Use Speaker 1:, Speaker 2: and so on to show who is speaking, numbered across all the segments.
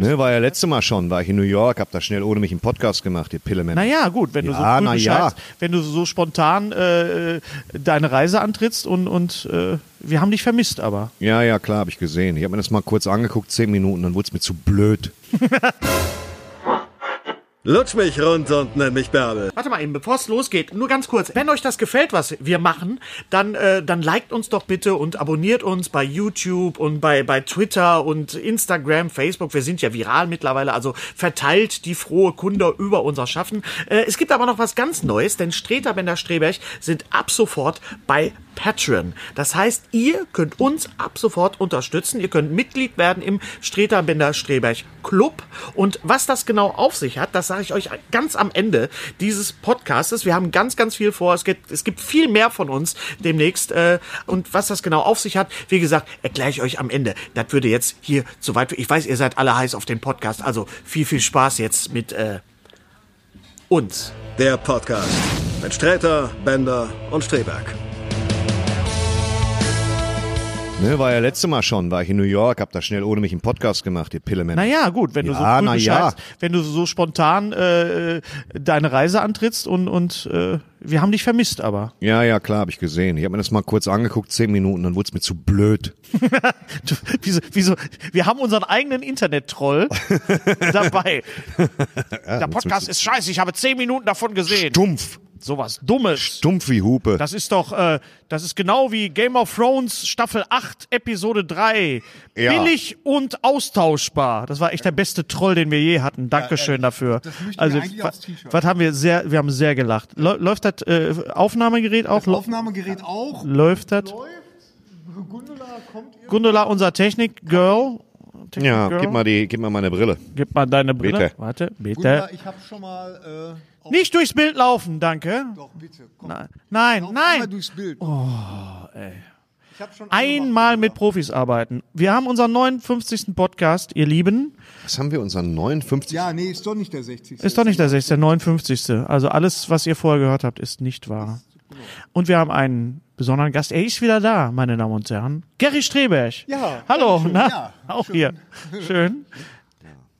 Speaker 1: Ne, war ja letzte Mal schon, war ich in New York, hab da schnell ohne mich einen Podcast gemacht, ihr Pillemänner.
Speaker 2: Naja, gut, wenn du so
Speaker 1: Ja,
Speaker 2: früh
Speaker 1: na
Speaker 2: bescheidst,
Speaker 1: ja.
Speaker 2: wenn du so spontan äh, äh, deine Reise antrittst und, und äh, wir haben dich vermisst, aber.
Speaker 1: Ja, ja, klar, habe ich gesehen. Ich habe mir das mal kurz angeguckt, zehn Minuten, dann wurde es mir zu blöd.
Speaker 3: Lutsch mich rund und nenn mich Bärbel.
Speaker 2: Warte mal eben, bevor es losgeht, nur ganz kurz. Wenn euch das gefällt, was wir machen, dann, äh, dann liked uns doch bitte und abonniert uns bei YouTube und bei, bei Twitter und Instagram, Facebook. Wir sind ja viral mittlerweile, also verteilt die frohe Kunde über unser Schaffen. Äh, es gibt aber noch was ganz Neues, denn Streter Bender Streberch sind ab sofort bei Patreon. Das heißt, ihr könnt uns ab sofort unterstützen. Ihr könnt Mitglied werden im Streter Bender Streberch Club. Und was das genau auf sich hat, das sage ich euch ganz am Ende dieses Podcastes. Wir haben ganz, ganz viel vor. Es gibt, es gibt viel mehr von uns demnächst. Äh, und was das genau auf sich hat, wie gesagt, erkläre ich euch am Ende. Das würde jetzt hier zu weit. Ich weiß, ihr seid alle heiß auf den Podcast. Also viel, viel Spaß jetzt mit äh, uns.
Speaker 3: Der Podcast mit Sträter, Bender und Streberg.
Speaker 1: Ne, war ja letzte Mal schon, war ich in New York, hab da schnell ohne mich einen Podcast gemacht, ihr Pillemänner.
Speaker 2: Naja, gut, wenn du
Speaker 1: Ja,
Speaker 2: so früh
Speaker 1: na ja.
Speaker 2: bescheidst, wenn du so spontan äh, äh, deine Reise antrittst und, und äh, wir haben dich vermisst, aber.
Speaker 1: Ja, ja, klar, habe ich gesehen. Ich habe mir das mal kurz angeguckt, zehn Minuten, dann wurde es mir zu blöd.
Speaker 2: Du, wieso, wieso, wir haben unseren eigenen Internet-Troll dabei. Der Podcast ist scheiße, ich habe zehn Minuten davon gesehen.
Speaker 1: Dumpf,
Speaker 2: Sowas Dummes.
Speaker 1: dumpf wie Hupe.
Speaker 2: Das ist doch, äh, das ist genau wie Game of Thrones Staffel 8, Episode 3.
Speaker 1: Ja.
Speaker 2: Billig und austauschbar. Das war echt der beste Troll, den wir je hatten. Dankeschön dafür. also, wa- was haben wir sehr, wir haben sehr gelacht. Läu- Läuft das äh, Aufnahmegerät auch? Lä-
Speaker 4: Aufnahmegerät auch.
Speaker 2: Läuft das? Gundula, unser Technik-Girl. Technik
Speaker 1: ja, gib mal, die, gib mal meine Brille.
Speaker 2: gib mal deine Brille.
Speaker 1: Bitte.
Speaker 2: Warte, bitte.
Speaker 4: Ich habe schon mal. Äh,
Speaker 2: Nicht durchs Bild laufen, danke.
Speaker 4: doch, bitte. Komm,
Speaker 2: Nein, nein, Oh.
Speaker 4: einmal
Speaker 2: nein.
Speaker 4: durchs Bild. Ich hab schon
Speaker 2: Einmal mit Profis arbeiten. Wir haben unseren 59. Podcast, ihr Lieben.
Speaker 1: Was haben wir, unseren 59?
Speaker 4: Ja, nee, ist doch nicht der 60.
Speaker 2: Ist doch nicht der 6., der 59. Also alles, was ihr vorher gehört habt, ist nicht wahr. Und wir haben einen besonderen Gast. Er ist wieder da, meine Damen und Herren. Gary Streberg.
Speaker 4: Ja,
Speaker 2: Hallo,
Speaker 4: Dankeschön.
Speaker 2: na?
Speaker 4: Ja,
Speaker 2: auch
Speaker 4: schön.
Speaker 2: hier. Schön.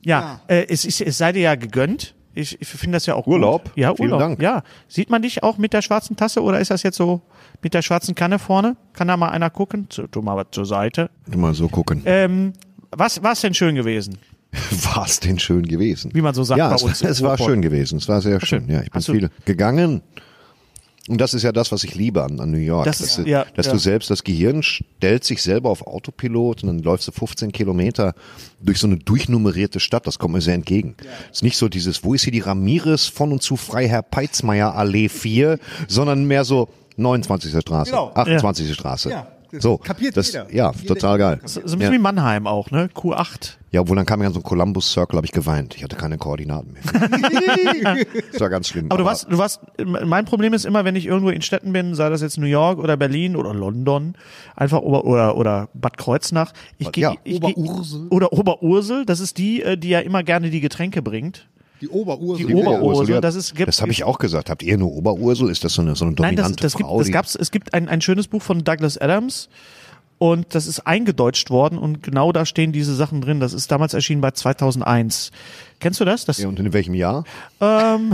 Speaker 2: Ja, Äh, es, ist, es sei dir ja gegönnt. Ich, ich finde das ja auch
Speaker 1: Urlaub.
Speaker 2: Gut. Ja,
Speaker 1: Vielen
Speaker 2: Urlaub.
Speaker 1: Dank.
Speaker 2: Ja. Sieht man dich auch mit der schwarzen Tasse oder ist das jetzt so mit der schwarzen Kanne vorne? Kann da mal einer gucken? Zu- Tu mal was zur Seite.
Speaker 1: Warte Mal so gucken.
Speaker 2: Ähm, was war's denn schön gewesen?
Speaker 1: War's denn schön gewesen?
Speaker 2: Wie man so sagt
Speaker 1: ja,
Speaker 2: bei
Speaker 1: es,
Speaker 2: uns im
Speaker 1: Es war
Speaker 2: Ruhrpott.
Speaker 1: schön gewesen. Es war sehr schön. Ja, ich bin
Speaker 2: Hast du-
Speaker 1: viel gegangen. Und das ist ja das, was ich liebe an, an New York.
Speaker 2: Das
Speaker 1: dass
Speaker 2: ist-
Speaker 1: du,
Speaker 2: ja,
Speaker 1: dass
Speaker 2: ja.
Speaker 1: du selbst, das Gehirn stellt sich selber auf Autopilot und dann läufst du 15 Kilometer durch so eine durchnummerierte Stadt. Das kommt mir sehr entgegen. Es ist nicht so dieses, wo ist hier die Ramirez von und zu Freiherr Peitzmeier Allee 4, sondern mehr so 29. Straße,
Speaker 4: Genau.
Speaker 1: 28. Straße.
Speaker 4: Ja, das
Speaker 1: so,
Speaker 4: kapiert
Speaker 1: das,
Speaker 4: jeder.
Speaker 1: Ja,
Speaker 4: Jeder-
Speaker 1: total geil.
Speaker 2: So, so ein bisschen
Speaker 1: Ja.
Speaker 2: wie Mannheim auch, ne? Q8.
Speaker 1: Ja, obwohl dann kam ja so ein Columbus Circle, habe ich geweint. Ich hatte keine Koordinaten mehr. das war ganz schlimm.
Speaker 2: Aber du warst, du warst, mein Problem ist immer, wenn ich irgendwo in Städten bin, sei das jetzt New York oder Berlin oder London, einfach oder, oder, oder Bad Kreuznach. Ich gehe,
Speaker 1: Ja,
Speaker 2: ich geh- Oder Oberursel, das ist die, äh, die ja immer gerne die Getränke bringt.
Speaker 4: Die Oberursel.
Speaker 2: Die Oberursel,
Speaker 1: ja.
Speaker 2: das ist- gibt-
Speaker 1: das habe ich auch gesagt. Habt ihr eine Oberursel? Ist das so eine, so eine
Speaker 2: Nein, das,
Speaker 1: dominante
Speaker 2: das gibt,
Speaker 1: Frau?
Speaker 2: das
Speaker 1: die-
Speaker 2: gab's, es gibt ein, ein schönes Buch von Douglas Adams.
Speaker 5: Und das ist eingedeutscht worden und genau da stehen diese Sachen drin. Das ist damals erschienen bei 2001. Kennst du das? Das
Speaker 1: Ja, und in welchem Jahr?
Speaker 5: ähm,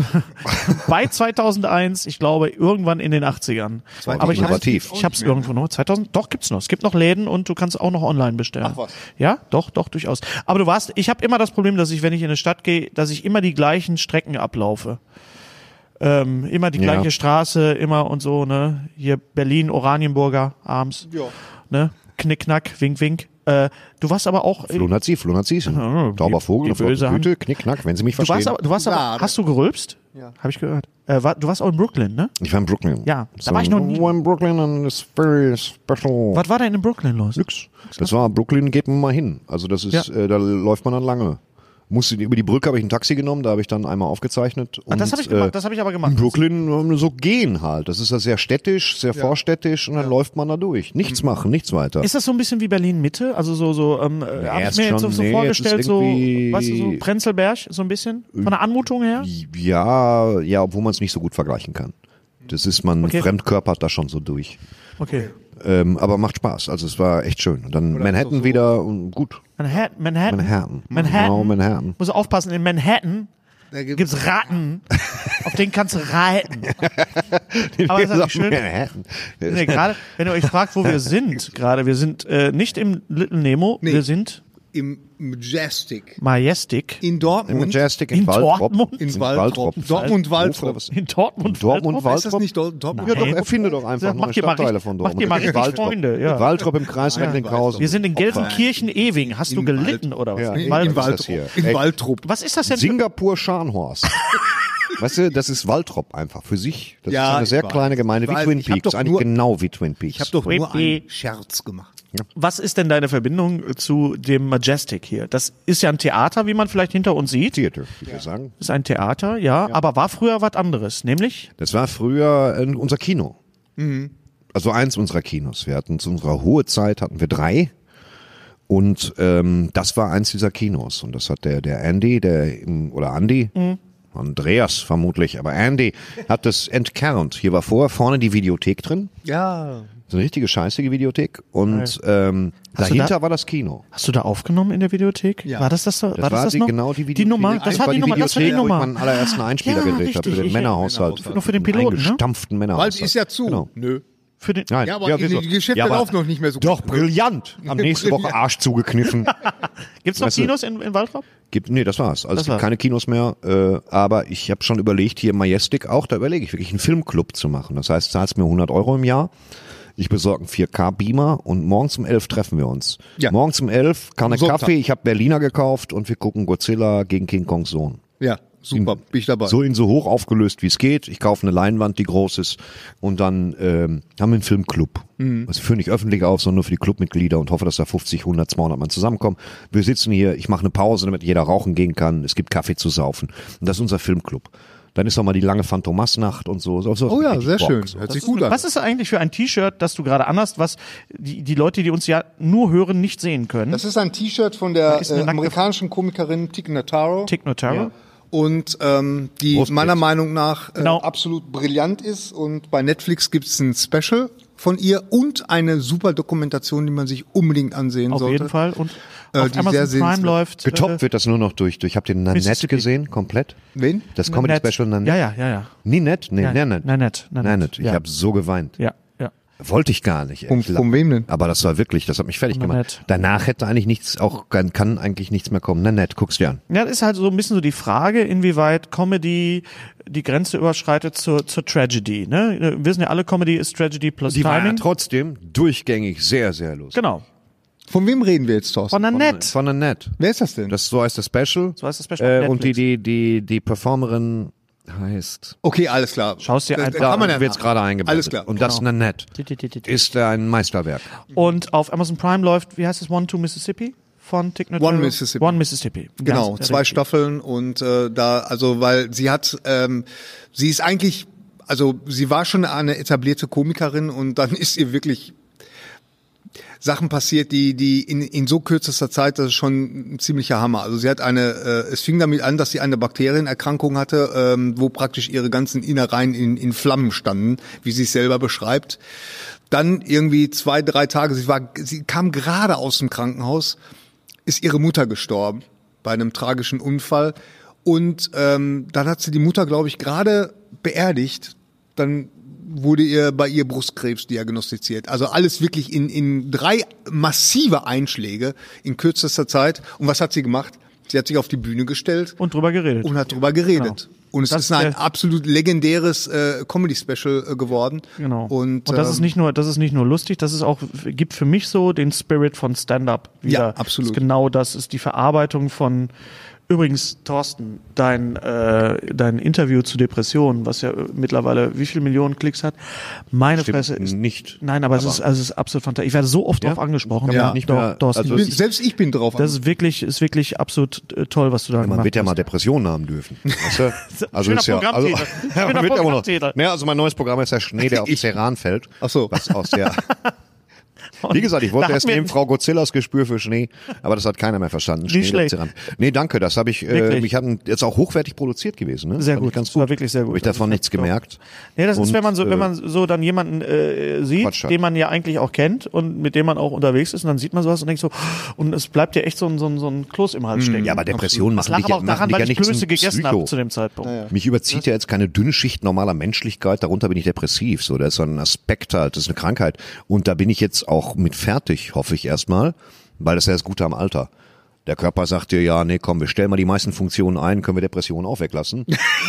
Speaker 5: bei 2001, ich glaube, irgendwann in den 80ern. Aber ich hab's,
Speaker 1: innovativ.
Speaker 5: ich hab's irgendwo noch. 2000, doch gibt's noch. Es gibt noch Läden und du kannst auch noch online bestellen. Ach
Speaker 4: was.
Speaker 5: Ja, doch, doch, durchaus. Aber du warst, ich habe immer das Problem, dass ich, wenn ich in eine Stadt gehe, dass ich immer die gleichen Strecken ablaufe. Ähm, immer die
Speaker 1: Ja.
Speaker 5: gleiche Straße, immer und so, ne? Hier Berlin, Oranienburger, abends. Ja. Ne? Knickknack, wink, wink. Äh, du warst aber auch.
Speaker 1: Flo Nazi, Flo Nazi. Tauber Vogel,
Speaker 5: die
Speaker 1: eine flotte
Speaker 5: Böse haben-
Speaker 1: Tüte, knick, knack, wenn Sie mich
Speaker 5: Du warst
Speaker 1: verstehen.
Speaker 5: aber, du warst aber, hast du gerülpst? Ja. Habe ich gehört. Äh, war, du warst auch in Brooklyn, ne?
Speaker 1: Ich war in Brooklyn.
Speaker 5: Ja, da war ich noch nie.
Speaker 1: in Brooklyn and it's very special.
Speaker 5: Was war denn in Brooklyn los?
Speaker 1: Nix. Das war Brooklyn, geht man mal hin. Also das ist,
Speaker 5: Ja.
Speaker 1: äh, da läuft man dann lange. Musste über die Brücke habe ich ein Taxi genommen, da habe ich dann einmal aufgezeichnet. Und,
Speaker 5: das habe ich
Speaker 1: äh,
Speaker 5: gemacht, das habe ich aber gemacht.
Speaker 1: In Brooklyn ähm, so gehen halt. Das ist ja sehr städtisch, sehr vorstädtisch und dann läuft man da durch. Nichts machen, nichts weiter.
Speaker 5: Mhm. Ist das so ein bisschen wie Berlin Mitte? Also so so ähm, äh, hab ich
Speaker 1: ist
Speaker 5: mir jetzt so,
Speaker 1: schon-
Speaker 5: so
Speaker 1: nee, jetzt
Speaker 5: vorgestellt
Speaker 1: ist
Speaker 5: so
Speaker 1: irgendwie- Äh,
Speaker 5: weißt du so Prenzlberg so ein bisschen von der Anmutung her?
Speaker 1: ja, ja, obwohl man es nicht so gut vergleichen kann. Das ist, man
Speaker 5: Okay.
Speaker 1: fremdkörpert da schon so durch.
Speaker 5: Okay.
Speaker 1: Ähm, aber macht Spaß. Also es war echt schön. Und dann Manhattan wieder und gut.
Speaker 5: Manhattan Manhattan
Speaker 1: Manhattan.
Speaker 5: Manhattan.
Speaker 1: Genau, Manhattan.
Speaker 5: Muss aufpassen in Manhattan gibt's Ratten. auf den kannst du reiten. Aber das ist natürlich schön.
Speaker 1: Manhattan.
Speaker 5: Nee, gerade wenn ihr euch fragt, wo wir sind, gerade wir sind äh, nicht im Little Nemo, wir sind
Speaker 4: Im Majestic.
Speaker 5: Majestic
Speaker 4: In Dortmund.
Speaker 1: Majestic
Speaker 5: In
Speaker 1: in Waldrop.
Speaker 5: Dortmund?
Speaker 4: In Waldrop. Dortmund, Waldrop.
Speaker 1: Oder was?
Speaker 5: in Dortmund.
Speaker 1: Dortmund,
Speaker 5: Waldrop.
Speaker 4: Ist das nicht Dor- Dortmund?
Speaker 1: Ja, doch,
Speaker 5: Nein.
Speaker 1: erfinde doch einfach
Speaker 5: Sag,
Speaker 1: neue
Speaker 5: macht ihr mal
Speaker 1: Stadtteile
Speaker 5: richtig-
Speaker 1: von
Speaker 5: macht ihr
Speaker 1: Dortmund.
Speaker 5: mal richtig
Speaker 1: Waldrop.
Speaker 5: Freunde, ja.
Speaker 1: Waldrop im Kreis
Speaker 4: Waldrop.
Speaker 1: Recklinghausen.
Speaker 5: Wir sind in Gelsenkirchen-Ewing. Hast du
Speaker 4: In
Speaker 5: gelitten oder was?
Speaker 1: Ja,
Speaker 4: In,
Speaker 1: Waldrop
Speaker 4: in
Speaker 1: ist das
Speaker 4: Waldrop.
Speaker 1: hier.
Speaker 4: In
Speaker 1: Echt.
Speaker 4: Waldrop.
Speaker 5: Was ist das denn? für-
Speaker 1: Singapur Scharnhorst. Weißt du, das ist Waldrop einfach für sich. Das
Speaker 4: Ja,
Speaker 1: ist eine
Speaker 4: ich
Speaker 1: sehr
Speaker 4: weiß.
Speaker 1: kleine Gemeinde
Speaker 4: Ich
Speaker 1: wie
Speaker 4: weiß,
Speaker 1: Twin
Speaker 4: ich hab
Speaker 1: Peaks.
Speaker 4: doch
Speaker 1: Eigentlich
Speaker 4: nur-
Speaker 1: genau wie Twin Peaks.
Speaker 4: Ich habe doch nur
Speaker 5: Creepy.
Speaker 4: einen Scherz gemacht.
Speaker 5: Was ist denn deine Verbindung zu dem Majestic hier? Das ist ja ein Theater, wie man vielleicht hinter uns sieht.
Speaker 1: Theater, würde ich sagen.
Speaker 5: Ist ein Theater, ja, aber war früher was anderes, nämlich
Speaker 1: Das war früher äh, unser Kino.
Speaker 5: Mhm.
Speaker 1: Also eins unserer Kinos. Wir hatten zu unserer hohen Zeit hatten wir drei. Und ähm, das war eins dieser Kinos. Und das hat der, der Andy, der im, oder Andy,
Speaker 5: Mhm.
Speaker 1: Andreas vermutlich, aber Andy hat das entkernt. Hier war vorher vorne die Videothek drin.
Speaker 4: Ja.
Speaker 1: So eine richtige scheißige Videothek. Und ähm,
Speaker 5: Hast du
Speaker 1: dahinter
Speaker 5: da-
Speaker 1: war das Kino.
Speaker 5: hast du da aufgenommen in der Videothek?
Speaker 4: Ja.
Speaker 5: War das das, war das,
Speaker 1: war
Speaker 5: das
Speaker 1: die,
Speaker 5: noch?
Speaker 1: genau die Videothek.
Speaker 5: die Nummer, das
Speaker 1: Eigentlich
Speaker 5: war die, Nummer, das war die
Speaker 1: Videothek, wo ich
Speaker 5: Nummer.
Speaker 1: meinen allerersten Einspieler
Speaker 5: Ja,
Speaker 1: gedreht
Speaker 5: richtig,
Speaker 1: habe, für den
Speaker 5: ich-
Speaker 1: Männerhaushalt.
Speaker 5: Nur für den Piloten, ne?
Speaker 1: Eingestampften Männerhaushalt.
Speaker 4: Wald ist ja zu.
Speaker 1: Genau.
Speaker 4: Nö.
Speaker 5: Für den,
Speaker 1: Nein.
Speaker 4: Ja, aber die-
Speaker 1: wieso?
Speaker 4: die Geschäfte
Speaker 1: aber-
Speaker 4: laufen doch nicht mehr so gut.
Speaker 1: Doch, brillant. Am nächsten Woche Arsch zugekniffen.
Speaker 5: gibt's noch
Speaker 1: Weißt du-
Speaker 5: Kinos in, in Waldrop?
Speaker 1: Gibt, nee, das war's. Also
Speaker 5: Das
Speaker 1: es gibt
Speaker 5: war's.
Speaker 1: keine Kinos mehr. Äh, aber ich habe schon überlegt, hier Majestic auch, da überlege ich wirklich einen Filmclub zu machen. Das heißt, zahlst mir 100 Euro im Jahr. Ich besorge einen 4K-Beamer und morgens um 11 treffen wir uns.
Speaker 4: Ja.
Speaker 1: Morgens um 11, Kanne
Speaker 4: Sonntag.
Speaker 1: Kaffee, ich habe Berliner gekauft und wir gucken Godzilla gegen King Kongs Sohn.
Speaker 4: Ja, super.
Speaker 5: Hm.
Speaker 4: Bin ich dabei.
Speaker 1: So ihn so hoch aufgelöst, wie es geht. Ich kaufe eine Leinwand, die groß ist. Und dann ähm, haben wir einen Filmclub. Also wir führen nicht öffentlich auf, sondern nur für die Clubmitglieder und hoffe, dass da 50, 100, 200 Mann zusammenkommen. Wir sitzen hier, ich mache eine Pause, damit jeder rauchen gehen kann. Es gibt Kaffee zu saufen. Und das ist unser Filmclub. Dann ist noch mal die lange Phantomasnacht und so. so, so
Speaker 4: Oh ja,
Speaker 1: Richtig
Speaker 4: sehr
Speaker 1: Bock.
Speaker 4: schön.
Speaker 1: So.
Speaker 4: Hört sich gut an.
Speaker 5: Was ist eigentlich für ein T-Shirt, das du gerade anhast, was die, die Leute, die uns ja nur hören, nicht sehen können?
Speaker 4: Das ist ein T-Shirt von der
Speaker 5: ist eine
Speaker 4: äh,
Speaker 5: nackte-
Speaker 4: amerikanischen Komikerin Tig Notaro.
Speaker 5: Tig Notaro.
Speaker 4: Und ähm, die
Speaker 1: Brustbild.
Speaker 4: meiner Meinung nach äh,
Speaker 5: Genau.
Speaker 4: absolut brillant ist. Und bei Netflix gibt's ein Special von ihr und eine super Dokumentation, die man sich unbedingt ansehen
Speaker 5: Auf
Speaker 4: sollte.
Speaker 5: jeden Fall. Und
Speaker 4: Äh,
Speaker 5: auf
Speaker 4: die
Speaker 5: Amazon
Speaker 4: sehr
Speaker 5: Prime
Speaker 4: sehenswert.
Speaker 5: läuft. äh,
Speaker 1: Getoppt wird das nur noch durch. durch. Ich habe den Nanette
Speaker 5: Mississippi.
Speaker 1: gesehen, komplett.
Speaker 4: Wen?
Speaker 1: Das Comedy-Special Nanette.
Speaker 5: Ja, ja, ja, ja.
Speaker 1: Ninette? Nee,
Speaker 5: Ja,
Speaker 1: Nanette.
Speaker 5: Nanette, Nanette,
Speaker 1: Nanette. Ich
Speaker 5: ja.
Speaker 1: habe so geweint.
Speaker 5: Ja, ja.
Speaker 1: Wollte ich gar nicht.
Speaker 4: Von-
Speaker 1: ehrlich.
Speaker 4: von Um- wem denn?
Speaker 1: Aber das war wirklich, das hat mich fertig gemacht.
Speaker 5: Nanette.
Speaker 1: Danach hätte eigentlich nichts, auch kann, kann eigentlich nichts mehr kommen. Nanette, guck's dir an.
Speaker 5: Ja, das ist halt so ein bisschen so die Frage, inwieweit Comedy die Grenze überschreitet zur, zur Tragedy. Ne? Wir wissen ja alle, Comedy ist Tragedy plus
Speaker 1: Die war ja
Speaker 5: Timing.
Speaker 1: trotzdem durchgängig sehr, sehr lustig.
Speaker 5: genau.
Speaker 4: Von wem reden wir jetzt, Thorsten?
Speaker 5: Von der Net.
Speaker 1: Von Nanette.
Speaker 4: Wer ist das denn?
Speaker 1: Das so heißt das Special.
Speaker 5: So heißt das Special auf
Speaker 1: Äh, und die,
Speaker 5: Netflix.
Speaker 1: die, die, die Performerin heißt.
Speaker 4: okay, alles klar.
Speaker 5: Schaust dir
Speaker 4: Das-
Speaker 5: einfach
Speaker 4: da kann man
Speaker 1: wird
Speaker 4: ja
Speaker 1: jetzt gerade eingeblendet.
Speaker 4: Alles klar.
Speaker 1: Und das Nanette ist ein Meisterwerk.
Speaker 5: Und auf Amazon Prime läuft, wie heißt es, One to Mississippi? Von Tick
Speaker 4: One Mississippi.
Speaker 5: One Mississippi. Ganz
Speaker 4: Genau, zwei
Speaker 5: richtig.
Speaker 4: Staffeln und äh, da, also weil sie hat, ähm, sie ist eigentlich, also sie war schon eine etablierte Komikerin und dann ist ihr wirklich Sachen passiert, die, die in, in so kürzester Zeit, das ist schon ein ziemlicher Hammer. Also sie hat eine, äh, es fing damit an, dass sie eine Bakterienerkrankung hatte, ähm, wo praktisch ihre ganzen Innereien in, in Flammen standen, wie sie es selber beschreibt. Dann irgendwie zwei, drei Tage, sie, war, sie kam gerade aus dem Krankenhaus, ist ihre Mutter gestorben bei einem tragischen Unfall. Und ähm, dann hat sie die Mutter, glaube ich, gerade beerdigt. Dann wurde ihr bei ihr Brustkrebs diagnostiziert. Also alles wirklich in, in drei massive Einschläge in kürzester Zeit. Und was hat sie gemacht? Sie hat sich auf die Bühne gestellt
Speaker 5: Und drüber geredet.
Speaker 4: und hat drüber geredet.
Speaker 5: Genau.
Speaker 4: Und es
Speaker 5: Das
Speaker 4: ist ein
Speaker 5: ist der-
Speaker 4: absolut legendäres äh, Comedy-Special äh, geworden.
Speaker 5: Genau.
Speaker 4: Und,
Speaker 5: das ist
Speaker 4: ähm,
Speaker 5: nicht nur, das ist nicht nur lustig, das ist auch gibt für mich so den Spirit von Stand-up wieder.
Speaker 4: Ja, absolut.
Speaker 5: Ist genau das ist die Verarbeitung von Übrigens, Thorsten, dein, äh, dein Interview zu Depressionen, was ja äh, mittlerweile wie viele Millionen Klicks hat, meine
Speaker 1: Stimmt
Speaker 5: Fresse ist
Speaker 1: nicht.
Speaker 5: Nein, aber, es ist also es ist absolut fantastisch. Ich werde so oft drauf angesprochen.
Speaker 1: kann man nicht
Speaker 5: Doch,
Speaker 1: mehr-
Speaker 5: Thorsten,
Speaker 1: also
Speaker 5: das
Speaker 1: es
Speaker 4: bin,
Speaker 5: ist-
Speaker 4: selbst ich bin drauf.
Speaker 5: das ist wirklich ist wirklich absolut äh, toll, was du da
Speaker 1: Man
Speaker 5: gemacht
Speaker 1: wird ja mal
Speaker 5: hast.
Speaker 1: Depressionen haben dürfen. Weißt du? Also
Speaker 5: Schöner
Speaker 1: ist ja, also,
Speaker 5: Programmtitel. Schöner
Speaker 1: man wird ja immer
Speaker 5: Programmtitel.
Speaker 1: noch. Naja, also mein neues Programm ist der Schnee, der auf
Speaker 4: Ich-
Speaker 1: Ceran fällt.
Speaker 4: Ach so.
Speaker 1: Was aus der. Wie gesagt, ich wollte
Speaker 5: da
Speaker 1: erst
Speaker 5: hatten wir-
Speaker 1: nehmen Frau Godzillas Gespür für Schnee, aber das hat keiner mehr verstanden. Schnee
Speaker 5: schlecht.
Speaker 1: der Ceran. Nee, danke, das habe ich, äh,
Speaker 5: Wirklich.
Speaker 1: mich hatten jetzt auch hochwertig produziert gewesen, ne?
Speaker 5: Sehr
Speaker 1: Fand ich
Speaker 5: gut,
Speaker 1: Ganz
Speaker 5: das
Speaker 1: gut.
Speaker 5: war wirklich sehr gut.
Speaker 1: Habe ich davon
Speaker 5: Also,
Speaker 1: nichts gemerkt.
Speaker 5: Ja, das ist,
Speaker 1: Und,
Speaker 5: wenn man so,
Speaker 1: äh,
Speaker 5: wenn man so dann jemanden äh, sieht,
Speaker 1: Quatsch hat.
Speaker 5: den man ja eigentlich auch kennt und mit dem man auch unterwegs ist, und dann sieht man sowas und denkt so, und es bleibt ja echt so ein, so ein, so ein Kloß im Hals stecken.
Speaker 1: Hm, Ja, aber Depressionen
Speaker 5: das
Speaker 1: machen
Speaker 5: lag
Speaker 1: dich ja,
Speaker 5: aber auch
Speaker 1: machen
Speaker 5: daran,
Speaker 1: dich
Speaker 5: weil
Speaker 1: ja
Speaker 5: ich
Speaker 1: nicht zum
Speaker 5: Klöße gegessen habe
Speaker 1: Psycho.
Speaker 5: zu dem Zeitpunkt.
Speaker 1: Mich überzieht ja jetzt keine dünne Schicht normaler Menschlichkeit, darunter bin ich depressiv, so, das ist so ein Aspekt halt, das ist eine Krankheit. Und da bin ich jetzt auch mit fertig, hoffe ich erstmal, weil das ist ja das Gute am Alter. Der Körper sagt dir, ja, nee, komm, wir stellen mal die meisten Funktionen ein, können wir Depressionen auch weglassen.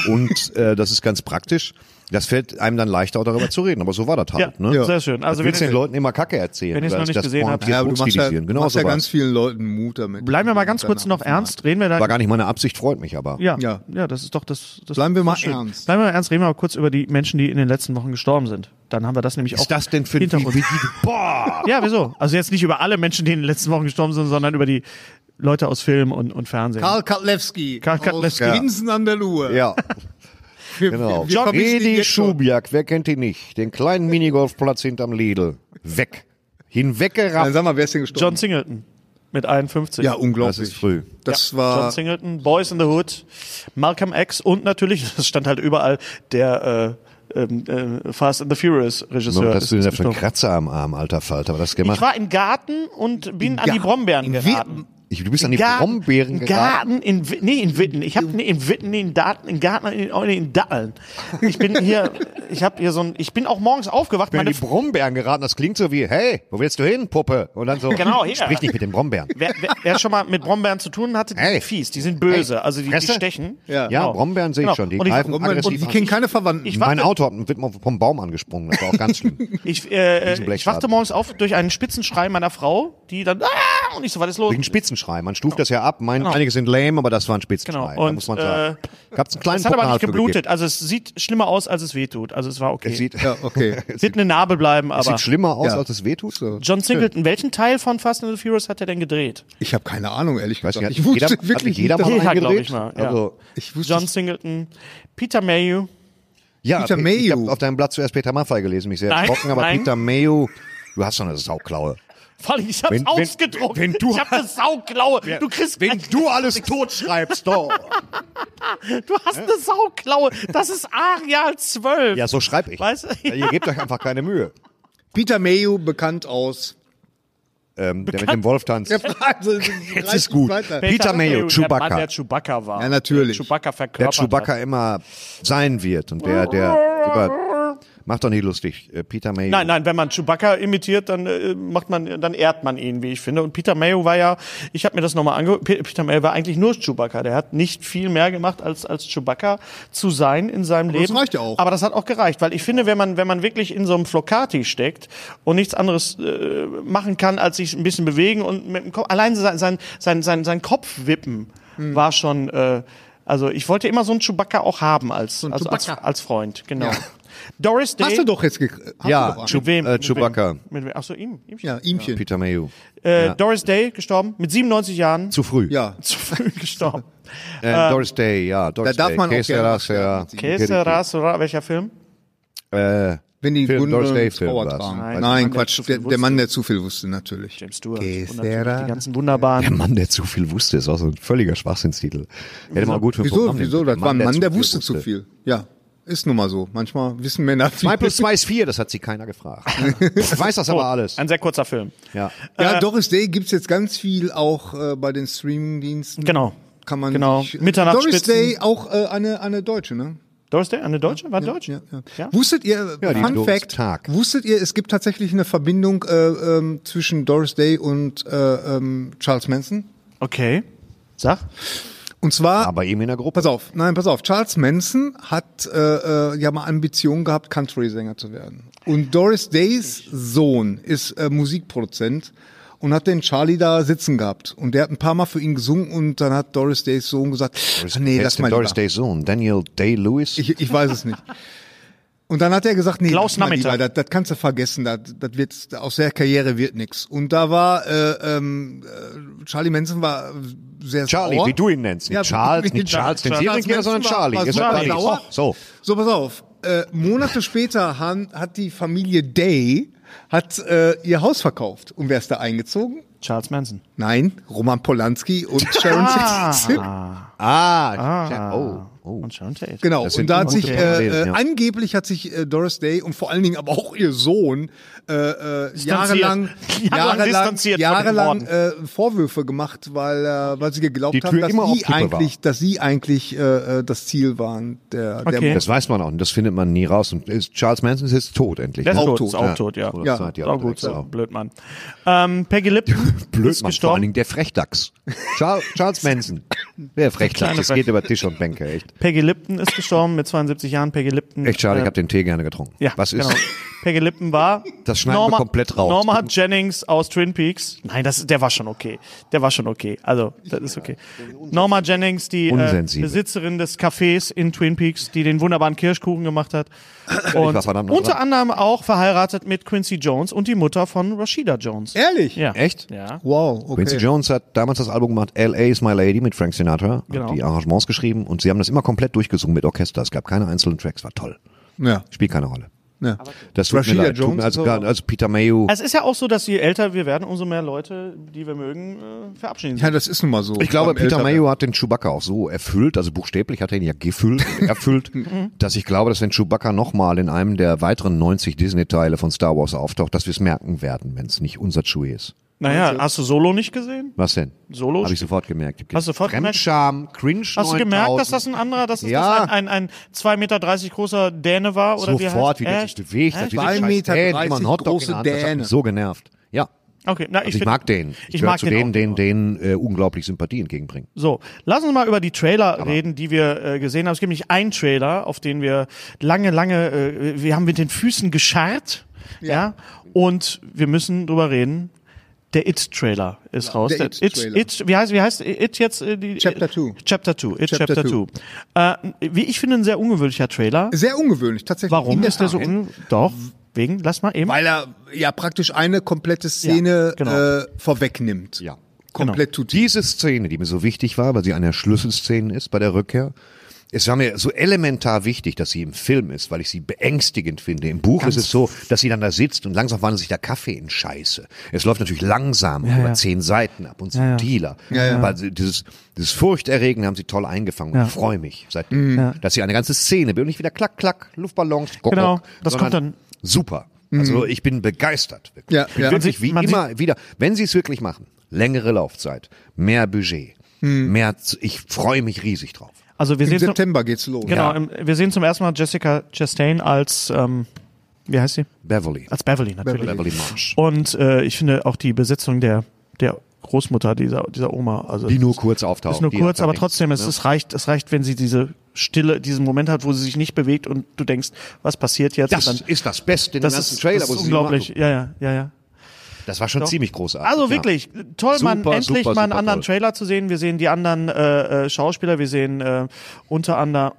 Speaker 1: Und äh, das ist ganz praktisch. Das fällt einem dann leichter, auch darüber zu reden. Aber so war das halt.
Speaker 5: Ja,
Speaker 1: ne?
Speaker 5: sehr schön. Also
Speaker 1: Also willst
Speaker 5: wenn
Speaker 1: den
Speaker 5: ihr-
Speaker 1: Leuten immer Kacke erzählen.
Speaker 5: wenn ihr es
Speaker 1: oder
Speaker 5: noch nicht
Speaker 1: das
Speaker 5: gesehen habt.
Speaker 1: pointiert
Speaker 4: ja, aber du machst ja,
Speaker 1: hochstilisieren. Genau
Speaker 4: machst ja
Speaker 1: sowas.
Speaker 4: ganz vielen Leuten Mut damit.
Speaker 5: Bleiben wir mal ganz kurz noch ernst, reden wir da
Speaker 1: War gar nicht meine Absicht, freut mich aber.
Speaker 5: Ja, ja,
Speaker 4: Ja.
Speaker 5: das ist doch das. das
Speaker 4: Bleiben wir mal
Speaker 5: schön.
Speaker 4: ernst.
Speaker 5: Bleiben wir mal ernst, reden wir mal kurz über die Menschen, die in den letzten Wochen gestorben sind. Dann haben wir das nämlich auch.
Speaker 1: Ist das denn für
Speaker 5: hinter uns.
Speaker 1: wie, wie, boah,
Speaker 5: Ja, wieso? Also jetzt nicht über alle Menschen, die in den letzten Wochen gestorben sind, sondern über die Leute aus Film und, und Fernsehen.
Speaker 4: Karl Katlewski.
Speaker 5: Karl Katlewski.
Speaker 4: Aus Grinsen an der Luhe.
Speaker 1: Ja,
Speaker 4: Wir-
Speaker 1: genau.
Speaker 4: wir vermissen ihn
Speaker 1: Edi
Speaker 4: jetzt schon.
Speaker 1: Schubiak, wer kennt ihn nicht? Den kleinen Minigolfplatz hinterm Lidl. Weg.
Speaker 4: Dann
Speaker 1: Hinweggerafft.
Speaker 4: sag mal, wer ist denn gestorben?
Speaker 5: John Singleton mit 51.
Speaker 4: ja,
Speaker 1: Das ist
Speaker 4: unglaublich.
Speaker 1: früh.
Speaker 4: Das
Speaker 5: Ja, John
Speaker 1: Äh,
Speaker 4: war
Speaker 5: Singleton, Boys in the Hood, Malcolm X und natürlich, das stand halt überall, der äh, ähm, äh, Fast and the Furious Regisseur.
Speaker 1: Was hast du denn da für einen
Speaker 5: gestorben.
Speaker 1: Kratzer am Arm, alter Falter? Was hast du
Speaker 5: ich
Speaker 1: gemacht?
Speaker 5: war im Garten und bin an
Speaker 4: Gar-
Speaker 5: die Brombeeren
Speaker 4: in
Speaker 5: geraten.
Speaker 4: Witten?
Speaker 1: Ich, du bist an die
Speaker 5: Garten-
Speaker 1: Brombeeren
Speaker 5: im
Speaker 1: geraten.
Speaker 5: Garten in Wi- nee in Witten. Ich habe nee in Witten nee, in Daten in Garten in, oh, nee, in Datteln. Ich bin hier ich habe hier so ein ich bin auch morgens aufgewacht,
Speaker 1: Ich bin an
Speaker 5: meine
Speaker 1: die Brombeeren geraten. Das klingt so wie, hey, wo willst du hin, Puppe? Und dann so,
Speaker 5: Genau, hier.
Speaker 1: sprich nicht mit den Brombeeren.
Speaker 5: Wer, wer, wer schon mal mit Brombeeren zu tun hatte, die
Speaker 1: Hey.
Speaker 5: sind fies, die sind böse,
Speaker 1: Hey,
Speaker 5: also die, die
Speaker 1: Fresse?
Speaker 5: stechen.
Speaker 1: Ja, Brombeeren sehe ich schon, die
Speaker 5: und ich,
Speaker 1: greifen
Speaker 5: und
Speaker 1: aggressiv
Speaker 4: und die kennen keine Verwandten.
Speaker 5: Ich
Speaker 1: Mein
Speaker 5: warte-
Speaker 1: Auto hat, wird mal vom Baum angesprungen. Das war auch ganz schlimm.
Speaker 5: Ich, äh, äh, ich
Speaker 1: Blechschaden.
Speaker 5: wachte morgens auf durch einen Spitzenschrei meiner Frau, die dann ah, und ich so, was ist los?
Speaker 1: Wegen Spitzenschrei. Man stuft das ja ab. Mein, Einige sind lame, aber das war ein Spitzenschrei.
Speaker 5: Genau. Und,
Speaker 1: da muss man sagen.
Speaker 5: äh,
Speaker 1: Gab's einen kleinen
Speaker 5: Es hat aber
Speaker 1: Pokal
Speaker 5: nicht
Speaker 1: für
Speaker 5: geblutet,
Speaker 1: gegeben.
Speaker 5: also es sieht schlimmer aus, als es weh tut. Also es war okay.
Speaker 1: Es sieht,
Speaker 4: ja, okay.
Speaker 5: es wird eine Narbe bleiben, aber
Speaker 1: sieht schlimmer aus,
Speaker 4: Ja.
Speaker 1: als es wehtut. So.
Speaker 5: John Singleton, welchen Teil von Fast and the Furious hat er denn gedreht?
Speaker 4: Ich habe keine Ahnung, ehrlich
Speaker 1: Weiß
Speaker 4: gesagt.
Speaker 1: nicht,
Speaker 4: ich
Speaker 1: hat
Speaker 4: wusste
Speaker 1: jeder- hat
Speaker 4: wirklich
Speaker 1: jeder
Speaker 4: nicht,
Speaker 1: mal
Speaker 4: dass-
Speaker 5: Ja, glaube
Speaker 1: gedreht?
Speaker 5: ich mal. Ja.
Speaker 1: Also,
Speaker 4: ich wusste
Speaker 5: John Singleton, Peter Mayhew.
Speaker 1: Ja,
Speaker 4: Peter
Speaker 1: ich- Ich
Speaker 4: Mayhew.
Speaker 1: habe auf deinem Blatt zuerst Peter Maffay gelesen, mich sehr
Speaker 5: Nein,
Speaker 1: erschrocken, aber
Speaker 5: nein.
Speaker 1: Peter Mayo, du hast doch eine Sauklaue.
Speaker 5: Voll, ich hab's
Speaker 1: Wenn- wenn-
Speaker 5: ausgedruckt.
Speaker 1: wenn du-
Speaker 5: ich hab eine Sauklaue. du kriegst
Speaker 1: Wenn du alles tot schreibst, doch.
Speaker 5: Du hast eine Sauklaue. Das ist Areal 12.
Speaker 1: Ja, so schreib ich.
Speaker 5: Weißt du?
Speaker 1: Ja, Ihr gebt euch einfach keine Mühe.
Speaker 4: Peter Mayo, bekannt aus.
Speaker 1: Ähm, der mit dem Wolf tanzt.
Speaker 4: also,
Speaker 1: Jetzt ist gut.
Speaker 4: Weiter.
Speaker 1: Peter Mayo,
Speaker 5: Der Mann,
Speaker 1: Chewbacca.
Speaker 5: der Chewbacca war.
Speaker 4: Ja, natürlich.
Speaker 5: Der Chewbacca verkörpert.
Speaker 1: Der Chewbacca
Speaker 5: hat.
Speaker 1: immer sein wird und der, der über, macht doch nicht lustig. Äh, Peter Mayo.
Speaker 5: Nein, nein, wenn man Chewbacca imitiert, dann äh, macht man, dann ehrt man ihn, wie ich finde. Und Peter Mayo war ja, ich habe mir das nochmal angeguckt, Pe- Peter Mayo war eigentlich nur Chewbacca. Der hat nicht viel mehr gemacht, als als Chewbacca zu sein in seinem
Speaker 4: das
Speaker 5: Leben.
Speaker 4: reicht ja auch.
Speaker 5: Aber das hat auch gereicht, weil ich finde, wenn man wenn man wirklich in so einem Flocati steckt und nichts anderes äh, machen kann, als sich ein bisschen bewegen und mit dem Kopf, allein sein sein sein sein, sein Kopf wippen
Speaker 4: Hm.
Speaker 5: war schon. Äh, also ich wollte immer so einen Chewbacca auch haben als also als,
Speaker 4: Chewbacca.
Speaker 5: als Freund, genau. Doris Day.
Speaker 4: Hast du doch jetzt gekriegt.
Speaker 1: Ja,
Speaker 4: doch
Speaker 1: Chew-
Speaker 5: Mit wem?
Speaker 1: äh,
Speaker 5: Mit
Speaker 1: Chewbacca.
Speaker 5: Wem? Mit wem? Achso, ihm. ihm.
Speaker 4: ja, ihmchen.
Speaker 1: Peter Mayo.
Speaker 5: Äh, Doris Day gestorben, mit 97 Jahren.
Speaker 1: Zu früh.
Speaker 4: Ja. Ähm,
Speaker 5: Zu früh gestorben.
Speaker 1: Äh, Doris Day, ja. Doris
Speaker 4: Da darf
Speaker 1: Day.
Speaker 4: man auch
Speaker 1: Que
Speaker 4: gerne
Speaker 1: sera,
Speaker 4: mal sterben.
Speaker 1: sera.
Speaker 5: Okay, Sera, Sera, welcher Film?
Speaker 1: Äh,
Speaker 4: Wenn die
Speaker 1: Film, Doris
Speaker 4: Gundeln
Speaker 1: Day Film
Speaker 4: Trauer
Speaker 1: war's.
Speaker 4: tragen.
Speaker 5: Nein,
Speaker 4: Nein,
Speaker 5: der Mann,
Speaker 4: Quatsch.
Speaker 5: der zu viel
Speaker 4: Der, der Mann, der zu viel wusste, natürlich.
Speaker 5: James Stewart.
Speaker 4: Que
Speaker 5: Und natürlich
Speaker 4: sera?
Speaker 5: die ganzen wunderbaren.
Speaker 1: Der Mann, der zu viel wusste, ist auch so ein völliger Schwachsinnstitel. Hätte man auch gut für ein
Speaker 4: Wieso,
Speaker 1: Programm nehmen
Speaker 4: wieso?
Speaker 1: können.
Speaker 4: Das war ein Mann, der
Speaker 1: zu viel
Speaker 4: wusste zu viel. Ja. Ist nun mal so. Manchmal wissen Männer.
Speaker 1: 2 plus 2 ist 4, das hat sie keiner gefragt. Ich weiß das aber alles.
Speaker 5: Ein sehr kurzer Film.
Speaker 1: Ja.
Speaker 4: Ja, Doris Day gibt's jetzt ganz viel auch äh, bei den Streamingdiensten.
Speaker 5: Genau.
Speaker 4: Kann man
Speaker 5: Genau.
Speaker 4: sich- Doris
Speaker 5: Mitternachtsspitzen.
Speaker 4: Day auch äh, eine, eine Deutsche, ne?
Speaker 5: Doris Day, eine Deutsche? War Deutsch?
Speaker 4: Ja, ja.
Speaker 5: Ja?
Speaker 4: Wusstet ihr,
Speaker 1: Ja, die
Speaker 4: Fun
Speaker 1: Doris
Speaker 4: Fact,
Speaker 1: Tag.
Speaker 4: wusstet ihr, es gibt tatsächlich eine Verbindung äh, ähm, zwischen Doris Day und äh, ähm, Charles Manson?
Speaker 5: Okay. Sag.
Speaker 4: Und zwar,
Speaker 1: Aber eben in der Gruppe.
Speaker 4: pass auf, nein, pass auf, Charles Manson hat äh, äh, ja mal Ambitionen gehabt, Country-Sänger zu werden. Und Doris Days Sohn ist äh, Musikproduzent und hat den Charlie da sitzen gehabt. Und der hat ein paar Mal für ihn gesungen und dann hat Doris Days Sohn gesagt, "Ah, nee,
Speaker 1: Wer
Speaker 4: lass
Speaker 1: ist
Speaker 4: mal
Speaker 1: denn Doris
Speaker 4: lieber."
Speaker 1: Days Sohn? Daniel Day-Lewis?
Speaker 4: Ich, ich weiß es nicht. Und dann hat er gesagt, nee,
Speaker 5: Klaus
Speaker 4: lass mal
Speaker 5: Nameter.
Speaker 4: lieber, das, das kannst du vergessen, das, das wird aus der Karriere wird nix. Und da war äh, ähm, äh, Charlie Manson war sehr
Speaker 1: Charlie,
Speaker 4: sauer.
Speaker 1: wie du ihn nennst. Nicht
Speaker 4: Oh. Ja,
Speaker 1: Charles, nicht Charles, den
Speaker 5: Charles
Speaker 1: Serienkiller, sondern
Speaker 4: Manson war-
Speaker 1: Charlie.
Speaker 4: war
Speaker 1: Ihr seid
Speaker 4: sauer.
Speaker 1: alle- So,
Speaker 4: So, pass auf. Äh, Monate später han, hat die Familie Day hat äh, ihr Haus verkauft. Und wer ist da eingezogen?
Speaker 5: Charles Manson.
Speaker 4: Nein, Roman Polanski und Sharon Tate.
Speaker 1: Ah, ja, oh, oh.
Speaker 5: Und Sharon Tate.
Speaker 4: Genau,
Speaker 1: Das
Speaker 4: und
Speaker 1: sind
Speaker 4: da hat
Speaker 1: gute
Speaker 4: sich äh,
Speaker 1: Parallelen,
Speaker 4: äh,
Speaker 1: ja.
Speaker 4: angeblich hat sich äh, Doris Day und vor allen Dingen aber auch ihr Sohn äh, äh, jahrelang
Speaker 5: Jahrelang distanziert von den
Speaker 4: jahrelang
Speaker 5: Morden.
Speaker 4: äh, Vorwürfe gemacht, weil äh, weil sie geglaubt
Speaker 1: Die
Speaker 4: haben,
Speaker 1: Tür
Speaker 4: dass
Speaker 1: immer auf
Speaker 4: sie
Speaker 1: Kippe war.
Speaker 4: eigentlich, dass sie eigentlich äh, äh, das Ziel waren der der
Speaker 5: Okay.
Speaker 1: Das weiß man auch und das findet man nie raus. Und ist, Charles Manson ist jetzt tot endlich.
Speaker 5: Der ist
Speaker 1: ne?
Speaker 5: tot, ist
Speaker 4: tot,
Speaker 5: auch
Speaker 1: ja.
Speaker 5: tot, ja.
Speaker 1: Oder
Speaker 4: Ja.
Speaker 1: Zeit,
Speaker 5: Auch
Speaker 1: direkt
Speaker 5: gut, so.
Speaker 1: auch.
Speaker 5: blöd Mann. Ähm, Peggy Lipton
Speaker 1: Blöd,
Speaker 5: ist
Speaker 1: Mann, vor allen
Speaker 5: gestorben.
Speaker 1: Dingen der Frechdachs. Charles, Charles Manson. Der Frechdachs,
Speaker 5: kleine
Speaker 1: das geht über Tisch und Bänke, echt.
Speaker 5: Peggy Lipton ist gestorben mit 72 Jahren. Peggy Lipton.
Speaker 1: Echt schade,
Speaker 5: äh,
Speaker 1: ich habe den Tee gerne getrunken.
Speaker 5: Ja,
Speaker 1: Was ist?
Speaker 5: Genau. Peggy Lipton war.
Speaker 1: Das schneiden wir komplett raus.
Speaker 5: Norma Jennings aus Twin Peaks. Nein, das, der war schon okay. Der war schon okay. Also, das ist okay. Norma Jennings, die äh,
Speaker 1: Unsensibel.
Speaker 5: Besitzerin des Cafés in Twin Peaks, die den wunderbaren Kirschkuchen gemacht hat. Und
Speaker 1: verdammt nah
Speaker 5: unter
Speaker 1: dran.
Speaker 5: anderem auch verheiratet mit Quincy Jones und die Mutter von Rashida Jones.
Speaker 4: Ehrlich?
Speaker 5: Ja.
Speaker 1: Echt?
Speaker 5: Ja.
Speaker 4: Wow, okay.
Speaker 1: Quincy Jones hat damals das Album gemacht, L.A. is My Lady mit Frank Sinatra, hat
Speaker 5: Genau.
Speaker 1: die Arrangements geschrieben und sie haben das immer komplett durchgesungen mit Orchester. Es gab keine einzelnen Tracks, war toll.
Speaker 4: Ja,
Speaker 1: Spielt keine Rolle.
Speaker 4: ja.
Speaker 1: Das tut
Speaker 4: Rashida
Speaker 1: mir leid. Tut
Speaker 4: Jones
Speaker 1: mir also,
Speaker 4: ist aber-
Speaker 1: gar- also Peter Mayu.
Speaker 5: Es ist ja auch so, dass je älter wir werden, umso mehr Leute, die wir mögen, äh, verabschieden sich.
Speaker 4: ja, das ist nun mal so.
Speaker 1: ich glaube,
Speaker 4: Beim
Speaker 1: Peter
Speaker 4: Älterwerden.
Speaker 1: Mayo hat den Chewbacca auch so erfüllt, also buchstäblich hat er ihn ja gefüllt, und erfüllt,
Speaker 5: Mhm.
Speaker 1: dass ich glaube, dass wenn Chewbacca nochmal in einem der weiteren 90 Disney-Teile von Star Wars auftaucht, dass wir es merken werden, wenn es nicht unser Chewie ist.
Speaker 5: Naja, hast du Solo nicht gesehen?
Speaker 1: Was denn?
Speaker 5: Solo?
Speaker 1: Habe ich sofort gemerkt.
Speaker 5: Hast du sofort gemerkt?
Speaker 1: Fremdscham, Cringe
Speaker 5: Hast du gemerkt, dass
Speaker 1: 9000.
Speaker 5: das ein anderer, dass das
Speaker 1: Ja.
Speaker 5: das ein, ein, ein 2,30 Meter großer Däne war? Oder
Speaker 1: sofort, wie
Speaker 5: wie, heißt-
Speaker 1: der
Speaker 5: Echt?
Speaker 1: sich bewegt hat, wie
Speaker 4: Zwei
Speaker 1: der scheiß
Speaker 4: Meter
Speaker 1: Dänen immer einen Hotdog
Speaker 4: große
Speaker 1: in der Hand hat. Das hat
Speaker 4: Däne.
Speaker 1: mich so genervt. Ja.
Speaker 5: Okay, na,
Speaker 1: Also ich,
Speaker 5: find-
Speaker 1: mag den.
Speaker 5: Ich,
Speaker 1: will
Speaker 5: mag
Speaker 1: zu
Speaker 5: den.
Speaker 1: denen,
Speaker 5: auch.
Speaker 1: denen, denen äh, unglaublich Sympathie entgegenbringen.
Speaker 5: So, lass uns mal über die Trailer reden, die wir äh, gesehen haben. Es gibt nämlich einen Trailer, auf den wir lange, lange, äh, wir haben mit den Füßen gescharrt. Ja. Und wir müssen drüber reden. Der It-Trailer ist raus.
Speaker 4: der It-Trailer.
Speaker 5: It, It, wie heißt, wie heißt It jetzt? Äh, die,
Speaker 4: Chapter Two.
Speaker 5: Chapter 2. It
Speaker 4: Chapter
Speaker 5: Chapter 2. Äh, wie ich finde, ein sehr ungewöhnlicher Trailer.
Speaker 4: Sehr ungewöhnlich, tatsächlich. In
Speaker 5: Warum ist der so
Speaker 4: Tat.
Speaker 5: un... Doch, wegen, lass mal eben.
Speaker 4: Weil er ja praktisch eine komplette Szene
Speaker 5: genau.
Speaker 4: äh, vorwegnimmt.
Speaker 1: Ja.
Speaker 4: Komplett tut die.
Speaker 1: Diese Szene, die mir so wichtig war, weil sie eine der Schlüsselszenen ist bei der Rückkehr, es war mir so elementar wichtig, dass sie im Film ist, weil ich sie beängstigend finde. Im Buch ist es so, dass sie dann da sitzt und langsam wandelt sich der Kaffee in Scheiße. Es läuft natürlich langsamer über zehn Seiten ab und subtiler. Aber dieses, dieses Furchterregende haben sie toll eingefangen. Und ich freue mich
Speaker 5: Mhm.
Speaker 1: seitdem, dass sie eine ganze Szene und nicht wieder klack, klack, Luftballons, guck,
Speaker 5: Genau,
Speaker 1: guck,
Speaker 5: das kommt
Speaker 1: sondern
Speaker 5: dann- Mhm.
Speaker 1: Super. Also ich bin begeistert. wirklich.
Speaker 4: Ja,
Speaker 1: ich bin
Speaker 4: ja.
Speaker 1: wirklich
Speaker 5: Man sieht-
Speaker 1: wie
Speaker 5: man
Speaker 1: immer wieder, wenn sie es wirklich machen, längere Laufzeit, mehr Budget,
Speaker 5: Hm.
Speaker 1: mehr, Z- ich freue mich riesig drauf.
Speaker 5: Also wir
Speaker 4: Im
Speaker 5: sehen zum,
Speaker 4: September geht's los.
Speaker 5: genau, im, wir sehen zum ersten Mal Jessica Chastain als ähm, wie heißt sie?
Speaker 1: Beverly.
Speaker 5: Als Beverly natürlich.
Speaker 1: Beverly Marsh.
Speaker 5: Und äh, ich finde auch die Besetzung der der Großmutter dieser dieser Oma, also
Speaker 1: Die nur kurz auftaucht.
Speaker 5: ist nur
Speaker 1: die
Speaker 5: kurz,
Speaker 1: hat
Speaker 5: aber
Speaker 1: nichts,
Speaker 5: trotzdem es,
Speaker 1: ne?
Speaker 5: es reicht es reicht, wenn sie diese Stille, diesen Moment hat, wo sie sich nicht bewegt und du denkst, was passiert jetzt?
Speaker 1: Das
Speaker 5: und dann,
Speaker 1: ist das Beste in dem
Speaker 5: das
Speaker 1: ganzen
Speaker 5: ist,
Speaker 1: Trailer.
Speaker 5: das
Speaker 1: wo
Speaker 5: ist
Speaker 1: sie nur
Speaker 5: unglaublich.
Speaker 1: anguckt.
Speaker 5: Ja, ja, ja, ja.
Speaker 1: Das war schon
Speaker 5: Doch.
Speaker 1: ziemlich großartig.
Speaker 5: Also
Speaker 1: ja.
Speaker 5: wirklich, toll,
Speaker 1: Super,
Speaker 5: man, endlich
Speaker 1: super,
Speaker 5: mal einen
Speaker 1: super
Speaker 5: anderen
Speaker 1: toll.
Speaker 5: Trailer zu sehen. Wir sehen die anderen äh, äh, Schauspieler, wir sehen äh, unter anderem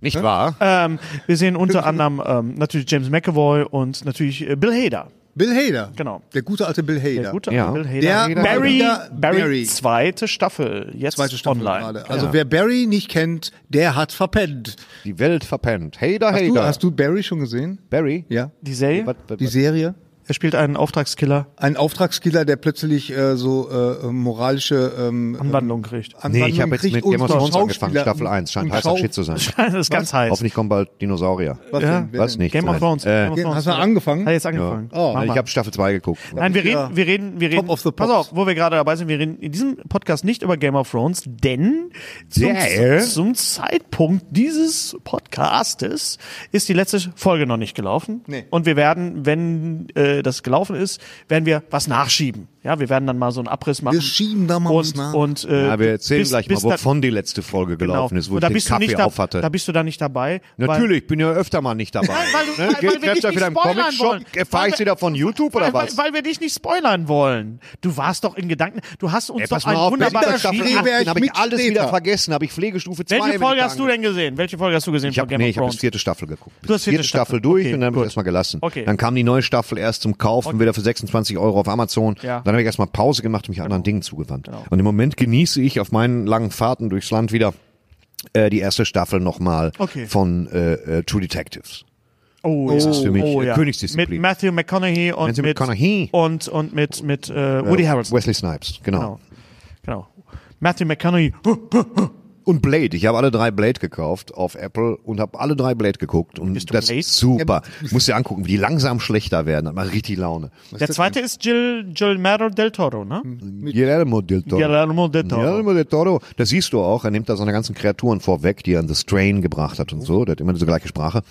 Speaker 1: Nicht wahr?
Speaker 5: Ähm, wir sehen unter anderem ähm, natürlich James McAvoy und natürlich äh, Bill Hader.
Speaker 4: Bill Hader.
Speaker 5: Genau.
Speaker 4: Der gute alte Bill Hader.
Speaker 5: Der gute
Speaker 1: Ja.
Speaker 5: Bill
Speaker 4: Der-
Speaker 5: Hader.
Speaker 4: Barry-
Speaker 5: Barry, Barry,
Speaker 4: Barry.
Speaker 5: zweite Staffel, jetzt
Speaker 4: Zweite Staffel
Speaker 5: online.
Speaker 4: gerade. Also wer Barry nicht kennt, der hat verpennt.
Speaker 1: Die Welt verpennt. Hader,
Speaker 4: Hast du,
Speaker 1: Hader.
Speaker 4: hast du Barry schon gesehen?
Speaker 1: Barry?
Speaker 4: Ja.
Speaker 5: Die Serie?
Speaker 1: Was- was-
Speaker 4: Die Serie?
Speaker 5: Äh, Der spielt einen Auftragskiller.
Speaker 4: Ein Auftragskiller, der plötzlich äh, so äh, moralische ähm,
Speaker 5: Anwandlung kriegt.
Speaker 1: Nee, ich habe
Speaker 4: Anwandlung
Speaker 1: jetzt mit
Speaker 4: kriegt und
Speaker 1: Game of Thrones angefangen,
Speaker 4: Schauspieler-
Speaker 1: Staffel 1. Scheint
Speaker 4: und
Speaker 1: heißer
Speaker 4: Schau-
Speaker 1: Shit zu sein.
Speaker 5: Das ist ganz heiß.
Speaker 1: Hoffentlich kommen bald Dinosaurier.
Speaker 4: Was
Speaker 5: Ja.
Speaker 4: denn? Wer
Speaker 1: Was
Speaker 4: denn?
Speaker 1: nicht?
Speaker 5: Game of
Speaker 1: nein.
Speaker 5: Thrones.
Speaker 1: Äh,
Speaker 5: Game of Thrones.
Speaker 4: Hast du angefangen?
Speaker 5: Hat jetzt angefangen.
Speaker 4: Oh.
Speaker 5: Mach
Speaker 1: ich
Speaker 5: mal.
Speaker 1: habe Staffel 2 geguckt.
Speaker 5: Nein, wir reden, wir reden, wir reden.
Speaker 4: of the
Speaker 5: pass
Speaker 4: Pops.
Speaker 5: auf, wo wir gerade dabei sind, wir reden in diesem Podcast nicht über Game of Thrones, denn zum,
Speaker 1: Denn?
Speaker 5: zum Zeitpunkt dieses Podcastes ist die letzte Folge noch nicht gelaufen.
Speaker 4: Nee.
Speaker 5: Und wir werden, wenn äh, das gelaufen ist, werden wir was nachschieben. Ja, wir werden dann mal so einen Abriss machen.
Speaker 4: Wir schieben da mal
Speaker 5: und,
Speaker 4: was nach.
Speaker 5: Und, äh,
Speaker 1: ja, wir erzählen
Speaker 5: bis-
Speaker 1: gleich
Speaker 5: bis
Speaker 1: mal,
Speaker 5: da-
Speaker 1: wovon die letzte Folge
Speaker 5: genau.
Speaker 1: gelaufen ist, wo
Speaker 5: Und
Speaker 1: ich den
Speaker 5: bist du
Speaker 1: Kaffee
Speaker 5: nicht da,
Speaker 1: auf hatte.
Speaker 5: Da bist du da nicht dabei.
Speaker 1: Natürlich, ich bin ja öfter mal nicht dabei.
Speaker 5: weil du- weil- weil wir
Speaker 1: Gibt's da
Speaker 5: dich
Speaker 1: wieder im
Speaker 5: nicht spoilern wollen.
Speaker 1: Comic-Shop? Erfahre
Speaker 5: Weil
Speaker 1: Äh, ich
Speaker 5: wir-
Speaker 1: sie da von YouTube
Speaker 5: Weil,
Speaker 1: oder
Speaker 5: weil,
Speaker 1: was?
Speaker 5: weil wir dich nicht spoilern wollen. Du warst doch in Gedanken, du hast uns
Speaker 1: Ey,
Speaker 5: doch
Speaker 1: pass
Speaker 5: ein
Speaker 1: mal auf, wenn ich
Speaker 5: wunderbares
Speaker 1: bei
Speaker 4: Staffel
Speaker 5: Spiel.
Speaker 4: acht bin,
Speaker 1: Staffel
Speaker 4: hab
Speaker 1: habe
Speaker 4: ich
Speaker 1: ich alles
Speaker 4: Später.
Speaker 1: wieder vergessen, habe ich Pflegestufe 2.
Speaker 5: Welche
Speaker 1: bin
Speaker 5: Folge
Speaker 1: ich
Speaker 5: hast du
Speaker 1: angefangen.
Speaker 5: denn gesehen? Welche Folge hast du gesehen
Speaker 1: Ich
Speaker 5: von
Speaker 1: habe
Speaker 5: Game
Speaker 1: nee,
Speaker 5: of
Speaker 1: ich hab
Speaker 5: Thrones?
Speaker 1: bis vierte Staffel geguckt. Bis
Speaker 5: Du hast vierte Staffel.
Speaker 1: Staffel durch
Speaker 5: Okay,
Speaker 1: und dann habe
Speaker 5: gut.
Speaker 1: ich erstmal gelassen.
Speaker 5: Okay.
Speaker 1: Dann kam die neue Staffel erst zum Kauf und wieder für 26 Euro auf Amazon.
Speaker 5: Ja. Genau.
Speaker 1: Dann habe ich erstmal Pause gemacht und mich anderen Dingen zugewandt. Und im Moment genieße ich auf meinen langen Fahrten durchs Land wieder äh, die erste Staffel nochmal
Speaker 5: Okay.
Speaker 1: von äh, äh, True Detectives.
Speaker 5: oh,
Speaker 1: das ist für mich, äh, Königsdisziplin.
Speaker 5: Mit Matthew McConaughey und
Speaker 1: Matthew
Speaker 5: mit
Speaker 1: McConaughey.
Speaker 5: und und mit mit äh, Woody Harrelson.
Speaker 1: Wesley Snipes, genau.
Speaker 5: Genau. genau. Matthew McConaughey.
Speaker 1: Und Blade. Ich habe alle drei Blade gekauft auf Apple und habe alle drei Blade geguckt. Und
Speaker 5: Bist du
Speaker 1: das
Speaker 5: Blade?
Speaker 1: ist super. Musst dir angucken, wie die langsam schlechter werden. Hat mal richtig Laune.
Speaker 5: Der zweite ist Jill Gilmero del Toro, ne?
Speaker 1: Guillermo del Toro.
Speaker 5: Guillermo del Toro.
Speaker 1: Hm. Guillermo del Toro, das siehst du auch, er nimmt da seine ganzen Kreaturen vorweg, die er an The Strain gebracht hat und so, der hat immer diese gleiche Sprache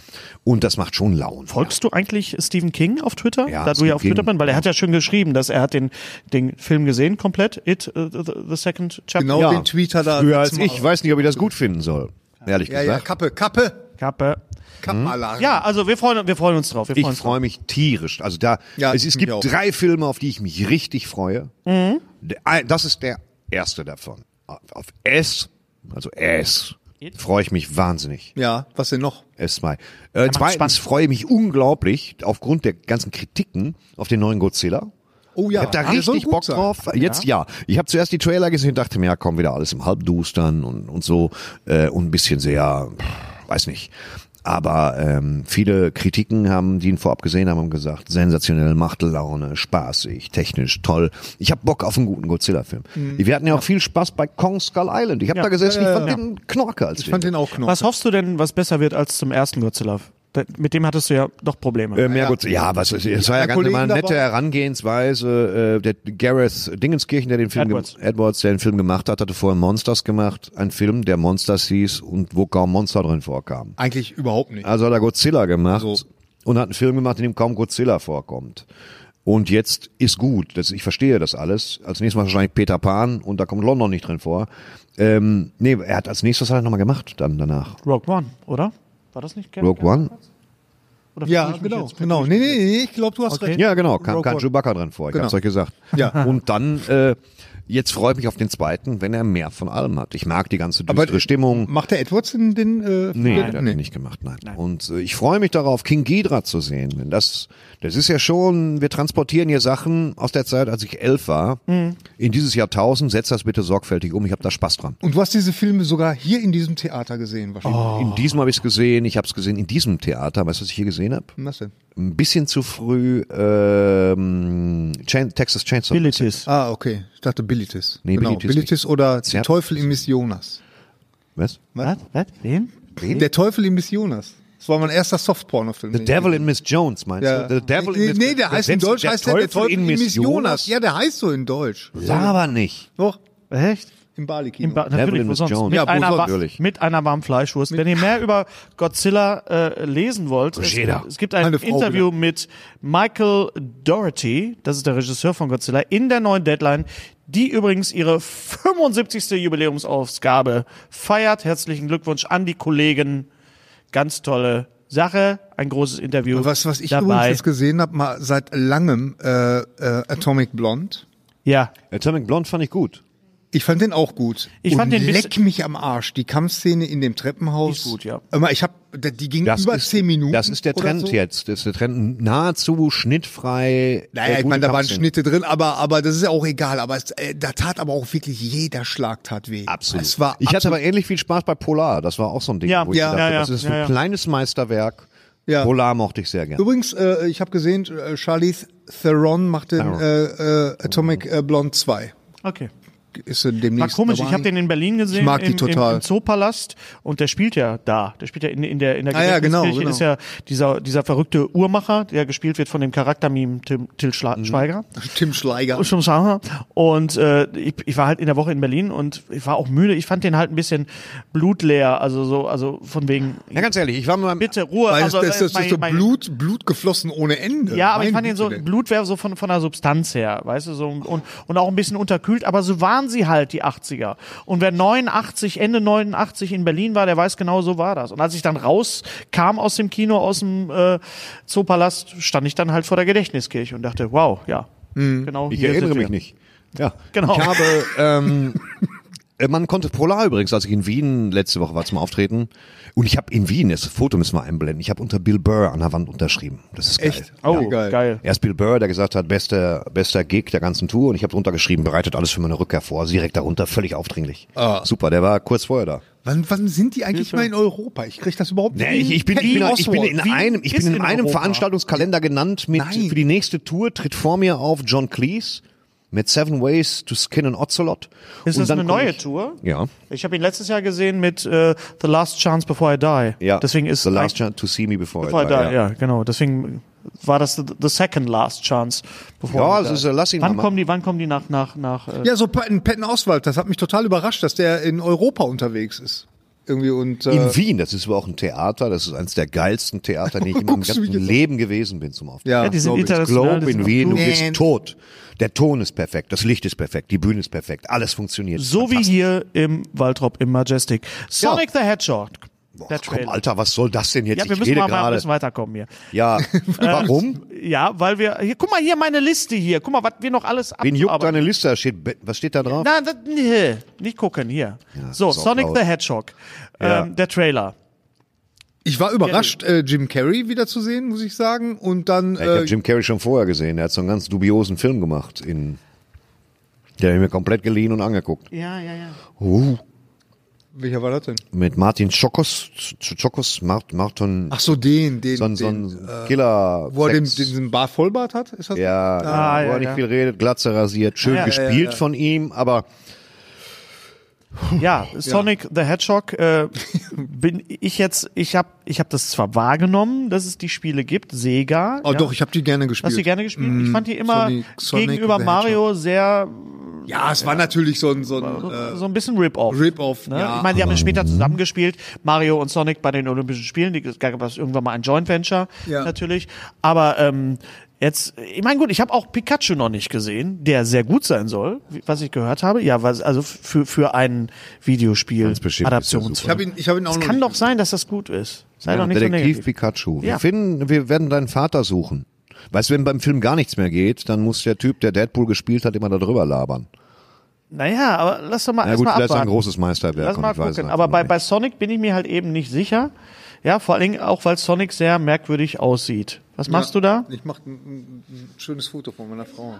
Speaker 1: und das macht schon Laune.
Speaker 5: Folgst du eigentlich Stephen King auf Twitter?
Speaker 1: Ja,
Speaker 5: da du
Speaker 1: Stephen
Speaker 5: ja auf Twitter
Speaker 1: King.
Speaker 5: bist, weil er hat ja schon geschrieben, dass er hat den, den Film gesehen komplett, It, äh, the, the Second Chapter.
Speaker 4: Genau den Tweet hat er.
Speaker 1: Früher als
Speaker 4: letztes Mal-
Speaker 1: ich, weiß nicht, ob ich das gut finden soll, ehrlich
Speaker 4: Ja, ja,
Speaker 1: gesagt.
Speaker 4: Kappe, Kappe,
Speaker 5: Kappe.
Speaker 1: Mhm.
Speaker 4: Kappenalarm.
Speaker 5: Ja, also wir freuen, wir freuen uns drauf. Wir freuen
Speaker 1: ich
Speaker 5: uns drauf.
Speaker 1: freue mich tierisch. Also da,
Speaker 4: Ja,
Speaker 1: es, es
Speaker 4: ich
Speaker 1: gibt
Speaker 4: auch.
Speaker 1: drei Filme, auf die ich mich richtig freue. Der- ein- Das ist der erste davon. Auf auf S, also S, freue ich mich wahnsinnig.
Speaker 4: Ja, was denn noch?
Speaker 1: S2. Äh, zweitens
Speaker 5: spannend.
Speaker 1: freue ich mich unglaublich aufgrund der ganzen Kritiken auf den neuen Godzilla.
Speaker 4: Oh ja,
Speaker 1: ich habe da
Speaker 4: der soll
Speaker 1: richtig
Speaker 4: gut
Speaker 1: Bock
Speaker 4: sein.
Speaker 1: drauf. Jetzt ja. Ich habe zuerst die Trailer gesehen und dachte mir, ja, komm, wieder alles im Halbdustern und, und so. Äh, und ein bisschen sehr, pff, weiß nicht. Aber ähm, viele Kritiken haben, die ihn vorab gesehen haben, haben gesagt, sensationell, macht Laune, spaßig, technisch, toll. Ich habe Bock auf einen guten Godzilla-Film.
Speaker 4: Mhm.
Speaker 1: Wir hatten ja auch viel Spaß bei Kong Skull Island. Ich habe da gesessen, ich fand den Knorke als
Speaker 4: Ich fand den auch Knochen.
Speaker 5: Was hoffst du denn, was besser wird als zum ersten Godzilla? Da- Mit dem hattest du ja doch Probleme.
Speaker 4: Ähm,
Speaker 1: Äh, mehr Gott, ja, was ist, es war ja
Speaker 4: Ja,
Speaker 1: ganz
Speaker 4: Ah, Kollegen
Speaker 1: mal eine nette
Speaker 4: dabei.
Speaker 1: Herangehensweise. Äh, der Gareth Dingenskirchen, der den Film gem-
Speaker 5: Edwards.
Speaker 1: Edwards, der den Film gemacht hat, hatte vorher Monsters gemacht, ein Film, der Monsters hieß und wo kaum Monster drin vorkamen.
Speaker 4: Eigentlich überhaupt nicht.
Speaker 1: Also hat er Godzilla gemacht
Speaker 4: So.
Speaker 1: und hat einen Film gemacht, in dem kaum Godzilla vorkommt. Und jetzt ist gut, das, ich verstehe das alles. Als nächstes Mal wahrscheinlich Peter Pan und da kommt London nicht drin vor. Ähm, nee, er hat als nächstes was hat er nochmal gemacht, dann danach.
Speaker 5: Rogue One, oder? War das nicht? Gary?
Speaker 1: Rogue One?
Speaker 5: Oder
Speaker 4: Ja,
Speaker 5: vertue ich mich
Speaker 4: genau,
Speaker 5: jetzt?
Speaker 4: genau. Nee, nee, nee, ich glaube, du hast recht.
Speaker 1: Ja, genau, kam
Speaker 4: Äh, Rogue
Speaker 1: kein
Speaker 4: One.
Speaker 1: Chewbacca drin vor, ich
Speaker 4: Genau.
Speaker 1: hab's euch gesagt.
Speaker 4: Ja.
Speaker 1: Und dann, äh, jetzt freue ich mich auf den zweiten, wenn er mehr von allem hat. Ich mag die ganze düstere Stimmung.
Speaker 4: Macht der Edwards in den äh,
Speaker 1: Nee,
Speaker 4: den-
Speaker 1: das hat er nicht gemacht, nein. Und äh, ich freue mich darauf, King Ghidra zu sehen. Denn das, das ist ja schon, wir transportieren hier Sachen aus der Zeit, als ich elf war,
Speaker 4: Mhm.
Speaker 1: in dieses Jahrtausend. Setz das bitte sorgfältig um, ich habe da Spaß dran.
Speaker 4: Und du hast diese Filme sogar hier in diesem Theater gesehen, wahrscheinlich.
Speaker 1: In diesem habe ich es gesehen, ich habe es gesehen in diesem Theater. Weißt du, was ich hier gesehen habe?
Speaker 4: Was denn?
Speaker 1: Ein bisschen zu früh ähm, Chain, Texas Chainsaw.
Speaker 5: Abilities.
Speaker 4: Ah, okay. Ich dachte Bilitis.
Speaker 1: Nee,
Speaker 4: genau.
Speaker 1: Bilitis
Speaker 4: Bilitis oder
Speaker 1: Ja.
Speaker 4: Der Teufel in Miss Jonas.
Speaker 1: Was?
Speaker 5: Was? Was? Wen?
Speaker 4: Der Teufel in Miss Jonas. Das war mein erster Softporno-Film.
Speaker 1: The
Speaker 4: den ich
Speaker 1: Devil in
Speaker 4: gesehen
Speaker 1: Miss Jones, meinst
Speaker 4: habe.
Speaker 1: du? The Devil in
Speaker 4: nee,
Speaker 1: Miss
Speaker 4: nee, der heißt in
Speaker 1: selbst
Speaker 4: Deutsch heißt der, der Teufel in Miss Jonas. Ja, der heißt so in Deutsch.
Speaker 1: Laber nicht.
Speaker 4: Doch,
Speaker 5: Echt?
Speaker 4: im
Speaker 5: Im
Speaker 4: Bali-Kino.
Speaker 5: ba
Speaker 1: Devil
Speaker 5: natürlich,
Speaker 1: in
Speaker 5: wo
Speaker 1: Miss
Speaker 5: sonst?
Speaker 1: Jones.
Speaker 5: Mit,
Speaker 1: Ja, wo
Speaker 5: einer
Speaker 1: sonst?
Speaker 5: wa-
Speaker 1: Natürlich.
Speaker 5: mit einer warmen Fleischwurst. Wenn ihr mehr über Godzilla äh, lesen wollt, es,
Speaker 1: Rogeda.
Speaker 5: es gibt ein
Speaker 4: Meine Frau
Speaker 5: Interview mit Michael Doherty, das ist der Regisseur von Godzilla, in der neuen Deadline, die übrigens ihre 75. Jubiläumsausgabe feiert. Herzlichen Glückwunsch an die Kollegen. Ganz tolle Sache, ein großes Interview.
Speaker 4: was, was ich übrigens
Speaker 5: dabei.
Speaker 4: jetzt gesehen habe, mal seit langem, äh, äh, Atomic Blonde.
Speaker 5: ja.
Speaker 1: Atomic Blonde fand ich gut.
Speaker 4: Ich fand den auch gut.
Speaker 5: Ich
Speaker 4: Und
Speaker 5: fand den
Speaker 4: leck
Speaker 5: bisschen-
Speaker 4: mich am Arsch. Die Kampfszene in dem Treppenhaus.
Speaker 5: Ist gut, ja.
Speaker 4: Aber ich habe, die ging
Speaker 1: Das
Speaker 4: über
Speaker 1: ist,
Speaker 4: zehn Minuten.
Speaker 1: Das ist der
Speaker 4: oder
Speaker 1: Trend
Speaker 4: so.
Speaker 1: jetzt. Das ist der Trend nahezu schnittfrei.
Speaker 4: Naja,
Speaker 1: äh,
Speaker 4: ich
Speaker 1: gute
Speaker 4: meine, da waren
Speaker 1: Kampfszenen.
Speaker 4: Schnitte drin, aber, aber das ist ja auch egal. Aber es, äh, da tat aber auch wirklich jeder Schlag tat weh.
Speaker 1: Absolut.
Speaker 4: Es war
Speaker 1: ich hatte
Speaker 4: absolut-
Speaker 1: aber ähnlich viel Spaß bei Polar. Das war auch so ein Ding,
Speaker 5: Ja,
Speaker 1: wo ich
Speaker 5: ja,
Speaker 1: dachte,
Speaker 5: ja,
Speaker 1: das ist
Speaker 5: ja,
Speaker 1: ein
Speaker 5: ja.
Speaker 1: kleines Meisterwerk.
Speaker 4: Ja.
Speaker 1: Polar mochte ich sehr gerne.
Speaker 4: Übrigens, äh, ich habe gesehen, äh, Charlize Theron macht den
Speaker 1: Theron.
Speaker 4: äh, äh, Atomic äh, Blonde 2.
Speaker 5: Okay.
Speaker 4: Ist äh, demnächst.
Speaker 5: War komisch, ich
Speaker 4: dabei.
Speaker 5: habe den in Berlin gesehen,
Speaker 4: Ich mag die
Speaker 5: im, Im,
Speaker 4: total.
Speaker 5: im Zoopalast und der spielt ja da. Der spielt ja in, in der in der
Speaker 4: Ah ja, genau,
Speaker 5: Gedächtniskirche
Speaker 4: genau.
Speaker 5: ist ja dieser dieser verrückte Uhrmacher, der gespielt wird von dem Charaktermeme Tim Till Schla
Speaker 4: Mhm.
Speaker 5: Schweiger.
Speaker 4: Tim
Speaker 1: Oh,
Speaker 4: Schleiger.
Speaker 5: Schon sagen wir. Und äh, ich, ich war halt in der Woche in Berlin und ich war auch müde. Ich fand den halt ein bisschen blutleer, also so, also von wegen
Speaker 1: Ja, ganz ehrlich, ich war mit meinem
Speaker 5: Bitte Ruhe.
Speaker 4: Weil
Speaker 5: also,
Speaker 4: das, das, das
Speaker 5: mein-
Speaker 4: ist so
Speaker 5: mein-
Speaker 4: Blut, Blut geflossen ohne Ende.
Speaker 5: Ja, aber ich fand
Speaker 4: Meine
Speaker 5: ihn so,
Speaker 4: Güte, denn.
Speaker 5: Blut wäre so von, von der Substanz her, weißt du, so und, und auch ein bisschen unterkühlt, aber so waren sie halt, die 80er. Und wer 89, Ende 89 in Berlin war, der weiß genau, so war das. Und als ich dann rauskam aus dem Kino, aus dem äh, Zoopalast, stand ich dann halt vor der Gedächtniskirche und dachte, wow, ja, genau
Speaker 1: Mhm. Ich
Speaker 5: hier
Speaker 1: erinnere
Speaker 5: sind
Speaker 1: mich
Speaker 5: wir.
Speaker 1: nicht. Ja,
Speaker 5: Genau.
Speaker 1: Ich habe, ähm, äh, man konnte Polar übrigens, als ich in Wien letzte Woche war zum Auftreten, und ich habe in Wien, das Foto müssen wir einblenden, ich habe unter Bill Burr an der Wand unterschrieben. Das ist geil.
Speaker 4: Echt?
Speaker 5: Oh,
Speaker 4: Ja,
Speaker 5: geil.
Speaker 4: geil.
Speaker 1: Erst Bill Burr, der gesagt hat, bester, bester Gig der ganzen Tour, und ich habe drunter geschrieben, bereitet alles für meine Rückkehr vor, Also direkt darunter, völlig aufdringlich.
Speaker 4: Ah.
Speaker 1: Super, der war kurz vorher da.
Speaker 4: Wann, wann sind die eigentlich mal in Europa? Ich krieg das überhaupt
Speaker 1: Nee, ich, ich, bin, ich, bin, ich bin in
Speaker 5: Wien
Speaker 1: einem, ich
Speaker 5: ist
Speaker 1: bin in,
Speaker 5: in
Speaker 1: einem
Speaker 5: Europa.
Speaker 1: Veranstaltungskalender genannt mit
Speaker 4: Nein.
Speaker 1: für die nächste Tour tritt vor mir auf John Cleese mit Seven Ways to Skin an Ocelot.
Speaker 5: Ist
Speaker 1: Und
Speaker 5: das
Speaker 1: dann
Speaker 5: eine
Speaker 1: komm
Speaker 5: neue
Speaker 1: ich-
Speaker 5: Tour?
Speaker 1: Ja.
Speaker 5: Ich habe ihn letztes Jahr gesehen mit äh, The Last Chance Before I Die.
Speaker 1: Ja.
Speaker 5: Deswegen ist
Speaker 1: The Last
Speaker 5: eigentlich-
Speaker 1: Chance to See Me Before,
Speaker 5: Bevor
Speaker 1: I
Speaker 5: er
Speaker 1: Die.
Speaker 5: da, ja. genau. Deswegen war das the, the second last chance. Bevor
Speaker 1: Ja,
Speaker 5: er
Speaker 1: es
Speaker 5: da-
Speaker 1: ist, äh, lass ihn
Speaker 5: wann
Speaker 1: mal.
Speaker 5: kommen die? Wann kommen die nach nach nach? Äh,
Speaker 4: Ja, so Patton, Patton Oswald, das hat mich total überrascht, dass der in Europa unterwegs ist. Irgendwie und äh,
Speaker 1: In Wien, das ist aber auch ein Theater, das ist eines der geilsten Theater, in denen ich in meinem
Speaker 4: Guckst du mich
Speaker 1: ganzen
Speaker 4: jetzt an?
Speaker 1: Leben gewesen bin zum Auftritt.
Speaker 4: ja,
Speaker 5: ja, die sind
Speaker 4: glaub ich.
Speaker 1: Das
Speaker 5: international.
Speaker 1: Globe
Speaker 5: die sind
Speaker 1: in Wien, du
Speaker 5: gut.
Speaker 1: bist tot. Der Ton ist perfekt, das Licht ist perfekt, die Bühne ist perfekt, alles funktioniert.
Speaker 5: So wie
Speaker 1: Fantastisch.
Speaker 5: hier im Waldrop im Majestic. Sonic the Hedgehog.
Speaker 1: Boah,
Speaker 5: der
Speaker 1: komm,
Speaker 5: Trailer.
Speaker 1: Alter, was soll das denn jetzt?
Speaker 5: Ja, wir
Speaker 1: ich
Speaker 5: müssen
Speaker 1: rede
Speaker 5: mal mal ein
Speaker 1: gerade.
Speaker 5: bisschen weiterkommen hier.
Speaker 1: Ja, warum?
Speaker 5: Ja, weil wir hier, guck mal hier meine Liste hier. Guck mal, was wir noch alles
Speaker 1: Wen juckt
Speaker 5: abarbeiten-
Speaker 1: deine Liste? Da Steht, Be- was steht da drauf?
Speaker 5: Nein, das, nee, nicht gucken hier. so,
Speaker 1: sau
Speaker 5: Sonic
Speaker 1: laut.
Speaker 5: the Hedgehog.
Speaker 1: Ja.
Speaker 5: Ähm, der Trailer.
Speaker 4: Ich war überrascht, äh, Jim Carrey wieder zu sehen, muss ich sagen. Und dann
Speaker 1: Ja, ich
Speaker 4: äh,
Speaker 1: habe Jim Carrey schon vorher gesehen. Er hat so einen ganz dubiosen Film gemacht. In, der hab ich mir komplett geliehen und angeguckt.
Speaker 5: Ja, ja, ja.
Speaker 1: Uh,
Speaker 4: welcher war das denn?
Speaker 1: mit Martin Chokos, Ch- Chokos, Mart, Martin,
Speaker 4: Ach so, den, den,
Speaker 1: so ein, so
Speaker 4: den,
Speaker 1: ein
Speaker 5: äh,
Speaker 1: Killer.
Speaker 4: wo er den,
Speaker 1: Sex-
Speaker 4: diesen Bar Vollbart hat, ist das?
Speaker 1: ja,
Speaker 5: Ah,
Speaker 1: ja, wo
Speaker 5: ja,
Speaker 1: er nicht
Speaker 5: ja.
Speaker 1: viel redet, Glatze rasiert, schön
Speaker 5: Ja, ja,
Speaker 1: gespielt von ihm, aber
Speaker 5: Ja, Sonic the Hedgehog äh, bin ich jetzt, ich habe ich hab das zwar wahrgenommen, dass es die Spiele gibt, Sega.
Speaker 4: Oh
Speaker 5: ja.
Speaker 4: doch, ich habe die gerne
Speaker 5: Hast
Speaker 4: gespielt.
Speaker 5: du die gerne gespielt? ich fand die immer
Speaker 4: Sonic- Sonic
Speaker 5: gegenüber
Speaker 4: the
Speaker 5: Mario sehr
Speaker 4: ja, es war natürlich so ein, so ein äh,
Speaker 5: so ein bisschen Rip-Off.
Speaker 4: Rip-Off.
Speaker 5: Ne?
Speaker 4: Ja. Mm.
Speaker 5: Ich meine, die haben es später zusammengespielt, Mario und Sonic bei den Olympischen Spielen. Die- Es gab es irgendwann mal ein Joint Venture,
Speaker 4: Ja.
Speaker 5: natürlich. Aber ähm, jetzt, ich meine, gut, ich habe auch Pikachu noch nicht gesehen, der sehr gut sein soll, wie- was ich gehört habe. Ja, was, also für, für ein Videospiel
Speaker 1: Ganz bestimmt ist der
Speaker 4: ich
Speaker 5: Adaptionsfilm.
Speaker 4: habe ihn, ich hab ihn auch
Speaker 5: Es
Speaker 4: noch
Speaker 5: kann
Speaker 4: nicht
Speaker 5: doch sein, dass das gut ist. Sei doch nicht so
Speaker 1: Detektiv
Speaker 5: negativ.
Speaker 1: Pikachu.
Speaker 5: Ja.
Speaker 1: Wir, finden, wir werden deinen Vater suchen. Weißt du, wenn beim Film gar nichts mehr geht, dann muss der Typ, der Deadpool gespielt hat, immer darüber labern.
Speaker 5: Naja, aber Ah, lass doch mal
Speaker 1: Na
Speaker 5: erst
Speaker 1: gut,
Speaker 5: mal
Speaker 1: vielleicht ist er ein
Speaker 5: abwarten.
Speaker 1: großes Meisterwerk.
Speaker 5: Lass
Speaker 1: und
Speaker 5: mal
Speaker 1: ich weiß es
Speaker 5: gucken.
Speaker 1: einfach
Speaker 5: Aber
Speaker 1: noch
Speaker 5: bei,
Speaker 1: nicht.
Speaker 5: bei Sonic bin ich mir halt eben nicht sicher. Ja, vor allen Dingen auch, weil Sonic sehr merkwürdig aussieht. Was machst du da?
Speaker 4: Ich mache ein, ein schönes Foto von meiner Frau.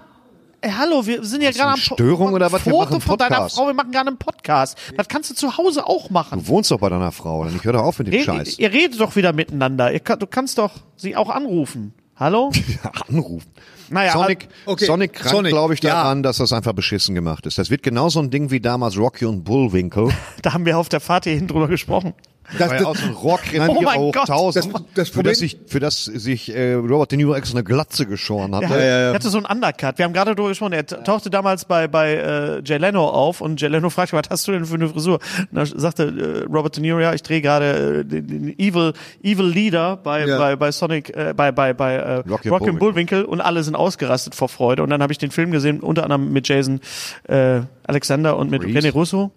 Speaker 5: Ey, hallo, wir sind ja gerade
Speaker 1: eine
Speaker 5: am Po-
Speaker 1: Störung oder was? Wir
Speaker 5: Foto
Speaker 1: machen
Speaker 5: von deiner
Speaker 1: Podcast.
Speaker 5: Frau, wir machen gerade einen Podcast. Das kannst du zu Hause auch machen.
Speaker 1: Du wohnst doch bei deiner Frau, dann ich höre doch auf mit dem
Speaker 5: Red,
Speaker 1: Scheiß.
Speaker 5: Ihr redet doch wieder miteinander. Ihr, kann- du kannst doch sie auch anrufen. Hallo?
Speaker 1: Ja, anrufen.
Speaker 5: Naja, also,
Speaker 1: Sonic,
Speaker 4: okay.
Speaker 1: Sonic krankt,
Speaker 4: Sonic,
Speaker 1: glaube ich,
Speaker 4: ja.
Speaker 1: daran, dass das einfach beschissen gemacht ist. Das wird genauso ein Ding wie damals Rocky und Bullwinkle.
Speaker 5: da haben wir auf der Fahrt hierhin drüber gesprochen.
Speaker 1: Das war ja
Speaker 4: das-
Speaker 1: auch so ein Rohrkrepierer
Speaker 5: Oh mein
Speaker 1: hoch
Speaker 5: Gott.
Speaker 1: 1000,
Speaker 4: Das- das
Speaker 1: für, das
Speaker 4: Problem-
Speaker 1: sich, für das sich äh, Robert De Niro extra eine Glatze geschoren hatte.
Speaker 5: Er hatte so einen Undercut. Wir haben gerade drüber gesprochen. Er tauchte damals bei, bei äh, Jay Leno auf und Jay Leno fragte, was hast du denn für eine Frisur? Und da sagte äh, Robert De Niro, ja, ich drehe gerade äh, den, den Evil, Evil Leader bei,
Speaker 4: Ja.
Speaker 5: bei, bei Sonic, äh, bei, bei, bei äh,
Speaker 1: Rocky
Speaker 5: Rocky,
Speaker 1: and
Speaker 5: and Bullwinkel und alle sind ausgerastet vor Freude. Und dann habe ich den Film gesehen, unter anderem mit Jason äh, Alexander und mit
Speaker 1: Reeves.
Speaker 5: René Russo.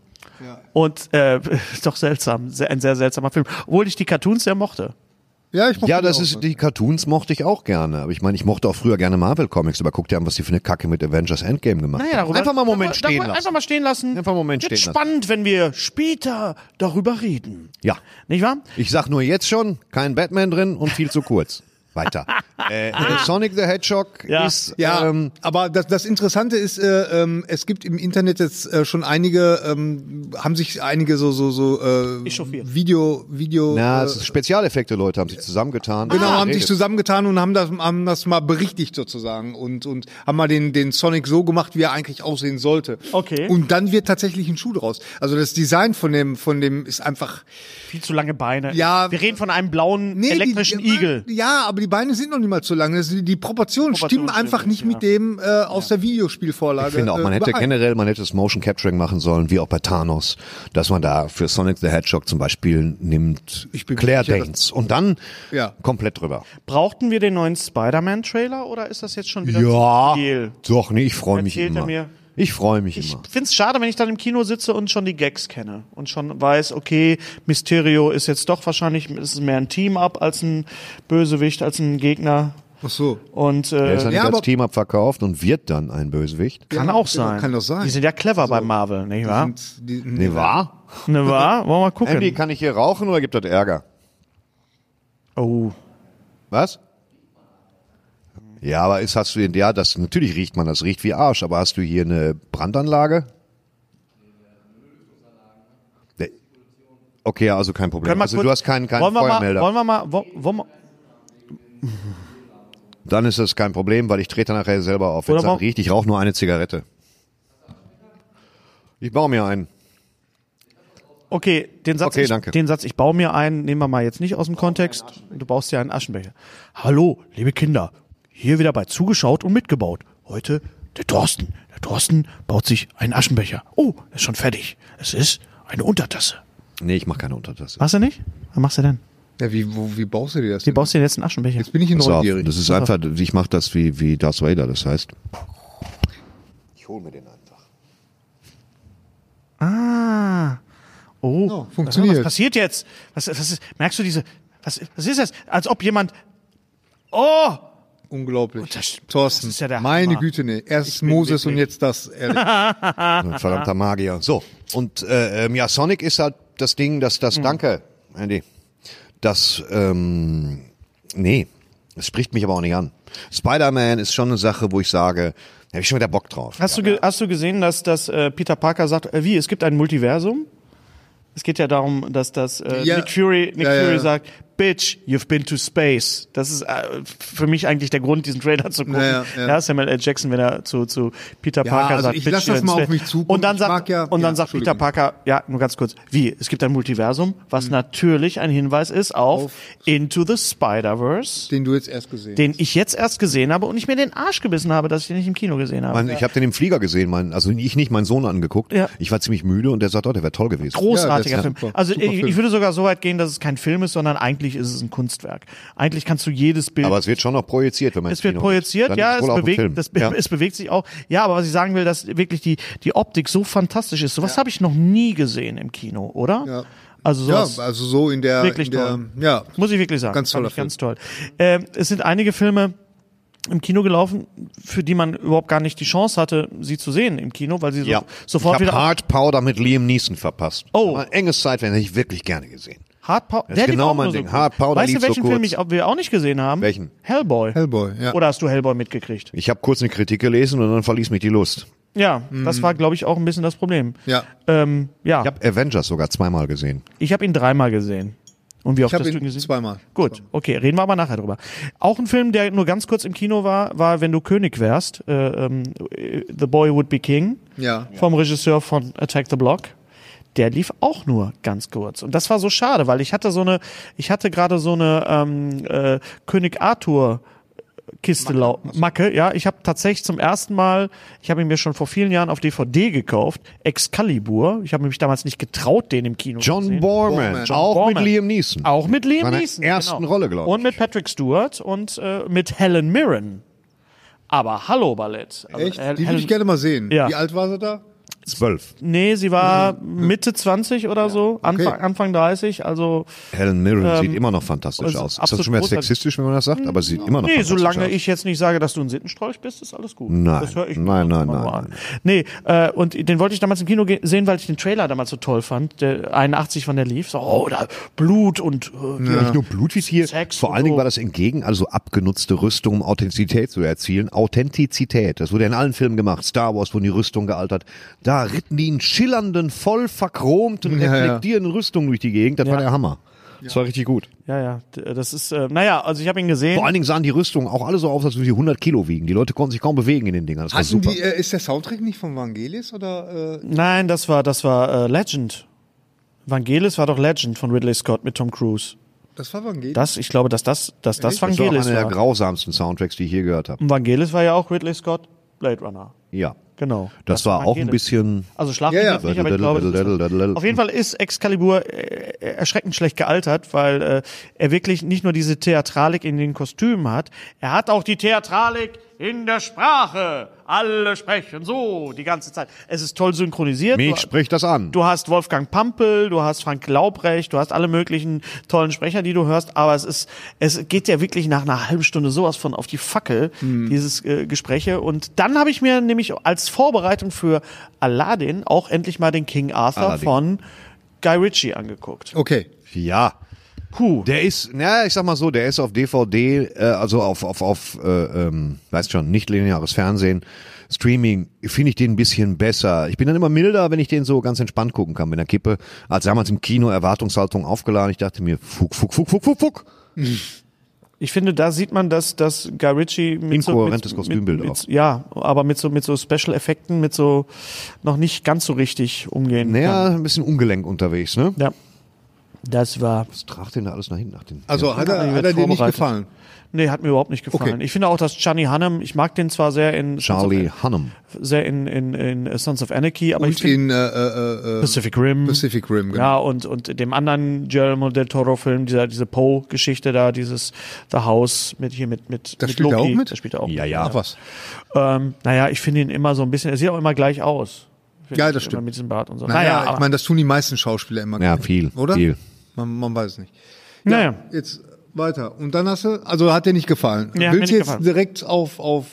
Speaker 5: Und äh, ist doch seltsam, sehr, ein sehr seltsamer Film. Obwohl ich die Cartoons sehr mochte.
Speaker 4: Ja, ich mochte
Speaker 1: Ja,
Speaker 4: ihn
Speaker 1: das
Speaker 5: Genau.
Speaker 4: auch.
Speaker 1: ist, die Cartoons mochte ich auch gerne. Aber ich meine, ich mochte auch früher gerne Marvel-Comics, aber guck dir an, was die für eine Kacke mit Avengers Endgame gemacht
Speaker 5: Naja,
Speaker 1: haben.
Speaker 5: darüber,
Speaker 1: Einfach mal einen Moment
Speaker 5: darüber,
Speaker 1: stehen lassen.
Speaker 5: darüber, Einfach mal stehen lassen.
Speaker 1: Einfach einen Moment
Speaker 5: Wird
Speaker 1: stehen lassen.
Speaker 5: spannend, wenn wir später darüber reden.
Speaker 1: ja.
Speaker 5: Nicht wahr?
Speaker 1: Ich sag nur jetzt schon, kein Batman drin und viel zu kurz. Weiter. äh, äh, Sonic the Hedgehog
Speaker 5: Ja.
Speaker 1: ist
Speaker 4: Ja,
Speaker 1: ähm,
Speaker 4: aber das, das Interessante ist, äh, ähm, es gibt im Internet jetzt äh, schon einige, ähm, haben sich einige so so so äh,
Speaker 5: Echauffiert.
Speaker 4: Video Video
Speaker 1: na,
Speaker 4: äh,
Speaker 1: es ist Spezialeffekte, Leute haben sich zusammengetan. Ah,
Speaker 4: Genau,
Speaker 5: Ah,
Speaker 4: haben sich
Speaker 1: geredet.
Speaker 4: zusammengetan und haben das, haben das mal berichtigt sozusagen und, und haben mal den, den Sonic so gemacht, wie er eigentlich aussehen sollte.
Speaker 5: Okay.
Speaker 4: Und dann wird tatsächlich ein Schuh draus. Also das Design von dem, von dem ist einfach.
Speaker 5: Viel zu lange Beine.
Speaker 4: Ja.
Speaker 5: Wir reden von einem blauen
Speaker 4: die-
Speaker 5: elektrischen
Speaker 4: die-
Speaker 5: Igel.
Speaker 4: Ja, aber die Beine sind noch nicht mal so lang. Das, die, die Proportionen
Speaker 5: Proportionen
Speaker 4: stimmen einfach
Speaker 5: stimmen
Speaker 4: nicht
Speaker 5: nicht,
Speaker 4: mit dem äh, aus der Videospielvorlage. äh,
Speaker 1: Ich finde auch, man hätte generell, man hätte das Motion Capturing machen sollen, wie auch bei Thanos, dass man da für Sonic the Hedgehog zum Beispiel nimmt
Speaker 4: Ich bin mir
Speaker 1: Claire
Speaker 4: sicher,
Speaker 1: Danes und dann
Speaker 4: Ja.
Speaker 1: komplett drüber.
Speaker 5: Brauchten wir den neuen Spider-Man-Trailer oder ist das jetzt schon wieder
Speaker 1: Ja,
Speaker 5: zu viel?
Speaker 1: doch, nee, ich freue mich
Speaker 5: Erzählt er
Speaker 1: immer.
Speaker 5: mir.
Speaker 1: Ich freue mich
Speaker 5: Ich
Speaker 1: immer.
Speaker 5: find's schade, wenn ich dann im Kino sitze und schon die Gags kenne und schon weiß, okay, Mysterio ist jetzt doch wahrscheinlich es ist mehr ein Team-Up als ein Bösewicht, als ein Gegner.
Speaker 4: Ach so.
Speaker 5: Und
Speaker 1: Er
Speaker 5: äh,
Speaker 1: ist halt- dann
Speaker 4: Ja,
Speaker 1: nicht als
Speaker 4: aber-
Speaker 1: Team-Up verkauft und wird dann ein Bösewicht.
Speaker 5: kann
Speaker 4: Ja,
Speaker 5: auch sein.
Speaker 4: kann doch sein.
Speaker 5: Die sind ja clever bei Marvel, nicht wahr?
Speaker 4: Und die,
Speaker 1: Nee, wahr?
Speaker 5: Ne wahr? Wollen wir mal gucken.
Speaker 1: Andy, kann ich hier rauchen oder gibt das Ärger?
Speaker 5: Oh.
Speaker 1: Was? Ja, aber ist, hast du, ja, das, natürlich riecht man, das riecht wie Arsch, aber hast du hier eine Brandanlage? Nee. Okay, ja, also kein Problem.
Speaker 5: Können wir
Speaker 1: Also
Speaker 5: kurz-
Speaker 1: du hast keinen, keinen
Speaker 5: wollen wir mal,
Speaker 1: Feuermelder.
Speaker 5: wollen wir mal, wo- wollen wir,
Speaker 1: dann ist das kein Problem, weil ich trete nachher selber auf. Wenn
Speaker 5: Oder
Speaker 1: es dann
Speaker 5: warum-
Speaker 1: riecht, ich rauche nur eine Zigarette. Ich baue mir einen.
Speaker 5: Okay, den Satz,
Speaker 1: Okay,
Speaker 5: ich,
Speaker 1: danke.
Speaker 5: den Satz, ich baue mir ein, nehmen wir mal jetzt nicht aus dem Kontext. Du baust dir einen Aschenbecher. Hallo, liebe Kinder, hier wieder bei zugeschaut und mitgebaut. Heute der Thorsten. Der Thorsten baut sich einen Aschenbecher. Oh, ist schon fertig. Es ist eine Untertasse.
Speaker 1: Nee, ich mache keine Untertasse.
Speaker 5: Machst du nicht? Was machst du denn?
Speaker 4: Ja, wie, wo, wie baust du dir das?
Speaker 5: Wie
Speaker 4: denn?
Speaker 5: baust du denn jetzt einen Aschenbecher?
Speaker 4: Jetzt bin ich
Speaker 1: Pass auf,
Speaker 4: neugierig.
Speaker 1: das ist einfach, ich mache das wie, wie Darth Vader, das heißt. Ich hole mir den einfach.
Speaker 5: Ah. Oh,
Speaker 4: So,
Speaker 5: Was
Speaker 4: funktioniert.
Speaker 5: passiert jetzt? Was, was ist, merkst du diese, was, was ist das? Als ob jemand, oh,
Speaker 4: Unglaublich.
Speaker 5: das-
Speaker 4: Thorsten,
Speaker 5: das ist ja der
Speaker 4: meine
Speaker 5: Hammer.
Speaker 4: Güte, nee. Erst Moses und jetzt das. Ehrlich.
Speaker 1: Ein verdammter Magier. So. Und äh, ähm, ja, Sonic ist halt das Ding, dass das,
Speaker 5: Mhm.
Speaker 1: danke, Andy, das, ähm, nee, es spricht mich aber auch nicht an. Spider-Man ist schon eine Sache, wo ich sage, da habe ich schon wieder Bock drauf.
Speaker 5: Hast, du, ge- hast du gesehen, dass, dass äh, Peter Parker sagt, äh, wie, es gibt ein Multiversum? Es geht ja darum, dass das äh,
Speaker 4: Ja.
Speaker 5: Nick Fury, Nick
Speaker 4: Ja, ja,
Speaker 5: Fury
Speaker 4: ja.
Speaker 5: sagt, Bitch, you've been to space. Das ist äh, für mich eigentlich der Grund, diesen Trailer zu gucken.
Speaker 4: Ja,
Speaker 5: Ja,
Speaker 4: ja, ja.
Speaker 5: Samuel L. Jackson, wenn er zu, zu Peter
Speaker 4: Ja,
Speaker 5: Parker
Speaker 4: also
Speaker 5: sagt,
Speaker 4: ich
Speaker 5: Bitch,
Speaker 4: lass
Speaker 5: you're
Speaker 4: das
Speaker 5: in
Speaker 4: mal auf
Speaker 5: space."
Speaker 4: mich zukommen.
Speaker 5: Und dann
Speaker 4: Ich mag
Speaker 5: sagt,
Speaker 4: ja-
Speaker 5: und dann
Speaker 4: ja,
Speaker 5: sagt Peter
Speaker 4: Entschuldigung. Mhm.
Speaker 5: Parker, ja, nur ganz kurz, wie, es gibt ein Multiversum, was natürlich ein Hinweis ist auf,
Speaker 4: Auf-
Speaker 5: Into the Spider-Verse,
Speaker 4: Den du jetzt erst gesehen
Speaker 5: den ich jetzt erst gesehen habe und ich mir den Arsch gebissen habe, dass ich den nicht im Kino gesehen habe.
Speaker 1: Mein, ich habe den im Flieger gesehen, mein, also ich nicht, mein Sohn angeguckt.
Speaker 5: Ja.
Speaker 1: Ich war ziemlich müde und der sagt, oh, der wäre toll gewesen.
Speaker 5: Großartiger
Speaker 4: Ja, das
Speaker 5: Film.
Speaker 4: ist super.
Speaker 5: also
Speaker 4: Super
Speaker 5: ich,
Speaker 4: Film.
Speaker 5: ich würde sogar so weit gehen, dass es kein Film ist, sondern eigentlich ist es ein Kunstwerk. Eigentlich kannst du jedes Bild.
Speaker 1: Aber es wird schon noch projiziert, wenn man
Speaker 5: es
Speaker 1: ins
Speaker 5: wird
Speaker 1: Kino geht.
Speaker 5: projiziert,
Speaker 1: Dann
Speaker 5: ja,
Speaker 1: ist
Speaker 5: es
Speaker 1: wohl auch ein Film.
Speaker 5: bewegt, das,
Speaker 1: ja.
Speaker 5: es bewegt sich auch. Ja, aber was ich sagen will, dass wirklich die, die Optik so fantastisch ist. Sowas habe ich noch nie gesehen im Kino, oder?
Speaker 4: Ja.
Speaker 5: Also
Speaker 4: Ja,
Speaker 5: sowas
Speaker 4: also so in
Speaker 1: äh,
Speaker 4: der,
Speaker 5: wirklich
Speaker 4: in der
Speaker 5: toll.
Speaker 4: ja.
Speaker 5: Muss ich wirklich sagen.
Speaker 4: Ganz
Speaker 5: Fand
Speaker 4: toller
Speaker 5: ich ganz toll. Ähm, es sind einige Filme im Kino gelaufen, für die man überhaupt gar nicht die Chance hatte, sie zu sehen im Kino, weil sie so,
Speaker 1: Ja.
Speaker 5: sofort
Speaker 1: ich
Speaker 5: wieder
Speaker 1: habe Hard Powder mit Liam Neeson verpasst.
Speaker 5: Oh.
Speaker 1: Ein enges Zeitfenster, hätte ich wirklich gerne gesehen.
Speaker 5: Hard Pow-
Speaker 1: Das
Speaker 5: Der
Speaker 1: ist
Speaker 5: lief
Speaker 1: genau
Speaker 5: auch
Speaker 1: mein
Speaker 5: nur
Speaker 1: Ding.
Speaker 5: kurz.
Speaker 1: Hard Powder
Speaker 5: Weißt
Speaker 1: lief
Speaker 5: du, welchen
Speaker 1: so
Speaker 5: Film
Speaker 1: kurz.
Speaker 5: ich, auch- wir auch nicht gesehen haben?
Speaker 1: Welchen?
Speaker 5: Hellboy.
Speaker 4: Hellboy, ja.
Speaker 5: Oder hast du Hellboy mitgekriegt?
Speaker 1: Ich habe kurz eine Kritik gelesen und dann verließ mich die Lust.
Speaker 5: Ja, das war, glaube ich, auch ein bisschen das Problem.
Speaker 4: ja.
Speaker 5: Ähm,
Speaker 1: Mm.
Speaker 5: ja,
Speaker 1: Ich habe Avengers sogar zweimal gesehen.
Speaker 5: ich habe ihn dreimal gesehen. Und wie oft
Speaker 4: Ich habe
Speaker 5: hast du ihn
Speaker 4: ihn
Speaker 5: gesehen?
Speaker 4: zweimal.
Speaker 5: Gut, okay, reden wir aber nachher drüber. Auch ein Film, der nur ganz kurz im Kino war, war Wenn du König wärst, äh, ähm, The Boy Would Be King,
Speaker 4: Ja.
Speaker 5: vom Regisseur von Attack the Block. Der lief auch nur ganz kurz. Und das war so schade, weil ich hatte so eine, ich hatte gerade so eine ähm, äh, König Arthur Kiste lau- Macke, ja. Ich habe tatsächlich zum ersten Mal, ich habe ihn mir schon vor vielen Jahren auf DVD gekauft, Excalibur. Ich habe mich damals nicht getraut, den im Kino zu
Speaker 1: John
Speaker 5: sehen.
Speaker 1: Borman,
Speaker 4: John
Speaker 1: auch
Speaker 5: Borman.
Speaker 1: mit Liam Neeson.
Speaker 5: Auch mit Liam
Speaker 1: Seiner
Speaker 5: Neeson. genau.
Speaker 1: ersten Rolle, glaub ich.
Speaker 5: Und mit Patrick Stewart und äh, mit Helen Mirren. Aber Hallo Ballett. Also,
Speaker 4: Echt?
Speaker 5: Hel-
Speaker 4: Die würde ich
Speaker 5: Helen,
Speaker 4: gerne mal sehen.
Speaker 5: Ja.
Speaker 4: Wie alt war sie da?
Speaker 1: Zwölf.
Speaker 5: Nee, sie war
Speaker 1: Mhm.
Speaker 5: Mitte 20 oder so, Anfang, Anfang 30, also
Speaker 1: Helen Mirren sieht immer noch fantastisch
Speaker 5: also
Speaker 1: aus. Ist das
Speaker 5: absolut
Speaker 1: schon mehr
Speaker 5: großartig.
Speaker 1: sexistisch, wenn man das sagt? Aber sie sieht immer noch
Speaker 5: Nee,
Speaker 1: fantastisch
Speaker 5: solange
Speaker 1: aus.
Speaker 5: ich jetzt nicht sage, dass du ein Sittenstrolch bist, ist alles gut.
Speaker 1: Nein,
Speaker 5: das hör ich mir
Speaker 1: nein,
Speaker 5: sonst
Speaker 1: nein,
Speaker 5: immer
Speaker 1: nein,
Speaker 5: nur an.
Speaker 1: nein.
Speaker 5: Nee, äh, und den wollte ich damals im Kino ge- sehen, weil ich den Trailer damals so toll fand, der 81 von der lief, so, oh, da Blut und äh,
Speaker 1: Ja. Nicht nur Blut wie hier.
Speaker 5: Sex
Speaker 1: Vor
Speaker 5: und
Speaker 1: allen Dingen
Speaker 5: so.
Speaker 1: war das entgegen, also abgenutzte Rüstung, um Authentizität zu erzielen. Authentizität, das wurde in allen Filmen gemacht. Star Wars wurden die Rüstung gealtert. Da ritten die in schillernden, voll verchromten,
Speaker 4: Ja, ja.
Speaker 1: reflektierenden Rüstungen durch die Gegend. Das war der Hammer. Das war richtig gut.
Speaker 5: ja, ja, d- das ist, äh, naja, also ich habe ihn gesehen.
Speaker 1: Vor allen Dingen sahen die Rüstungen auch alle so aus, als würden sie 100 Kilo wiegen. Die Leute konnten sich kaum bewegen in den Dingern. Das war
Speaker 4: Hatten
Speaker 1: super.
Speaker 4: die, äh, ist der Soundtrack nicht von Vangelis oder? Äh,
Speaker 5: Nein, das war, das war äh, Legend. Vangelis war doch Legend von Ridley Scott mit Tom Cruise.
Speaker 4: das war Vangelis.
Speaker 5: Das, ich glaube, dass das, dass das
Speaker 1: das war
Speaker 5: Vangelis
Speaker 1: einer der
Speaker 5: war.
Speaker 1: grausamsten Soundtracks, die ich je gehört habe.
Speaker 5: Und Vangelis war ja auch Ridley Scott Blade Runner.
Speaker 1: Ja.
Speaker 5: Genau.
Speaker 1: Das, war auch ein
Speaker 5: Vangelis.
Speaker 1: bisschen...
Speaker 5: Also schlaf
Speaker 4: Ja,
Speaker 5: mich
Speaker 4: ja.
Speaker 5: jetzt nicht, aber ich glaube, das ist Auf jeden Fall ist Excalibur äh, erschreckend schlecht gealtert, weil äh, er wirklich nicht nur diese Theatralik in den Kostümen hat, er hat auch die Theatralik in der Sprache. Alle sprechen so die ganze Zeit. Es ist toll synchronisiert.
Speaker 1: Mich
Speaker 5: Du-
Speaker 1: spricht das an.
Speaker 5: Du hast Wolfgang Pampel, du hast Frank Laubrecht, du hast alle möglichen tollen Sprecher, die du hörst, aber es ist, es geht ja wirklich nach einer halben Stunde sowas von auf die Fackel,
Speaker 1: Mhm.
Speaker 5: dieses äh, Gespräche. Und dann habe ich mir nämlich als Vorbereitung für Aladdin auch endlich mal den King Arthur
Speaker 1: Aladdin.
Speaker 5: von Guy Ritchie angeguckt.
Speaker 4: okay.
Speaker 1: Ja.
Speaker 5: Puh.
Speaker 1: Der ist, naja, ich sag mal so, der ist auf DVD, äh, also auf, auf, auf äh, ähm, weißt schon, nicht lineares Fernsehen, Streaming, finde ich den ein bisschen besser. Ich bin dann immer milder, wenn ich den so ganz entspannt gucken kann mit einer Kippe. Als damals im Kino Erwartungshaltung aufgeladen, ich dachte mir, fuck, fuck, fuck, fuck, fuck, fuck.
Speaker 5: Ich finde, da sieht man, dass, dass Guy Ritchie mit
Speaker 1: Inkohärentes
Speaker 5: so, mit,
Speaker 1: Kostümbild
Speaker 5: mit,
Speaker 1: auch.
Speaker 5: mit, Ja, aber mit so, mit so Special Effekten, mit so noch nicht ganz so richtig umgehen
Speaker 1: Naja, ein bisschen ungelenk unterwegs, ne?
Speaker 5: kann. Ja. Das war
Speaker 1: Was tragt denn da alles nach hinten? Nach den,
Speaker 4: Also hat
Speaker 5: Ja, die
Speaker 4: er, hat
Speaker 5: wird
Speaker 4: er dir nicht
Speaker 5: vorbereitet.
Speaker 4: gefallen?
Speaker 5: Nee, hat mir überhaupt nicht gefallen.
Speaker 4: Okay.
Speaker 5: Ich finde auch, dass Johnny Hunnam, ich mag den zwar sehr in
Speaker 1: Charlie Hunnam.
Speaker 5: sehr in, in, in äh, Sons of Anarchy, aber ich
Speaker 4: Und
Speaker 5: finde
Speaker 4: in äh, äh, äh, äh,
Speaker 5: Pacific Rim.
Speaker 4: Pacific Rim, genau.
Speaker 5: Ja, und, und dem anderen Guillermo del Toro Film, dieser, diese Poe-Geschichte da, dieses The House mit hier mit, mit,
Speaker 4: Da
Speaker 5: mit
Speaker 4: spielt er auch mit?
Speaker 5: Da spielt er auch
Speaker 1: Ja,
Speaker 5: mit.
Speaker 1: ja.
Speaker 4: Ach was.
Speaker 5: Ähm, naja, ich finde ihn immer so ein bisschen, er sieht auch immer gleich aus. Finde
Speaker 4: Ja,
Speaker 5: ich,
Speaker 4: das stimmt.
Speaker 5: Immer mit diesem Bart und so.
Speaker 4: Naja,
Speaker 5: naja,
Speaker 4: ich meine, das tun die meisten Schauspieler immer.
Speaker 1: Ja, viel,
Speaker 4: Oder?
Speaker 1: viel.
Speaker 4: Man, man weiß nicht.
Speaker 5: naja.
Speaker 4: Jetzt weiter. Und dann hast du, also hat dir nicht gefallen.
Speaker 5: Ja, hat mir
Speaker 4: Willst
Speaker 5: nicht
Speaker 4: du jetzt
Speaker 5: gefallen.
Speaker 4: direkt auf, auf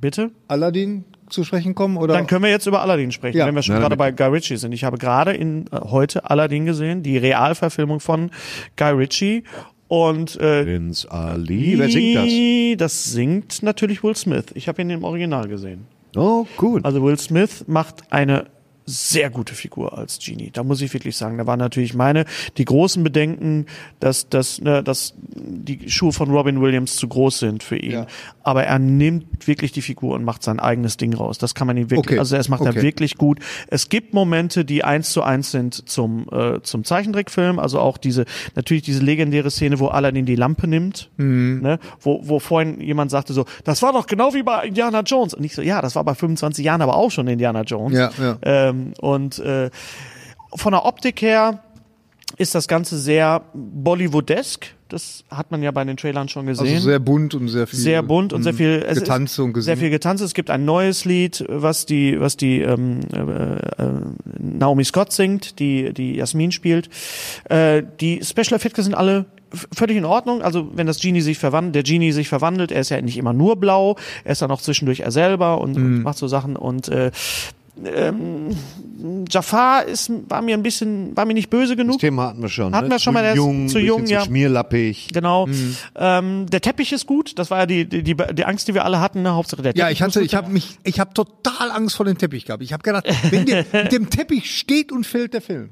Speaker 5: bitte?
Speaker 4: Aladdin zu sprechen kommen? Oder?
Speaker 5: Dann können wir jetzt über Aladdin sprechen,
Speaker 4: Ja.
Speaker 5: wenn wir schon
Speaker 1: Ja,
Speaker 5: gerade bei
Speaker 1: damit-
Speaker 5: Guy Ritchie sind. Ich habe gerade in äh, heute Aladdin gesehen, die Realverfilmung von Guy Ritchie und äh,
Speaker 1: Prinz Ali, wer singt das?
Speaker 5: Das singt natürlich Will Smith. Ich habe ihn im Original gesehen.
Speaker 1: Oh, gut.
Speaker 5: Also Will Smith macht eine sehr gute Figur als Genie. Da muss ich wirklich sagen, da waren natürlich meine die großen Bedenken, dass dass ne, dass die Schuhe von Robin Williams zu groß sind für ihn.
Speaker 4: Ja.
Speaker 5: Aber er nimmt wirklich die Figur und macht sein eigenes Ding raus. Das kann man ihm wirklich,
Speaker 4: Okay.
Speaker 5: also das macht er
Speaker 4: Okay.
Speaker 5: wirklich gut. Es gibt Momente, die eins zu eins sind zum äh, zum Zeichentrickfilm. Also auch diese natürlich diese legendäre Szene, wo Aladdin die Lampe nimmt,
Speaker 4: Mhm.
Speaker 5: ne? wo wo vorhin jemand sagte so, das war doch genau wie bei Indiana Jones. Und ich so, ja, das war bei 25 Jahren aber auch schon Indiana Jones.
Speaker 4: Ja, ja.
Speaker 5: Ähm, und äh, von der Optik her ist das Ganze sehr Bollywoodesk. Das hat man ja bei den Trailern schon gesehen.
Speaker 4: also sehr bunt und sehr viel.
Speaker 5: sehr bunt und sehr viel es
Speaker 4: hm, getanzt
Speaker 5: ist
Speaker 4: und gesungen.
Speaker 5: sehr viel getanzt. Es gibt ein neues Lied, was die was die ähm, äh, äh, Naomi Scott singt, die die Jasmin spielt. Äh, die Special Effekte sind alle f- völlig in Ordnung. Also wenn das Genie sich verwandelt, der Genie sich verwandelt, er ist ja nicht immer nur blau, er ist dann auch zwischendurch er selber und,
Speaker 4: Hm.
Speaker 5: und macht so Sachen und äh, ähm, Jafar ist, war mir ein bisschen, war mir nicht böse genug.
Speaker 1: das Thema hatten wir schon.
Speaker 5: Hatten
Speaker 1: ne?
Speaker 5: wir schon mal, der
Speaker 1: zu
Speaker 5: ist
Speaker 1: jung,
Speaker 5: zu
Speaker 1: bisschen
Speaker 5: jung, ja.
Speaker 1: zu schmierlappig.
Speaker 5: Genau.
Speaker 4: Hm.
Speaker 5: Ähm, der Teppich ist gut. Das war ja die, die, die, die Angst, die wir alle hatten. Ne? Hauptsache der Teppich.
Speaker 4: Ja, ich hatte, ich habe mich, ich habe total Angst vor dem Teppich gehabt. Ich habe gedacht, wenn der, mit dem Teppich steht und fällt der Film.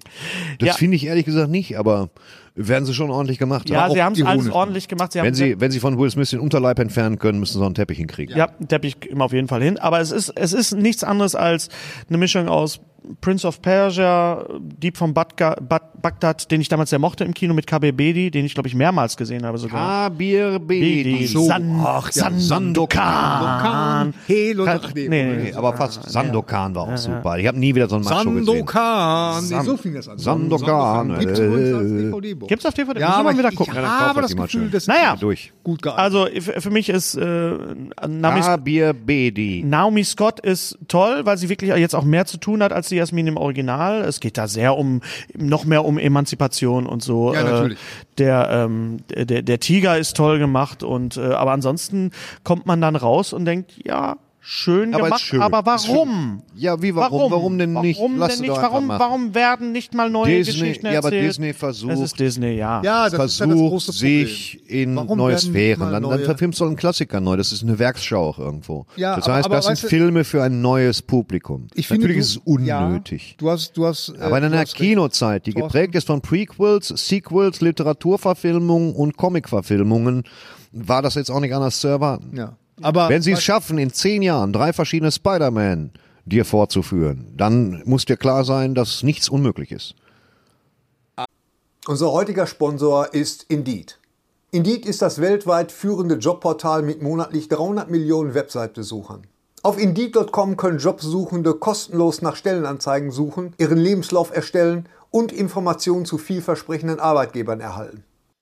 Speaker 1: Das
Speaker 5: Ja.
Speaker 1: finde ich ehrlich gesagt nicht, aber werden sie schon ordentlich gemacht.
Speaker 5: ja,
Speaker 1: haben.
Speaker 5: sie
Speaker 4: auch
Speaker 5: haben es alles
Speaker 4: ironisch.
Speaker 5: ordentlich gemacht. Sie haben
Speaker 1: wenn, sie, wenn sie von Will Smith den Unterleib entfernen können, müssen sie auch einen Teppich hinkriegen.
Speaker 5: ja, einen Teppich immer auf jeden Fall hin. Aber es ist, es ist nichts anderes als eine Mischung aus Prince of Persia, Dieb von Badga, Bad, Bagdad, den ich damals sehr mochte im Kino mit KB Bedi, den ich glaube ich mehrmals gesehen habe
Speaker 1: Ah.
Speaker 5: sogar.
Speaker 1: Kabir
Speaker 5: Bedi, San,
Speaker 1: Ach ja,
Speaker 5: San-
Speaker 1: Sandokan.
Speaker 5: Sandokan.
Speaker 4: Helo,
Speaker 5: Kann-
Speaker 4: ach
Speaker 5: Ah, nee, nee,
Speaker 1: Nee, aber fast. Sandokan war auch super. Ich habe nie wieder so einen Macho gesehen.
Speaker 4: Sandokan. Nee, so fing das an.
Speaker 1: Sandokan,
Speaker 4: Gibt's
Speaker 1: äh,
Speaker 4: übrigens als DVD-Book.
Speaker 5: Gibt's auf DVD?
Speaker 4: Ja,
Speaker 5: Müssen wir
Speaker 4: aber
Speaker 5: mal wieder
Speaker 4: ich, ich
Speaker 5: gucken.
Speaker 1: kauft
Speaker 4: habe
Speaker 1: das
Speaker 4: das
Speaker 1: jemand
Speaker 4: Gefühl,
Speaker 1: schön.
Speaker 4: das
Speaker 5: Naja.
Speaker 4: ist
Speaker 1: Durch.
Speaker 4: gut geeignet.
Speaker 5: Also f- für mich ist äh, Naomi,
Speaker 1: Kabir Bedi.
Speaker 5: Naomi Scott ist toll, weil sie wirklich jetzt auch mehr zu tun hat als die Jasmin im Original. Es geht da sehr um noch mehr um Emanzipation und so.
Speaker 4: Ja, natürlich.
Speaker 5: Äh, der, ähm, der, der Tiger ist toll gemacht und äh, aber ansonsten kommt man dann raus und denkt, ja, schön
Speaker 1: Aber ist
Speaker 5: gemacht,
Speaker 1: schön.
Speaker 5: aber
Speaker 1: Ist schön.
Speaker 5: warum?
Speaker 1: Ja, wie, warum? Warum denn nicht?
Speaker 5: Warum
Speaker 1: Lass
Speaker 5: denn
Speaker 1: sie
Speaker 5: nicht?
Speaker 1: doch einfach
Speaker 5: Warum,
Speaker 1: machen.
Speaker 5: warum werden nicht mal neue
Speaker 1: Disney-
Speaker 5: Geschichten
Speaker 1: ja,
Speaker 5: erzählt?
Speaker 1: aber Disney versucht-
Speaker 5: Es ist Disney, ja.
Speaker 4: ja, das ist ja das
Speaker 1: versucht
Speaker 4: große Problem.
Speaker 1: sich in
Speaker 4: Warum
Speaker 1: neue
Speaker 4: werden nicht
Speaker 1: Sphären.
Speaker 4: mal
Speaker 1: Dann, dann
Speaker 4: neue-
Speaker 1: verfilmst du einen Klassiker neu. Das ist eine Werksschau auch irgendwo.
Speaker 4: Ja,
Speaker 1: das
Speaker 4: aber-
Speaker 1: heißt,
Speaker 4: aber
Speaker 1: das sind
Speaker 4: weißt du-
Speaker 1: Filme für ein neues Publikum.
Speaker 4: Ich finde,
Speaker 1: Natürlich
Speaker 4: du-
Speaker 1: ist es unnötig.
Speaker 4: Ja, du hast, du hast. äh,
Speaker 1: Aber in
Speaker 4: du
Speaker 1: einer
Speaker 4: hast recht.
Speaker 1: Kinozeit, die
Speaker 4: Thorsten.
Speaker 1: geprägt ist von Prequels, Sequels, Literaturverfilmungen und Comicverfilmungen, war das jetzt auch nicht anders zu erwarten.
Speaker 4: Ja. Aber
Speaker 1: Wenn sie es schaffen, in zehn Jahren drei verschiedene Spider-Man dir vorzuführen, dann muss dir klar sein, dass nichts unmöglich ist.
Speaker 6: Unser heutiger Sponsor ist Indeed. Indeed ist das weltweit führende Jobportal mit monatlich 300 Millionen Website-Besuchern. Auf Indeed.com können Jobsuchende kostenlos nach Stellenanzeigen suchen, ihren Lebenslauf erstellen und Informationen zu vielversprechenden Arbeitgebern erhalten.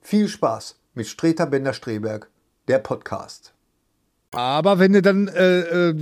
Speaker 6: viel Spaß mit Streter Bender-Streberg, der Podcast.
Speaker 4: Aber wenn du dann, äh, äh,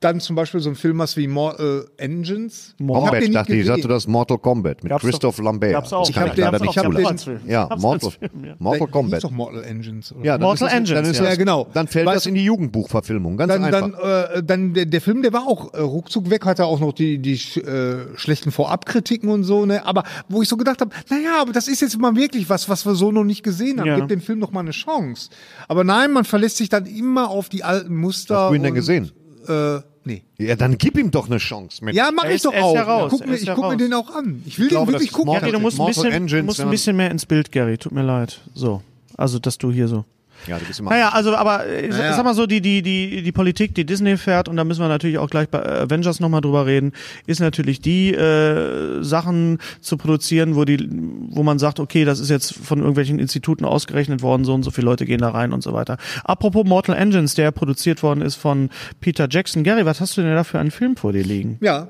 Speaker 4: dann zum Beispiel so einen Film hast wie Mor äh, Engines. Ich hab
Speaker 1: Combat,
Speaker 4: den nicht
Speaker 1: dachte ich, ich sagte
Speaker 4: gesehen.
Speaker 1: das Mortal Kombat mit
Speaker 5: Gab's doch-
Speaker 1: Christoph Lambert.
Speaker 5: gab's auch.
Speaker 1: Das kann
Speaker 4: Ich
Speaker 1: ich
Speaker 4: hab
Speaker 1: leider
Speaker 4: den-
Speaker 1: nicht
Speaker 4: ich hab
Speaker 1: haben.
Speaker 4: den-
Speaker 5: als Film.
Speaker 1: Ja,
Speaker 5: Gab's
Speaker 1: Mortal,
Speaker 5: als Film, ja.
Speaker 1: Mortal
Speaker 4: Hieß
Speaker 1: Kombat.
Speaker 4: doch Mortal Engines. Oder?
Speaker 1: Ja, dann
Speaker 5: Mortal
Speaker 1: ist das,
Speaker 5: Engines,
Speaker 1: dann ist
Speaker 5: ja.
Speaker 1: das,
Speaker 4: Ja, genau.
Speaker 1: Dann fällt
Speaker 4: Weißt
Speaker 1: das in die Jugendbuchverfilmung, ganz
Speaker 4: dann,
Speaker 1: einfach.
Speaker 4: dann, äh, dann der, der Film, der war auch äh, ruckzuck weg, hatte auch noch die, die sch- äh, schlechten Vorabkritiken und so, ne? Aber wo ich so gedacht habe, naja, aber das ist jetzt mal wirklich was, was wir so noch nicht gesehen haben.
Speaker 5: Ja.
Speaker 4: Gib dem Film noch mal eine Chance. Aber nein, man verlässt sich dann immer auf die alten Muster.
Speaker 1: Hast du ihn denn
Speaker 4: und,
Speaker 1: gesehen?
Speaker 4: Äh, nee.
Speaker 1: ja, dann gib ihm doch eine Chance mit.
Speaker 4: Ja, mach
Speaker 5: Er
Speaker 4: ich
Speaker 5: ist-
Speaker 4: doch
Speaker 5: er ist
Speaker 4: auch.
Speaker 5: ja raus,
Speaker 4: Guck
Speaker 5: er
Speaker 4: mir,
Speaker 5: ist
Speaker 4: ich
Speaker 5: ja
Speaker 4: gucke mir
Speaker 5: raus.
Speaker 4: den auch an. Ich will
Speaker 1: glaube,
Speaker 4: den
Speaker 1: das
Speaker 4: wirklich
Speaker 1: ist
Speaker 4: gucken.
Speaker 1: Mortal
Speaker 5: Gary, du musst ein,
Speaker 1: Mortal
Speaker 5: bisschen,
Speaker 1: Engines,
Speaker 5: du musst ein
Speaker 1: ja.
Speaker 5: bisschen mehr ins Bild, Gary. Tut mir leid. So. Also, dass du hier so.
Speaker 1: ja du bist immer
Speaker 5: Naja, also, aber ich
Speaker 4: Naja.
Speaker 5: sag mal so, die, die, die, die Politik, die Disney fährt, und da müssen wir natürlich auch gleich bei äh, Avengers nochmal drüber reden, ist natürlich die äh, Sachen zu produzieren, wo die, wo man sagt, okay, das ist jetzt von irgendwelchen Instituten ausgerechnet worden, so und so viele Leute gehen da rein und so weiter. Apropos Mortal Engines, der produziert worden ist von Peter Jackson. Gary, was hast du denn da für einen Film vor dir liegen?
Speaker 4: Ja,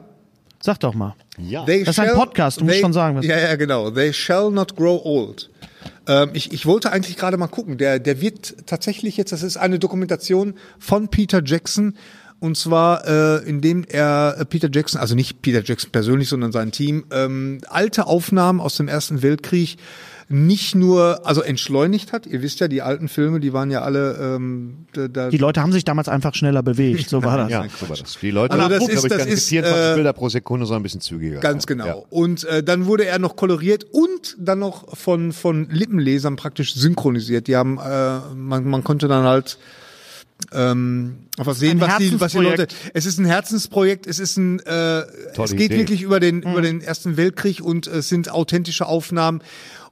Speaker 5: Sag doch mal.
Speaker 4: They
Speaker 5: Das ist ein
Speaker 4: shall-
Speaker 5: Podcast, du musst
Speaker 4: they,
Speaker 5: schon sagen, was-
Speaker 4: Ja, ja, genau. They shall not grow old. Ähm, ich, ich wollte eigentlich gerade mal gucken. Der, der wird tatsächlich jetzt, das ist eine Dokumentation von Peter Jackson. Und zwar, äh, indem er äh, Peter Jackson, also nicht Peter Jackson persönlich, sondern sein Team, ähm, alte Aufnahmen aus dem Ersten Weltkrieg nicht nur, also entschleunigt hat. Ihr wisst ja, die alten Filme, die waren ja alle, ähm, da, da,
Speaker 5: Die Leute haben sich damals einfach schneller bewegt, so war das.
Speaker 1: Ja, so war das. Die Leute
Speaker 4: Also
Speaker 1: haben,
Speaker 4: das
Speaker 1: glaube
Speaker 4: ist-
Speaker 1: ich,
Speaker 4: das
Speaker 1: gar nicht
Speaker 4: ist,
Speaker 1: 24
Speaker 4: äh,
Speaker 1: Bilder pro Sekunde, sondern ein bisschen zügiger.
Speaker 4: Ganz genau. Und äh, dann wurde er noch koloriert und dann noch von, von Lippenlesern praktisch synchronisiert. Die haben, äh, man, man konnte dann halt ähm, einfach sehen, was die, was die Leute.
Speaker 5: Herzensprojekt.
Speaker 4: Es ist ein Herzensprojekt, es ist ein äh,
Speaker 1: Tolle
Speaker 4: es geht
Speaker 1: Idee.
Speaker 4: wirklich über den, über den Ersten Weltkrieg und es sind authentische Aufnahmen.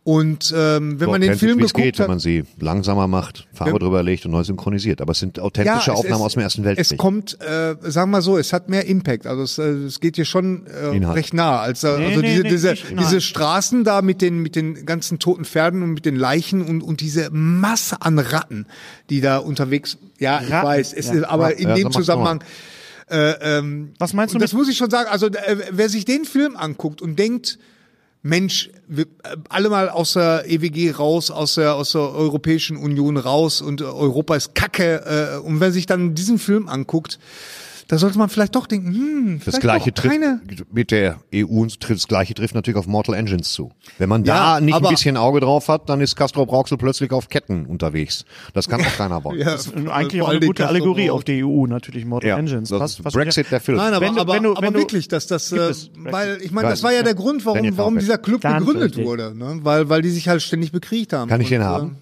Speaker 4: Und ähm, wenn
Speaker 1: So
Speaker 4: man den
Speaker 1: authentisch,
Speaker 4: Film
Speaker 1: wie es
Speaker 4: geguckt
Speaker 1: geht,
Speaker 4: hat,
Speaker 1: wenn man sie langsamer macht, Farbe drüber legt und neu synchronisiert. Aber es sind authentische
Speaker 4: es-
Speaker 1: Aufnahmen
Speaker 4: es-
Speaker 1: aus dem Ersten
Speaker 4: Es
Speaker 1: Weltkrieg.
Speaker 4: kommt, äh, sagen wir so, es hat mehr Impact. Also es, äh, es geht hier schon äh,
Speaker 1: Inhalt.
Speaker 4: recht nah. Als, äh, also
Speaker 5: nee,
Speaker 4: diese,
Speaker 5: nee,
Speaker 4: diese,
Speaker 5: nicht nah.
Speaker 4: diese Straßen da mit den, mit den ganzen toten Pferden und mit den Leichen und, und diese Masse an Ratten, die da unterwegs. Ja, ich
Speaker 5: Ratten,
Speaker 4: weiß. Es
Speaker 5: ja.
Speaker 4: ist, aber in
Speaker 1: Ja, so
Speaker 4: dem
Speaker 1: macht's
Speaker 4: Zusammenhang. Äh, ähm,
Speaker 5: Was meinst du
Speaker 4: und
Speaker 5: mit
Speaker 4: das muss ich schon sagen. Also äh, wer sich den Film anguckt und denkt, Mensch, wir, äh, alle mal aus der EWG raus, aus der, aus der Europäischen Union raus und äh, Europa ist Kacke. Äh, und wer sich dann diesen Film anguckt, da sollte man vielleicht doch denken, hm,
Speaker 1: Das
Speaker 4: vielleicht
Speaker 1: gleiche
Speaker 4: doch keine.
Speaker 1: trifft mit der EU und trifft das gleiche trifft natürlich auf Mortal Engines zu. Wenn man da
Speaker 4: Ja,
Speaker 1: nicht ein
Speaker 4: aber-
Speaker 1: bisschen Auge drauf hat, dann ist Castro Brauxel plötzlich auf Ketten unterwegs. Das kann auch keiner wollen.
Speaker 4: Ja,
Speaker 5: Eigentlich
Speaker 4: vor
Speaker 5: auch
Speaker 4: allen
Speaker 5: eine
Speaker 4: Dingen
Speaker 5: gute
Speaker 4: Castro
Speaker 5: Allegorie
Speaker 4: Brauch.
Speaker 5: auf die EU, natürlich Mortal
Speaker 1: Ja,
Speaker 5: Engines.
Speaker 1: das
Speaker 5: Passt-
Speaker 1: ist
Speaker 5: passt-
Speaker 1: Brexit der Film.
Speaker 4: Nein, aber,
Speaker 5: Wenn du-
Speaker 4: aber,
Speaker 5: wenn du-
Speaker 4: aber
Speaker 5: wenn du-
Speaker 4: wirklich, dass das,
Speaker 5: Gibt
Speaker 4: äh,
Speaker 5: es Brexit?
Speaker 4: weil ich meine,
Speaker 1: Nein,
Speaker 4: das war ja der
Speaker 1: ja.
Speaker 4: Grund,
Speaker 1: Daniel
Speaker 4: warum, warum
Speaker 1: Farbe.
Speaker 4: dieser Club
Speaker 5: Ganz
Speaker 4: gegründet
Speaker 5: richtig.
Speaker 4: wurde, ne? weil, weil die sich halt ständig bekriegt haben.
Speaker 1: Kann ich den
Speaker 4: Und, äh,
Speaker 1: haben?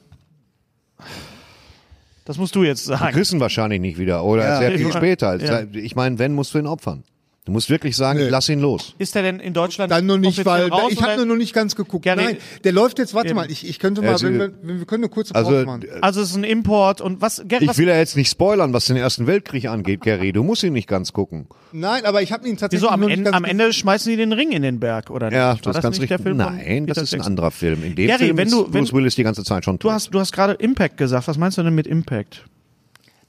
Speaker 5: Das musst du jetzt
Speaker 1: Die
Speaker 5: sagen.
Speaker 1: Christen wahrscheinlich nicht wieder oder sehr viel
Speaker 5: Ja.
Speaker 1: später.
Speaker 5: Ja.
Speaker 1: Ich meine, wenn musst du ihn opfern. Du musst wirklich sagen,
Speaker 4: Nee.
Speaker 1: lass ihn los.
Speaker 5: Ist der denn in Deutschland
Speaker 4: Dann noch nicht,
Speaker 5: offiziell
Speaker 4: weil
Speaker 5: raus
Speaker 4: ich habe
Speaker 5: oder-
Speaker 4: nur noch nicht ganz geguckt.
Speaker 5: Ja, nee.
Speaker 4: Nein, der läuft jetzt, warte
Speaker 5: Eben.
Speaker 4: mal, ich, ich könnte mal,
Speaker 1: Also-
Speaker 4: wenn, wir- wenn, wir können eine kurze Pause
Speaker 1: Also
Speaker 4: machen.
Speaker 5: Also es ist ein Import und was, Gerrit,
Speaker 1: ich
Speaker 5: was
Speaker 1: will ja jetzt nicht spoilern, was den Ersten Weltkrieg angeht, Gary. Du musst ihn nicht ganz gucken.
Speaker 4: Nein, aber ich habe ihn tatsächlich
Speaker 5: wieso am
Speaker 4: noch nicht
Speaker 5: Ende,
Speaker 4: ganz
Speaker 5: am Ende schmeißen die den Ring in den Berg oder nicht?
Speaker 1: Ja,
Speaker 5: War
Speaker 1: das, ist ganz
Speaker 5: nicht der
Speaker 1: richtig.
Speaker 5: Film von
Speaker 1: Nein, das
Speaker 5: Peter
Speaker 1: ist ein
Speaker 5: Jackson?
Speaker 1: anderer Film. In dem
Speaker 5: Gary,
Speaker 1: Film
Speaker 5: wenn
Speaker 1: ist
Speaker 5: du- wenn-
Speaker 1: Bruce Willis die ganze Zeit schon
Speaker 5: Du
Speaker 1: tot.
Speaker 5: hast, du hast gerade Impact gesagt. Was meinst du denn mit Impact?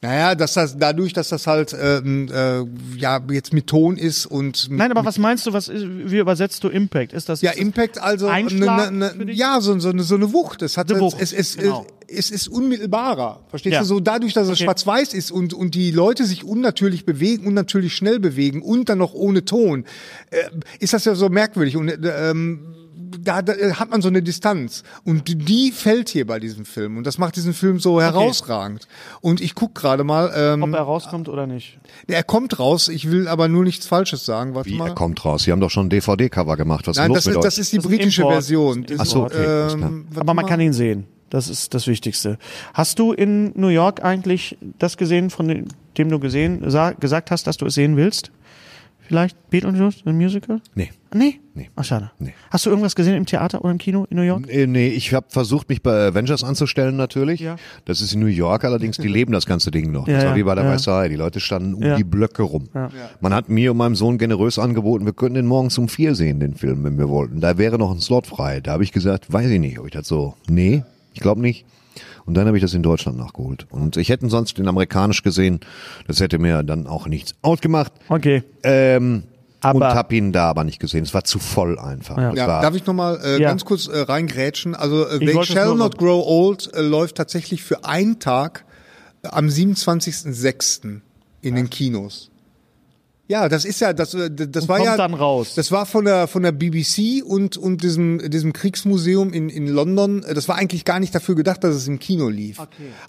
Speaker 4: Naja, dass das dadurch, dass das halt ähm, äh, ja jetzt mit Ton ist und mit,
Speaker 5: Nein, aber was meinst du, was ist, wie übersetzt du Impact? Ist das
Speaker 4: ja
Speaker 5: ist,
Speaker 4: Impact also
Speaker 5: Einschlag
Speaker 4: ne, ne,
Speaker 5: für
Speaker 4: ne,
Speaker 5: dich?
Speaker 4: ja so, so, eine, so eine Wucht. Es hat
Speaker 5: Eine
Speaker 4: jetzt-
Speaker 5: Wucht,
Speaker 4: es, es,
Speaker 5: genau.
Speaker 4: es, es ist unmittelbarer. Verstehst
Speaker 5: Ja.
Speaker 4: du so dadurch, dass es
Speaker 5: Okay.
Speaker 4: schwarz-weiß ist und und die Leute sich unnatürlich bewegen, unnatürlich schnell bewegen und dann noch ohne Ton, äh, ist das ja so merkwürdig und äh, ähm, da, da äh, hat man so eine Distanz und die- die fällt hier bei diesem Film und das macht diesen Film so herausragend. Und ich guck gerade mal. Ähm,
Speaker 5: ob er rauskommt oder nicht?
Speaker 4: Er kommt raus, ich will aber nur nichts Falsches sagen. Warte
Speaker 1: Wie,
Speaker 4: mal.
Speaker 1: er kommt raus. Sie haben doch schon ein DVD-Cover gemacht. Was ist
Speaker 4: Nein,
Speaker 1: los
Speaker 4: das
Speaker 1: mit
Speaker 4: ist,
Speaker 1: euch?
Speaker 4: das ist Oh, die
Speaker 5: Das ist ein
Speaker 4: britische
Speaker 5: Import. Das
Speaker 4: Version.
Speaker 5: ist Äh, ein
Speaker 4: Das-
Speaker 1: Ach so, okay, alles klar.
Speaker 4: warte
Speaker 5: Aber man
Speaker 4: mal.
Speaker 5: kann ihn sehen. Das ist das Wichtigste. Hast du in New York eigentlich das gesehen, von dem, dem du gesehen, sa- gesagt hast, dass du es sehen willst? Vielleicht Beetlejuice, ein Musical?
Speaker 1: nee.
Speaker 5: Nee?
Speaker 1: Nee.
Speaker 5: Ach, schade.
Speaker 1: Nee.
Speaker 5: Hast du irgendwas gesehen im Theater oder im Kino in New York?
Speaker 1: Äh, Nee, ich habe versucht, mich bei Avengers anzustellen natürlich.
Speaker 5: Ja.
Speaker 1: Das ist in New York allerdings, die leben das ganze Ding noch.
Speaker 5: Ja,
Speaker 1: das war
Speaker 5: ja,
Speaker 1: wie bei der
Speaker 5: ja.
Speaker 1: Versailles. Die Leute standen um
Speaker 5: Ja.
Speaker 1: die Blöcke rum. Man hat mir und meinem Sohn generös angeboten, wir könnten den morgens um vier sehen, den Film, wenn wir wollten. Da wäre noch ein Slot frei. Da habe ich gesagt, weiß ich nicht, ob ich das so. Nee, ich glaube nicht. Und dann habe ich das in Deutschland nachgeholt. Und ich hätte ihn sonst den amerikanisch gesehen. Das hätte mir dann auch nichts ausgemacht.
Speaker 5: Okay.
Speaker 1: Ähm,
Speaker 5: Aber-
Speaker 1: und habe ihn da aber nicht gesehen. Es war zu voll einfach. Das
Speaker 4: Ja,
Speaker 1: war,
Speaker 4: darf ich nochmal äh,
Speaker 5: Ja.
Speaker 4: ganz kurz äh, reingrätschen? Also äh,
Speaker 5: Ich
Speaker 4: They
Speaker 5: wollte es
Speaker 4: Shall
Speaker 5: nur-
Speaker 4: Not Grow Old äh, läuft tatsächlich für einen Tag äh, am 27.06. in den Kinos. Ja, das ist ja, das, äh, d- das
Speaker 5: Und
Speaker 4: war
Speaker 5: kommt
Speaker 4: ja,
Speaker 5: dann raus.
Speaker 4: das war von der von der BBC und und diesem diesem Kriegsmuseum in in London. Äh, Das war eigentlich gar nicht dafür gedacht, dass es im Kino lief.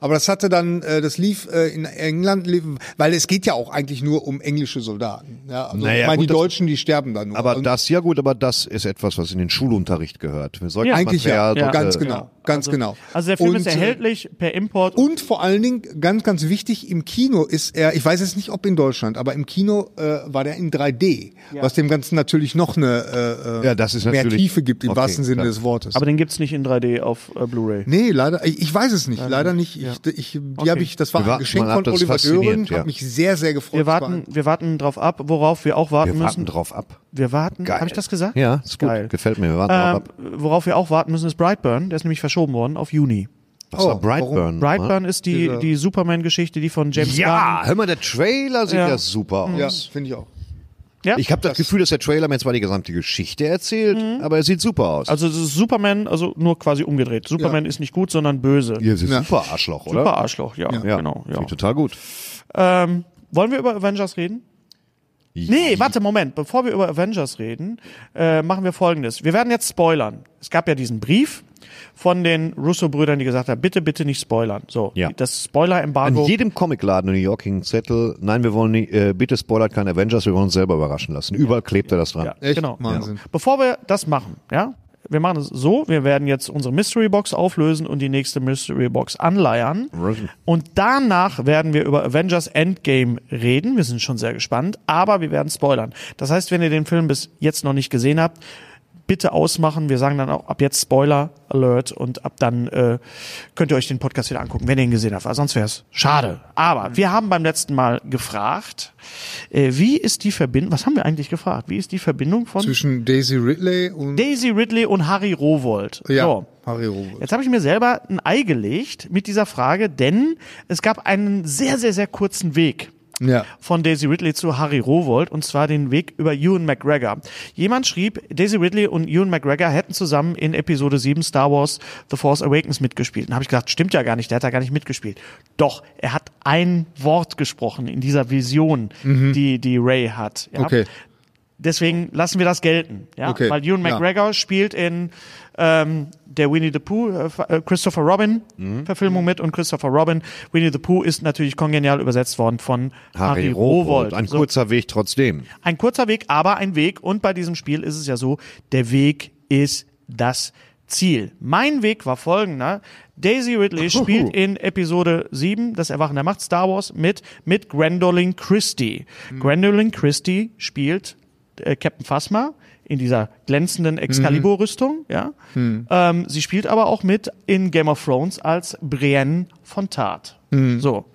Speaker 4: Aber das hatte dann, äh, das lief äh, in England, lief- weil es geht ja auch eigentlich nur um englische Soldaten. Ja, also
Speaker 1: Naja,
Speaker 4: ich meine,
Speaker 1: gut,
Speaker 4: die
Speaker 1: das-
Speaker 4: Deutschen, die sterben dann nur.
Speaker 1: Aber
Speaker 4: Und-
Speaker 1: das, ja gut, aber das ist etwas, was in den Schulunterricht gehört. Wir sollten
Speaker 5: Ja.
Speaker 4: Eigentlich ja,
Speaker 1: Material-
Speaker 5: Ja.
Speaker 4: ganz
Speaker 1: äh,
Speaker 4: genau, ganz genau.
Speaker 5: Also der Film
Speaker 4: und,
Speaker 5: ist
Speaker 4: äh,
Speaker 5: erhältlich per Import.
Speaker 4: Und vor allen Dingen, ganz, ganz wichtig, im Kino ist er, ich weiß jetzt nicht, ob in Deutschland, aber im Kino äh, war der in 3D, was dem Ganzen natürlich noch eine äh, äh,
Speaker 1: Ja, das ist
Speaker 4: mehr
Speaker 1: natürlich-
Speaker 4: Tiefe gibt, im
Speaker 1: Okay,
Speaker 4: wahrsten Sinne
Speaker 1: klar.
Speaker 4: des Wortes.
Speaker 5: aber den gibt's nicht in 3D auf äh, Blu-ray.
Speaker 4: nee, leider, ich, ich weiß es nicht, leider nicht. Ich, ich, die hab ich, das war
Speaker 1: Wir
Speaker 4: ein
Speaker 1: warten
Speaker 4: Geschenk
Speaker 1: mal ab,
Speaker 4: von
Speaker 1: das ist
Speaker 4: Oliver Dören,
Speaker 1: faszinierend,
Speaker 4: hab
Speaker 1: ja.
Speaker 4: mich sehr, sehr gefreut.
Speaker 5: Wir
Speaker 4: Es war
Speaker 5: warten, wir warten drauf ab, worauf wir auch warten
Speaker 1: Wir warten
Speaker 5: müssen.
Speaker 1: drauf ab.
Speaker 5: Wir warten.
Speaker 1: Geil.
Speaker 5: Habe ich das gesagt?
Speaker 1: Ja, ist gut.
Speaker 5: Geil.
Speaker 1: Gefällt mir. Wir warten
Speaker 5: Ähm,
Speaker 1: drauf ab.
Speaker 5: worauf wir auch warten müssen, ist Brightburn. Der ist nämlich verschoben worden auf Juni.
Speaker 1: Was
Speaker 4: oh,
Speaker 1: war Brightburn? ne?
Speaker 5: Brightburn ist die, die Superman-Geschichte, die von James
Speaker 1: Ja,
Speaker 5: Gunn.
Speaker 1: hör mal, der Trailer sieht
Speaker 5: Ja. Mhm.
Speaker 1: ja, super aus.
Speaker 4: ein- ja, finde ich auch.
Speaker 5: Ja.
Speaker 1: Ich habe das, Gefühl, dass der Trailer mir zwar die gesamte Geschichte erzählt, aber er sieht super aus.
Speaker 5: Mhm. also es ist Superman, also nur quasi umgedreht. Superman ist nicht gut, sondern böse.
Speaker 1: Ihr seid super Arschloch, oder?
Speaker 5: Super Arschloch, ja,
Speaker 1: Ja,
Speaker 5: genau.
Speaker 1: Sieht total gut.
Speaker 5: Ja. Ähm, wollen wir über Avengers reden? Nee, warte, Moment. Bevor wir über Avengers reden, äh, machen wir Folgendes. Wir werden jetzt spoilern. Es gab ja diesen Brief von den Russo-Brüdern, die gesagt haben, bitte, bitte nicht spoilern. So,
Speaker 1: Ja.
Speaker 5: das
Speaker 1: An
Speaker 5: Spoiler-Embargo.
Speaker 1: jedem Comicladen in New York hing ein Zettel, nein, wir wollen nicht, äh, bitte spoilert kein Avengers, wir wollen uns selber überraschen lassen. Überall klebt er das dran. Äh,
Speaker 5: Ja,
Speaker 4: Echt?
Speaker 5: genau.
Speaker 4: Wahnsinn.
Speaker 5: Bevor wir das machen, ja, wir machen es so, wir werden jetzt unsere Mystery Box auflösen und die nächste Mystery Box anleiern. Und danach werden wir über Avengers Endgame reden. Wir sind schon sehr gespannt, aber wir werden spoilern. Das heißt, wenn ihr den Film bis jetzt noch nicht gesehen habt, bitte ausmachen. Wir sagen dann auch ab jetzt Spoiler Alert und ab dann äh, könnt ihr euch den Podcast wieder angucken, wenn ihr ihn gesehen habt. Weil Sonst wäre es schade.
Speaker 4: Mhm.
Speaker 5: Aber wir haben beim letzten Mal gefragt, äh, wie ist die Verbindung, was haben wir eigentlich gefragt? Wie ist die Verbindung von
Speaker 4: Zwischen Daisy Ridley und
Speaker 5: Daisy Ridley und Harry Rowold?
Speaker 4: ja,
Speaker 5: So.
Speaker 4: Harry Rowohl.
Speaker 5: Jetzt habe ich mir selber ein Ei gelegt mit dieser Frage, denn es gab einen sehr, sehr, sehr kurzen Weg.
Speaker 4: Ja.
Speaker 5: von Daisy Ridley zu Harry Rowold und zwar den Weg über Ewan McGregor. Jemand schrieb, Daisy Ridley und Ewan McGregor hätten zusammen in Episode 7 Star Wars The Force Awakens mitgespielt. Dann habe ich gedacht, stimmt ja gar nicht, der hat da gar nicht mitgespielt. Doch, er hat ein Wort gesprochen in dieser Vision, die die Ray hat. Ja?
Speaker 4: Mhm. Okay.
Speaker 5: Deswegen lassen wir das gelten, ja?
Speaker 4: Okay,
Speaker 5: weil Ewan
Speaker 4: ja.
Speaker 5: McGregor spielt in ähm, der Winnie the Pooh, äh, äh, Christopher Robin Verfilmung mit und Christopher Robin. Winnie the Pooh ist natürlich kongenial übersetzt worden von Harry,
Speaker 1: Harry
Speaker 5: Rowold.
Speaker 1: Rowold. Ein
Speaker 5: so,
Speaker 1: kurzer Weg trotzdem.
Speaker 5: ein kurzer Weg, aber ein Weg. Und bei diesem Spiel ist es ja so, der Weg ist das Ziel. Mein Weg war folgender. Daisy Ridley spielt in Episode 7, das Erwachen der Macht, Star Wars, mit, mit Gwendolyn Christie. Gwendolyn Christie spielt äh, Captain Phasma in dieser glänzenden Excalibur-Rüstung, ja. Ähm, sie spielt aber auch mit in Game of Thrones als Brienne von Tart. So.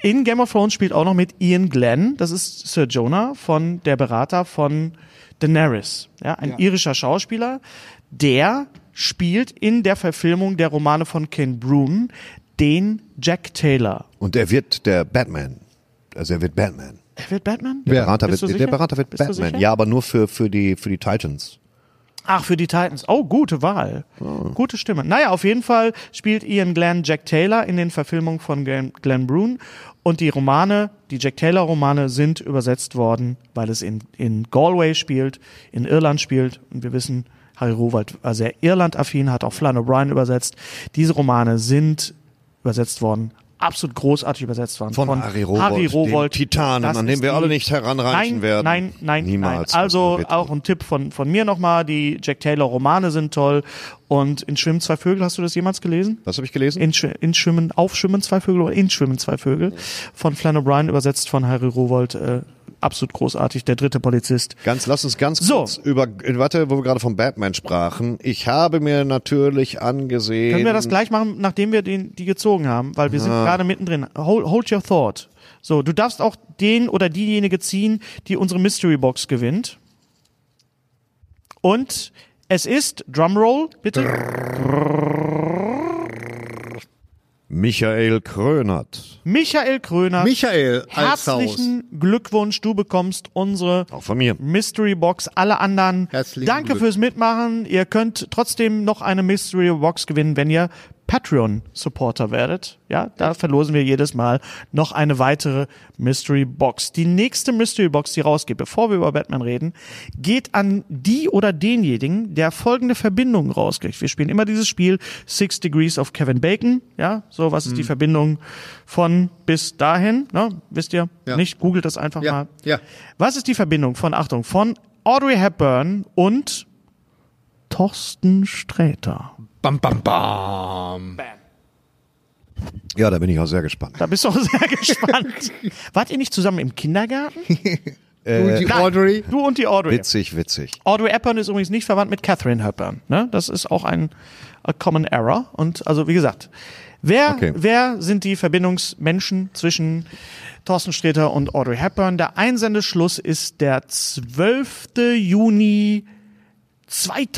Speaker 5: In Game of Thrones spielt auch noch mit Ian Glenn, das ist Sir Jonah von der Berater von Daenerys, ja, ein irischer Schauspieler, der spielt in der Verfilmung der Romane von Ken Broom den Jack Taylor.
Speaker 1: Und er wird der Batman. Also er wird Batman.
Speaker 5: Er wird Batman?
Speaker 1: Der Berater
Speaker 5: Bist du
Speaker 1: wird,
Speaker 5: sicher?
Speaker 1: der Berater wird
Speaker 5: Bist du
Speaker 1: Batman.
Speaker 5: sicher?
Speaker 1: Ja, aber nur für, für, die, für die Titans.
Speaker 5: Ach, für die Titans. Oh, gute Wahl. Gute Stimme. Naja, auf jeden Fall spielt Ian Glenn Jack Taylor in den Verfilmungen von Glenn, Glenn Brune. Und die Romane, die Jack Taylor-Romane sind übersetzt worden, weil es in, in Galway spielt, in Irland spielt. Und wir wissen, Harry Rowald war sehr Irland-affin, hat auch Flann O'Brien übersetzt. Diese Romane sind übersetzt worden, absolut großartig übersetzt worden.
Speaker 1: Von Harry Rowohlt, dem Titanen,
Speaker 5: Das
Speaker 1: an dem
Speaker 5: ist
Speaker 1: wir alle
Speaker 5: die-
Speaker 1: nicht heranreichen
Speaker 5: nein,
Speaker 1: werden.
Speaker 5: Nein, nein,
Speaker 1: Niemals.
Speaker 5: nein. Also
Speaker 1: Das wird-
Speaker 5: auch ein Tipp von, von mir nochmal, die Jack Taylor-Romane sind toll. Und in Schwimmen zwei Vögel, hast du das jemals gelesen?
Speaker 1: Was habe ich gelesen?
Speaker 5: In, Schw- in Schwimmen, auf Schwimmen zwei Vögel oder in Schwimmen zwei Vögel von Flann O'Brien, übersetzt von Harry Rowold. Äh, absolut großartig, der dritte Polizist.
Speaker 1: Ganz, lass uns ganz
Speaker 5: So.
Speaker 1: kurz über, äh, warte, wo wir gerade von Batman sprachen. Ich habe mir natürlich angesehen.
Speaker 5: Können wir das gleich machen, nachdem wir den, die gezogen haben? Weil wir sind gerade mittendrin. Hold, hold your thought. So, du darfst auch den oder diejenige ziehen, die unsere Mystery Box gewinnt. Und es ist, Drumroll, bitte,
Speaker 1: Michael Krönert.
Speaker 5: Michael Kröner.
Speaker 4: Michael Alshaus.
Speaker 5: Herzlichen Glückwunsch, du bekommst unsere
Speaker 1: Auch von mir.
Speaker 5: Mystery Box. Alle anderen,
Speaker 4: Herzlichen
Speaker 5: danke
Speaker 4: Glück.
Speaker 5: fürs Mitmachen. Ihr könnt trotzdem noch eine Mystery Box gewinnen, wenn ihr Patreon-Supporter werdet. Ja, da verlosen wir jedes Mal noch eine weitere Mystery Box. Die nächste Mystery Box, die rausgeht, bevor wir über Batman reden, geht an die oder denjenigen, der folgende Verbindung rauskriegt. Wir spielen immer dieses Spiel Six Degrees of Kevin Bacon. Ja, so was ist
Speaker 4: Mhm.
Speaker 5: die Verbindung von bis dahin. Ne? Wisst ihr?
Speaker 4: Ja.
Speaker 5: Nicht? Googelt das einfach
Speaker 4: Ja,
Speaker 5: mal.
Speaker 4: ja.
Speaker 5: Was ist die Verbindung von, Achtung, von Audrey Hepburn und Thorsten Sträter?
Speaker 4: Bam, bam, bam.
Speaker 1: Ja, da bin ich auch sehr gespannt.
Speaker 5: Da bist du auch sehr gespannt. Wart ihr nicht zusammen im Kindergarten?
Speaker 1: Äh,
Speaker 4: Und die Audrey.
Speaker 5: Du und die Audrey.
Speaker 1: Witzig, witzig.
Speaker 5: Audrey Hepburn ist übrigens nicht verwandt mit Catherine Hepburn. Ne? Das ist auch ein a Common Error. Und also, wie gesagt, wer,
Speaker 1: Okay.
Speaker 5: wer sind die Verbindungsmenschen zwischen Thorsten Sträter und Audrey Hepburn? Der Einsendeschluss ist der 12. Juni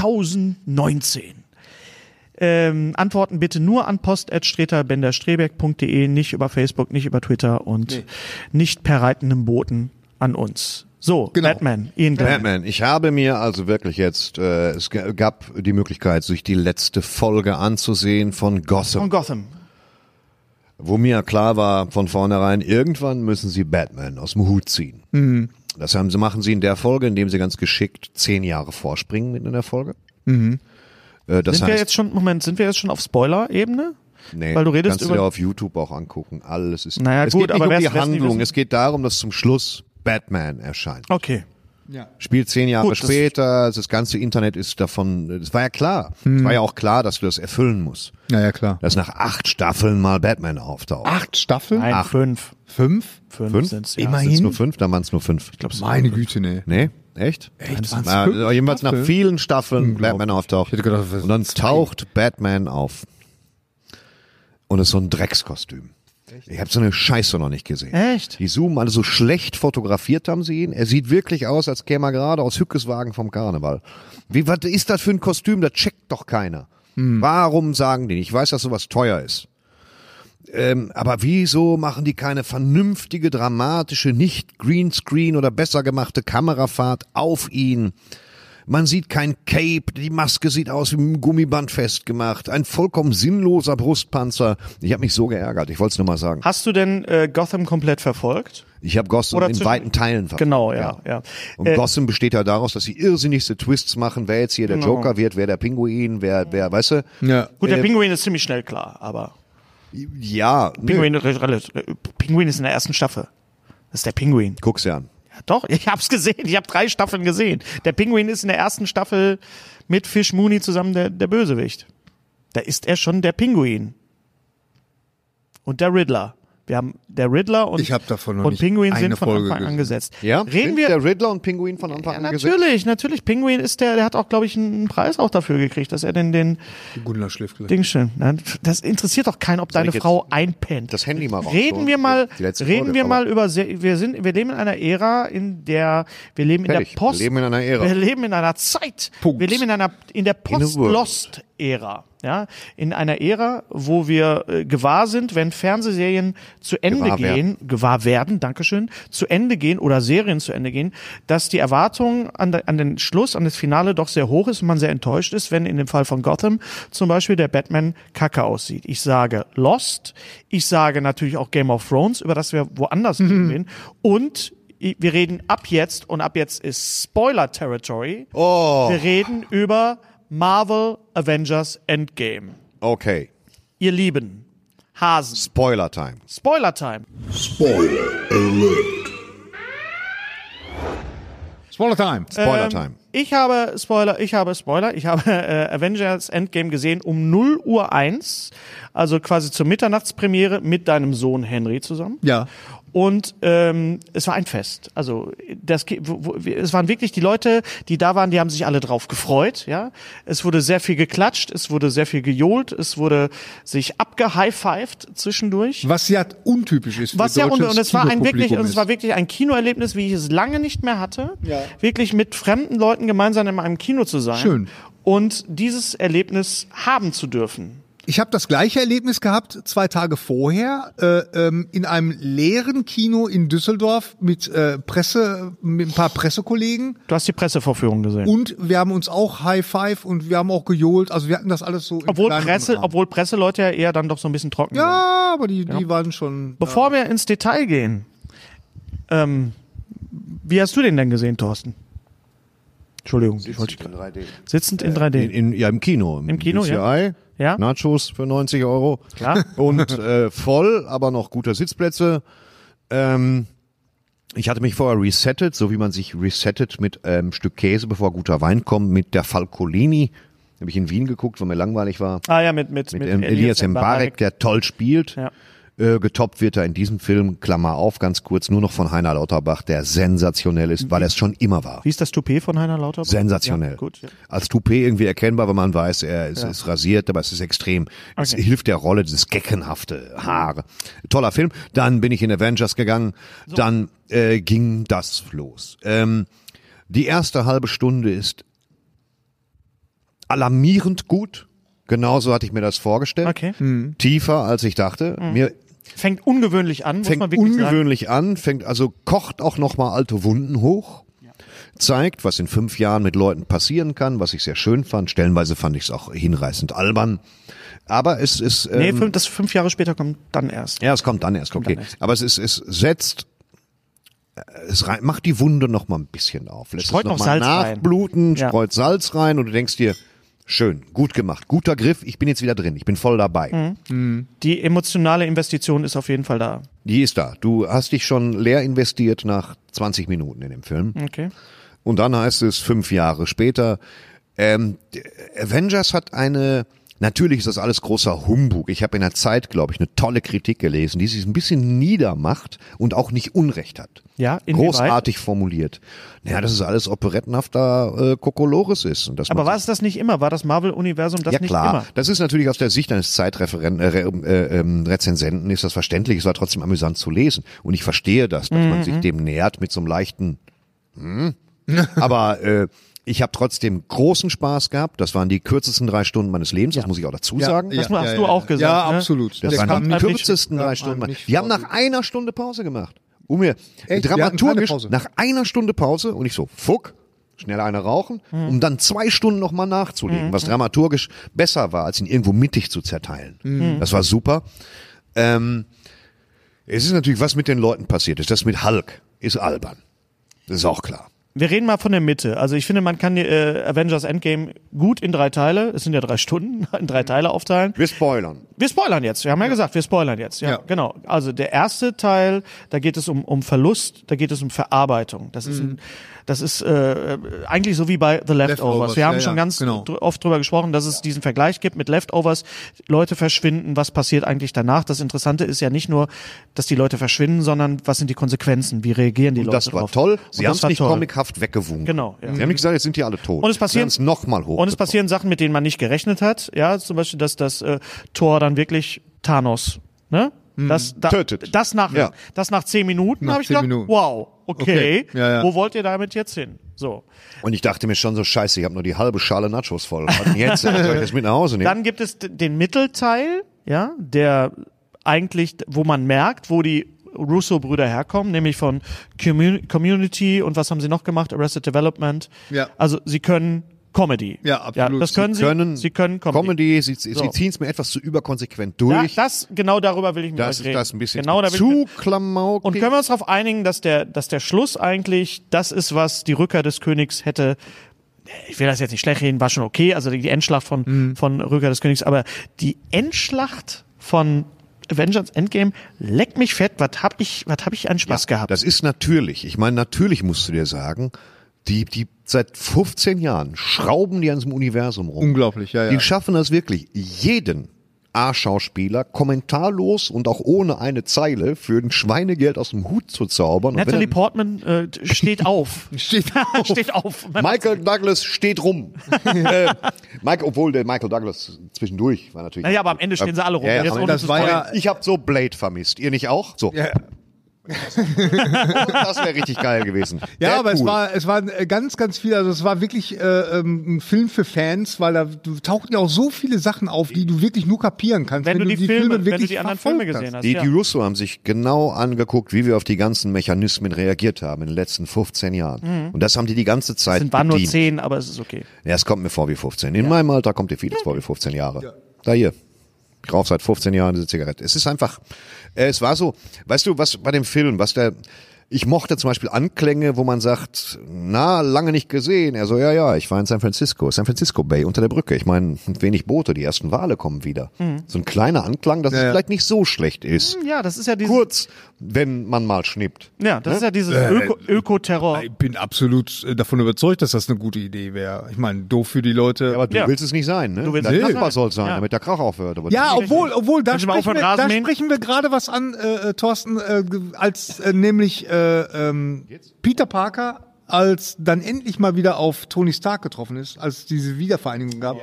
Speaker 5: 2019. Ähm, Antworten bitte nur an post.streterbenderstreberg.de, nicht über Facebook, nicht über Twitter und nicht per reitendem Boten an uns. So, Batman, Ian Glenn.
Speaker 1: Batman, ich habe mir also wirklich jetzt, äh, es g- gab die Möglichkeit, sich die letzte Folge anzusehen von Gotham,
Speaker 5: Von Gotham.
Speaker 1: wo mir klar war von vornherein, irgendwann müssen sie Batman aus dem Hut ziehen.
Speaker 5: Mhm.
Speaker 1: Das haben sie, machen sie in der Folge, indem sie ganz geschickt zehn Jahre vorspringen mitten in der Folge. Äh, das
Speaker 5: Mhm. Sind wir
Speaker 1: heißt,
Speaker 5: jetzt schon, Moment, sind wir jetzt schon auf Spoiler-Ebene?
Speaker 1: nee, genau.
Speaker 5: weil du redest
Speaker 1: kannst du
Speaker 5: über-
Speaker 1: dir auf YouTube auch angucken. Alles ist.
Speaker 5: Naja,
Speaker 1: es
Speaker 5: gut,
Speaker 1: geht nicht
Speaker 5: aber
Speaker 1: um
Speaker 5: wer's-
Speaker 1: die
Speaker 5: wer's nie
Speaker 1: Handlung.
Speaker 5: wissen-
Speaker 1: Es geht darum, dass zum Schluss Batman erscheint.
Speaker 5: Okay.
Speaker 1: Spielt zehn Jahre
Speaker 5: Gut, das-
Speaker 1: später, das, ganze Internet ist davon, es war ja klar, es war ja auch klar, dass du das erfüllen musst.
Speaker 4: Naja, klar.
Speaker 1: Dass nach acht Staffeln mal Batman auftaucht.
Speaker 4: Acht Staffeln?
Speaker 5: Nein, fünf.
Speaker 4: Fünf?
Speaker 5: Fünf,
Speaker 1: fünf?
Speaker 5: sind's, ja.
Speaker 4: Immerhin.
Speaker 1: Sind's nur fünf? Dann waren es nur fünf. Ich glaube,
Speaker 4: Meine Güte, ne.
Speaker 1: Nee? Echt? Echt?
Speaker 4: Waren's
Speaker 1: Na,
Speaker 4: fünf
Speaker 1: jedenfalls nach
Speaker 4: Staffeln?
Speaker 1: vielen Staffeln Batman auftaucht.
Speaker 4: Ich hätte gedacht, das
Speaker 1: Und dann
Speaker 4: sind zwei.
Speaker 1: taucht Batman auf. Und ist so ein Dreckskostüm. Ich habe so eine Scheiße noch nicht gesehen.
Speaker 5: Echt?
Speaker 1: Die zoomen alle so schlecht fotografiert haben sie ihn. Er sieht wirklich aus, als käme er gerade aus Hückeswagen vom Karneval. Wie, was ist das für ein Kostüm? Das checkt doch keiner. Warum sagen die nicht? Ich weiß, dass sowas teuer ist. ähm, aber wieso machen die keine vernünftige, dramatische, nicht Greenscreen oder besser gemachte Kamerafahrt auf ihn? Man sieht kein Cape, die Maske sieht aus wie mit einem Gummiband festgemacht, ein vollkommen sinnloser Brustpanzer. Ich habe mich so geärgert, ich wollte es nur mal sagen.
Speaker 5: Hast du denn äh, Gotham komplett verfolgt?
Speaker 1: Ich habe Gotham
Speaker 5: Oder
Speaker 1: in
Speaker 5: zwischen-
Speaker 1: weiten Teilen verfolgt.
Speaker 5: Genau, ja, ja.
Speaker 1: Und Um Gotham besteht ja daraus, dass sie irrsinnigste Twists machen, wer jetzt hier der
Speaker 5: Genau.
Speaker 1: Joker wird, wer der Pinguin, wer, wer, weißt du?
Speaker 4: Ja.
Speaker 5: Gut, der Pinguin ist ziemlich schnell klar, aber
Speaker 1: Ja, nö,
Speaker 5: Pinguin, ist relativ- äh, Pinguin ist in der ersten Staffel. Das ist der Pinguin.
Speaker 1: guck's dir an.
Speaker 5: Ja, doch, ich hab's gesehen. Ich habe drei Staffeln gesehen. Der Pinguin ist in der ersten Staffel mit Fish Mooney zusammen der, der Bösewicht. Da ist er schon der Pinguin. Und der Riddler. Wir haben der Riddler und,
Speaker 4: Ich hab davon noch
Speaker 5: und
Speaker 4: nicht
Speaker 5: Pinguin
Speaker 4: eine
Speaker 5: sind von
Speaker 4: Folge
Speaker 5: Anfang
Speaker 4: gesehen.
Speaker 5: an gesetzt.
Speaker 1: Ja,
Speaker 5: Reden
Speaker 1: sind
Speaker 5: wir,
Speaker 1: der Riddler und Pinguin von Anfang
Speaker 5: Ja,
Speaker 1: an gesetzt?
Speaker 5: natürlich, natürlich. Pinguin ist der, der hat auch, glaube ich, einen Preis auch dafür gekriegt, dass er den, den
Speaker 4: Gundler Schliffler.
Speaker 5: Ding schön. ne? Das interessiert doch keinen, ob deine
Speaker 1: ich jetzt
Speaker 5: Frau einpennt.
Speaker 1: das Handy mal raus-
Speaker 5: Reden wir mal,
Speaker 1: Die letzte
Speaker 5: reden
Speaker 1: Folge,
Speaker 5: wir
Speaker 1: aber-
Speaker 5: mal über, Se- wir sind, wir leben in einer Ära, in der, wir leben in
Speaker 1: Fertig.
Speaker 5: der Post.
Speaker 1: Wir leben in einer Ära.
Speaker 5: Wir leben in einer Zeit.
Speaker 4: Punkt.
Speaker 5: Wir leben in einer, in der
Speaker 1: a world.
Speaker 5: Post-Lost-Ära. Ja, in einer Ära, wo wir äh, gewahr sind, wenn Fernsehserien zu Ende
Speaker 1: Gewahr
Speaker 5: gehen,
Speaker 1: werden.
Speaker 5: gewahr werden, Dankeschön, zu Ende gehen oder Serien zu Ende gehen, dass die Erwartung an, de, an den Schluss, an das Finale doch sehr hoch ist und man sehr enttäuscht ist, wenn in dem Fall von Gotham zum Beispiel der Batman kacke aussieht. Ich sage Lost, ich sage natürlich auch Game of Thrones, über das wir woanders reden und i- wir reden ab jetzt und ab jetzt ist Spoiler Territory. Wir reden über Marvel Avengers Endgame.
Speaker 1: Okay,
Speaker 5: Ihr Lieben, Hasen,
Speaker 1: Spoiler Time.
Speaker 5: Spoiler Time.
Speaker 4: Smaller Time.
Speaker 1: Spoiler Time.
Speaker 5: Ich habe Spoiler, ich habe Spoiler, ich habe äh, Avengers Endgame gesehen um 0 Uhr 1, also quasi zur Mitternachtspremiere mit deinem Sohn Henry zusammen.
Speaker 4: Ja.
Speaker 5: Und ähm, es war ein Fest. Also das, ge- wo, wo, wir- es waren wirklich die Leute, die da waren, die haben sich alle drauf gefreut. Ja, es wurde sehr viel geklatscht, es wurde sehr viel gejohlt, es wurde sich abgehighfived zwischendurch.
Speaker 4: Was ja untypisch ist. für
Speaker 5: Was ja und,
Speaker 4: deutsches
Speaker 5: und es war ein wirklich
Speaker 4: Kinopublikum
Speaker 5: und es war
Speaker 4: ist.
Speaker 5: wirklich ein Kinoerlebnis, wie ich es lange nicht mehr hatte. Wirklich mit fremden Leuten gemeinsam in einem Kino zu sein.
Speaker 4: Schön.
Speaker 5: Und dieses Erlebnis haben zu dürfen.
Speaker 4: Ich habe das gleiche Erlebnis gehabt zwei Tage vorher äh, ähm, in einem leeren Kino in Düsseldorf mit äh, Presse, mit ein paar Pressekollegen
Speaker 5: Du hast die Pressevorführung gesehen.
Speaker 4: und wir haben uns auch High Five und wir haben auch gejohlt. Also wir hatten das alles so. Im
Speaker 5: obwohl
Speaker 4: kleinen
Speaker 5: Presse,
Speaker 4: Rahmen.
Speaker 5: obwohl Presseleute ja eher dann doch so ein bisschen trocken sind.
Speaker 4: Ja, aber die, die waren schon.
Speaker 5: Bevor wir ins Detail gehen, ähm, wie hast du den denn gesehen, Thorsten? Entschuldigung, ich wollte
Speaker 1: In 3D.
Speaker 5: sitzend in 3D.
Speaker 1: In, in, ja, im Kino. Im,
Speaker 5: Hm. Kino,
Speaker 1: DCI,
Speaker 5: ja. Ja.
Speaker 1: Nachos für 90 Euro.
Speaker 5: Klar.
Speaker 1: Und äh, voll, aber noch guter Sitzplätze. Ähm, ich hatte mich vorher resettet, so wie man sich resettet mit ähm, Stück Käse, bevor guter Wein kommt, mit der Falcolini. Habe ich in Wien geguckt, weil mir langweilig war.
Speaker 5: ah ja, mit mit
Speaker 1: Mit, ähm, Elias Mbarek, der toll spielt.
Speaker 5: Ja.
Speaker 1: Äh, getoppt wird er in diesem Film, Klammer auf, ganz kurz, nur noch von Heiner Lauterbach, der sensationell ist, weil er es schon immer war.
Speaker 5: Wie ist das Toupet von Heiner Lauterbach?
Speaker 1: Sensationell.
Speaker 5: Ja, gut. Ja.
Speaker 1: Als Toupet irgendwie erkennbar, wenn man weiß, er ist, ist rasiert, aber es ist extrem. Es
Speaker 5: Okay.
Speaker 1: hilft der Rolle, dieses geckenhafte Haare. Toller Film. Dann bin ich in Avengers gegangen. Dann äh, ging das los. Ähm, die erste halbe Stunde ist alarmierend gut. Genauso hatte ich mir das vorgestellt.
Speaker 5: Okay. Hm.
Speaker 1: Tiefer, als ich dachte. Mir
Speaker 5: Fängt ungewöhnlich an, muss man
Speaker 1: fängt
Speaker 5: wirklich sagen.
Speaker 1: ungewöhnlich an, fängt also kocht auch noch mal alte Wunden hoch, zeigt, was in fünf Jahren mit Leuten passieren kann, was ich sehr schön fand. Stellenweise fand ich es auch hinreißend albern, aber es ist ähm,
Speaker 5: Nee, fünf, das fünf Jahre später kommt dann erst.
Speaker 1: ja, es kommt dann erst, okay. Aber es ist, es setzt, äh, es rein, macht die Wunde noch mal ein bisschen auf. Lässt
Speaker 5: Streut
Speaker 1: es noch,
Speaker 5: noch
Speaker 1: mal
Speaker 5: Salz rein.
Speaker 1: nachbluten,
Speaker 5: Ja.
Speaker 1: streut Salz rein und du denkst dir, schön, gut gemacht, guter Griff, ich bin jetzt wieder drin, ich bin voll dabei.
Speaker 5: Mhm. Die emotionale Investition ist auf jeden Fall da.
Speaker 1: Die ist da. Du hast dich schon leer investiert nach 20 Minuten in dem Film.
Speaker 5: Okay.
Speaker 1: Und dann heißt es fünf Jahre später, ähm, d- Avengers hat eine, natürlich ist das alles großer Humbug. Ich habe in der Zeit, glaube ich, eine tolle Kritik gelesen, die sich ein bisschen niedermacht und auch nicht Unrecht hat.
Speaker 5: Ja, inwieweit?
Speaker 1: Großartig formuliert. Naja, dass es alles operettenhafter äh, Kokolores ist. Und dass man
Speaker 5: Aber
Speaker 1: sich-
Speaker 5: war es das nicht immer? War das Marvel-Universum das
Speaker 1: ja
Speaker 5: nicht
Speaker 1: klar,
Speaker 5: immer?
Speaker 1: das ist natürlich aus der Sicht eines Zeitreferenten, äh, äh, ähm, Rezensenten ist das verständlich, es war trotzdem amüsant zu lesen. Und ich
Speaker 5: Mhm.
Speaker 1: verstehe das, dass man sich dem nähert mit so einem leichten, hm. aber äh, Ich habe trotzdem großen Spaß gehabt. Das waren die kürzesten drei Stunden meines Lebens, das muss ich auch dazu sagen.
Speaker 5: Das hast du auch gesagt,
Speaker 4: Ja,
Speaker 5: ne?
Speaker 4: absolut.
Speaker 1: Das
Speaker 4: Der
Speaker 1: waren
Speaker 4: kam
Speaker 1: die
Speaker 4: nicht-
Speaker 1: kürzesten
Speaker 4: kam
Speaker 1: drei
Speaker 4: einem
Speaker 1: Stunden.
Speaker 4: nicht
Speaker 1: Wir haben
Speaker 4: vor.
Speaker 1: nach einer Stunde Pause gemacht. Um mir
Speaker 4: Echt? Wir hatten keine
Speaker 1: dramaturgisch
Speaker 4: Pause.
Speaker 1: nach einer Stunde Pause und ich so, fuck, schnell eine rauchen,
Speaker 5: Hm.
Speaker 1: um dann zwei Stunden nochmal nachzulegen, was dramaturgisch besser war, als ihn irgendwo mittig zu zerteilen.
Speaker 5: Hm.
Speaker 1: Das war super. Ähm, es ist natürlich, was mit den Leuten passiert ist. Das mit Hulk ist albern. Das ist auch klar.
Speaker 5: Wir reden mal von der Mitte. Also ich finde, man kann die, äh, Avengers Endgame gut in drei Teile, es sind ja drei Stunden, in drei Teile aufteilen.
Speaker 1: Wir spoilern.
Speaker 5: Wir spoilern jetzt. Wir haben ja, gesagt, wir spoilern jetzt. Ja,
Speaker 4: Ja.
Speaker 5: genau. Also der erste Teil, da geht es um, um Verlust, da geht es um Verarbeitung. Das ist ein, das ist äh, eigentlich so wie bei The Leftovers.
Speaker 4: Leftovers,
Speaker 5: wir haben
Speaker 4: ja,
Speaker 5: schon
Speaker 4: ja,
Speaker 5: ganz
Speaker 4: genau.
Speaker 5: dr oft drüber gesprochen, dass es diesen Vergleich gibt mit Leftovers. Leute verschwinden, was passiert eigentlich danach? Das Interessante ist ja nicht nur, dass die Leute verschwinden, sondern was sind die Konsequenzen? Wie reagieren die Leute
Speaker 1: Das war
Speaker 5: drauf?
Speaker 1: toll. Sie
Speaker 5: Und
Speaker 1: haben
Speaker 5: das
Speaker 1: es
Speaker 5: war
Speaker 1: nicht
Speaker 5: toll.
Speaker 1: comichaft weggewunken.
Speaker 5: Genau, ja.
Speaker 1: Sie haben nicht gesagt, jetzt sind die alle tot.
Speaker 5: Und es passieren-
Speaker 1: Sie haben nochmal hoch.
Speaker 5: Und es passieren Sachen, mit denen man nicht gerechnet hat. Ja, zum Beispiel, dass das äh, Tor dann wirklich Thanos, ne? Das, da,
Speaker 1: Tötet.
Speaker 5: Das nach,
Speaker 1: Ja.
Speaker 5: das nach zehn Minuten
Speaker 4: Mhm. Nach
Speaker 5: habe ich
Speaker 4: zehn
Speaker 5: gedacht,
Speaker 4: Minuten.
Speaker 5: wow, okay,
Speaker 4: Okay, ja, ja.
Speaker 5: wo wollt ihr damit jetzt hin? So.
Speaker 1: Und ich dachte mir schon so, scheiße, ich habe nur die halbe Schale Nachos voll. Was denn jetzt? Soll ich das mit nach Hause nehmen?
Speaker 5: Dann gibt es d- den Mittelteil, ja, der eigentlich, wo man merkt, wo die Russo-Brüder herkommen, nämlich von Commu- Community und was haben sie noch gemacht? Arrested Development.
Speaker 4: Ja.
Speaker 5: Also sie können Comedy.
Speaker 4: Ja, absolut.
Speaker 5: das können sie.
Speaker 1: sie können,
Speaker 5: sie können
Speaker 1: Comedy.
Speaker 5: Comedy.
Speaker 1: sie, sie
Speaker 5: So.
Speaker 1: ziehen es mir etwas zu überkonsequent
Speaker 5: Da,
Speaker 1: durch.
Speaker 5: das, genau darüber will ich mit
Speaker 1: das
Speaker 5: euch
Speaker 1: ist
Speaker 5: reden.
Speaker 1: das ein bisschen
Speaker 5: genau, da will ich
Speaker 1: zu
Speaker 5: mit,
Speaker 1: klamaukig.
Speaker 5: Und können wir uns darauf einigen, dass der, dass der Schluss eigentlich das ist, was die Rückkehr des Königs hätte. Ich will das jetzt nicht schlecht reden, war schon okay, also die Endschlacht von, von Rückkehr des Königs, aber die Endschlacht von Avengers Endgame, leck mich fett, was hab ich, was hab ich an Spaß gehabt?
Speaker 1: Das ist natürlich. Ich meine, natürlich musst du dir sagen, die, die seit 15 Jahren schrauben die an diesem Universum rum.
Speaker 4: Unglaublich, ja, ja.
Speaker 1: Die schaffen das wirklich. Jeden A-Schauspieler kommentarlos und auch ohne eine Zeile für ein Schweinegeld aus dem Hut zu zaubern. Und wenn
Speaker 5: Natalie
Speaker 1: er-
Speaker 5: Portman äh, steht auf.
Speaker 4: Steht
Speaker 5: steht auf.
Speaker 1: Michael Douglas steht rum. äh, Mike, obwohl der Michael Douglas zwischendurch war natürlich.
Speaker 5: Naja, aber am Ende stehen sie alle rum.
Speaker 1: Ja, ja,
Speaker 5: Jetzt
Speaker 1: aber
Speaker 5: ohne
Speaker 4: das
Speaker 5: zu
Speaker 4: war
Speaker 5: spoilern.
Speaker 4: ja-
Speaker 1: ich habe so Blade vermisst. Ihr nicht auch? So.
Speaker 4: Ja.
Speaker 1: Das wäre richtig geil gewesen.
Speaker 4: Ja, aber es
Speaker 1: Deadpool.
Speaker 4: war, es waren äh, ganz, ganz viele, also es war wirklich äh, ähm, ein Film für Fans, weil da tauchten ja auch so viele Sachen auf, die du wirklich nur kapieren kannst,
Speaker 5: wenn, du die, Filme, wenn du
Speaker 4: wirklich
Speaker 5: die anderen
Speaker 4: verfolgt
Speaker 5: Filme gesehen hast.
Speaker 1: Die,
Speaker 5: ja.
Speaker 1: die Russo haben sich genau angeguckt, wie wir auf die ganzen Mechanismen reagiert haben in den letzten 15 Jahren. Und das haben die die ganze Zeit
Speaker 5: Mhm. sind, waren nur
Speaker 1: bedient.
Speaker 5: zehn, aber es ist okay.
Speaker 1: Ja, es kommt mir vor wie 15. In meinem Alter kommt dir vieles vor wie 15 Jahre. Da hier. Ich rauche seit 15 Jahren diese Zigarette. Es ist einfach, äh, es war so, weißt du, was bei dem Film, was der, ich mochte zum Beispiel Anklänge, wo man sagt, na, lange nicht gesehen. Er so, ja, ja, ich war in San Francisco, San Francisco Bay, unter der Brücke. Ich meine, wenig Boote, die ersten Wale kommen wieder.
Speaker 5: Mhm.
Speaker 1: So ein kleiner Anklang, dass es
Speaker 4: ja.
Speaker 1: vielleicht nicht so schlecht ist.
Speaker 5: Ja, das ist ja dieses,
Speaker 1: Kurz, wenn man mal schnippt.
Speaker 5: Mhm. ja, das ist ja dieses Öko- Ökoterror.
Speaker 4: Ich bin absolut äh, davon überzeugt, dass das eine gute Idee wäre. Ich meine, doof für die Leute.
Speaker 1: Aber du
Speaker 5: Ja.
Speaker 1: willst es nicht sein, ne?
Speaker 5: Du willst
Speaker 1: Dein
Speaker 5: es nicht
Speaker 1: Nachbar
Speaker 5: sein.
Speaker 1: soll es sein,
Speaker 5: Ja.
Speaker 1: damit der Krach aufhört. Aber
Speaker 4: Ja, obwohl, obwohl, da
Speaker 5: Kannst du mal aufhören,
Speaker 4: sprechen, wir, da
Speaker 5: Rasen mähen?
Speaker 4: sprechen wir gerade was an, äh, äh, Thorsten, äh, ge- als äh, nämlich äh, ähm, Peter Parker, als dann endlich mal wieder auf Tony Stark getroffen ist, als es diese Wiedervereinigung gab,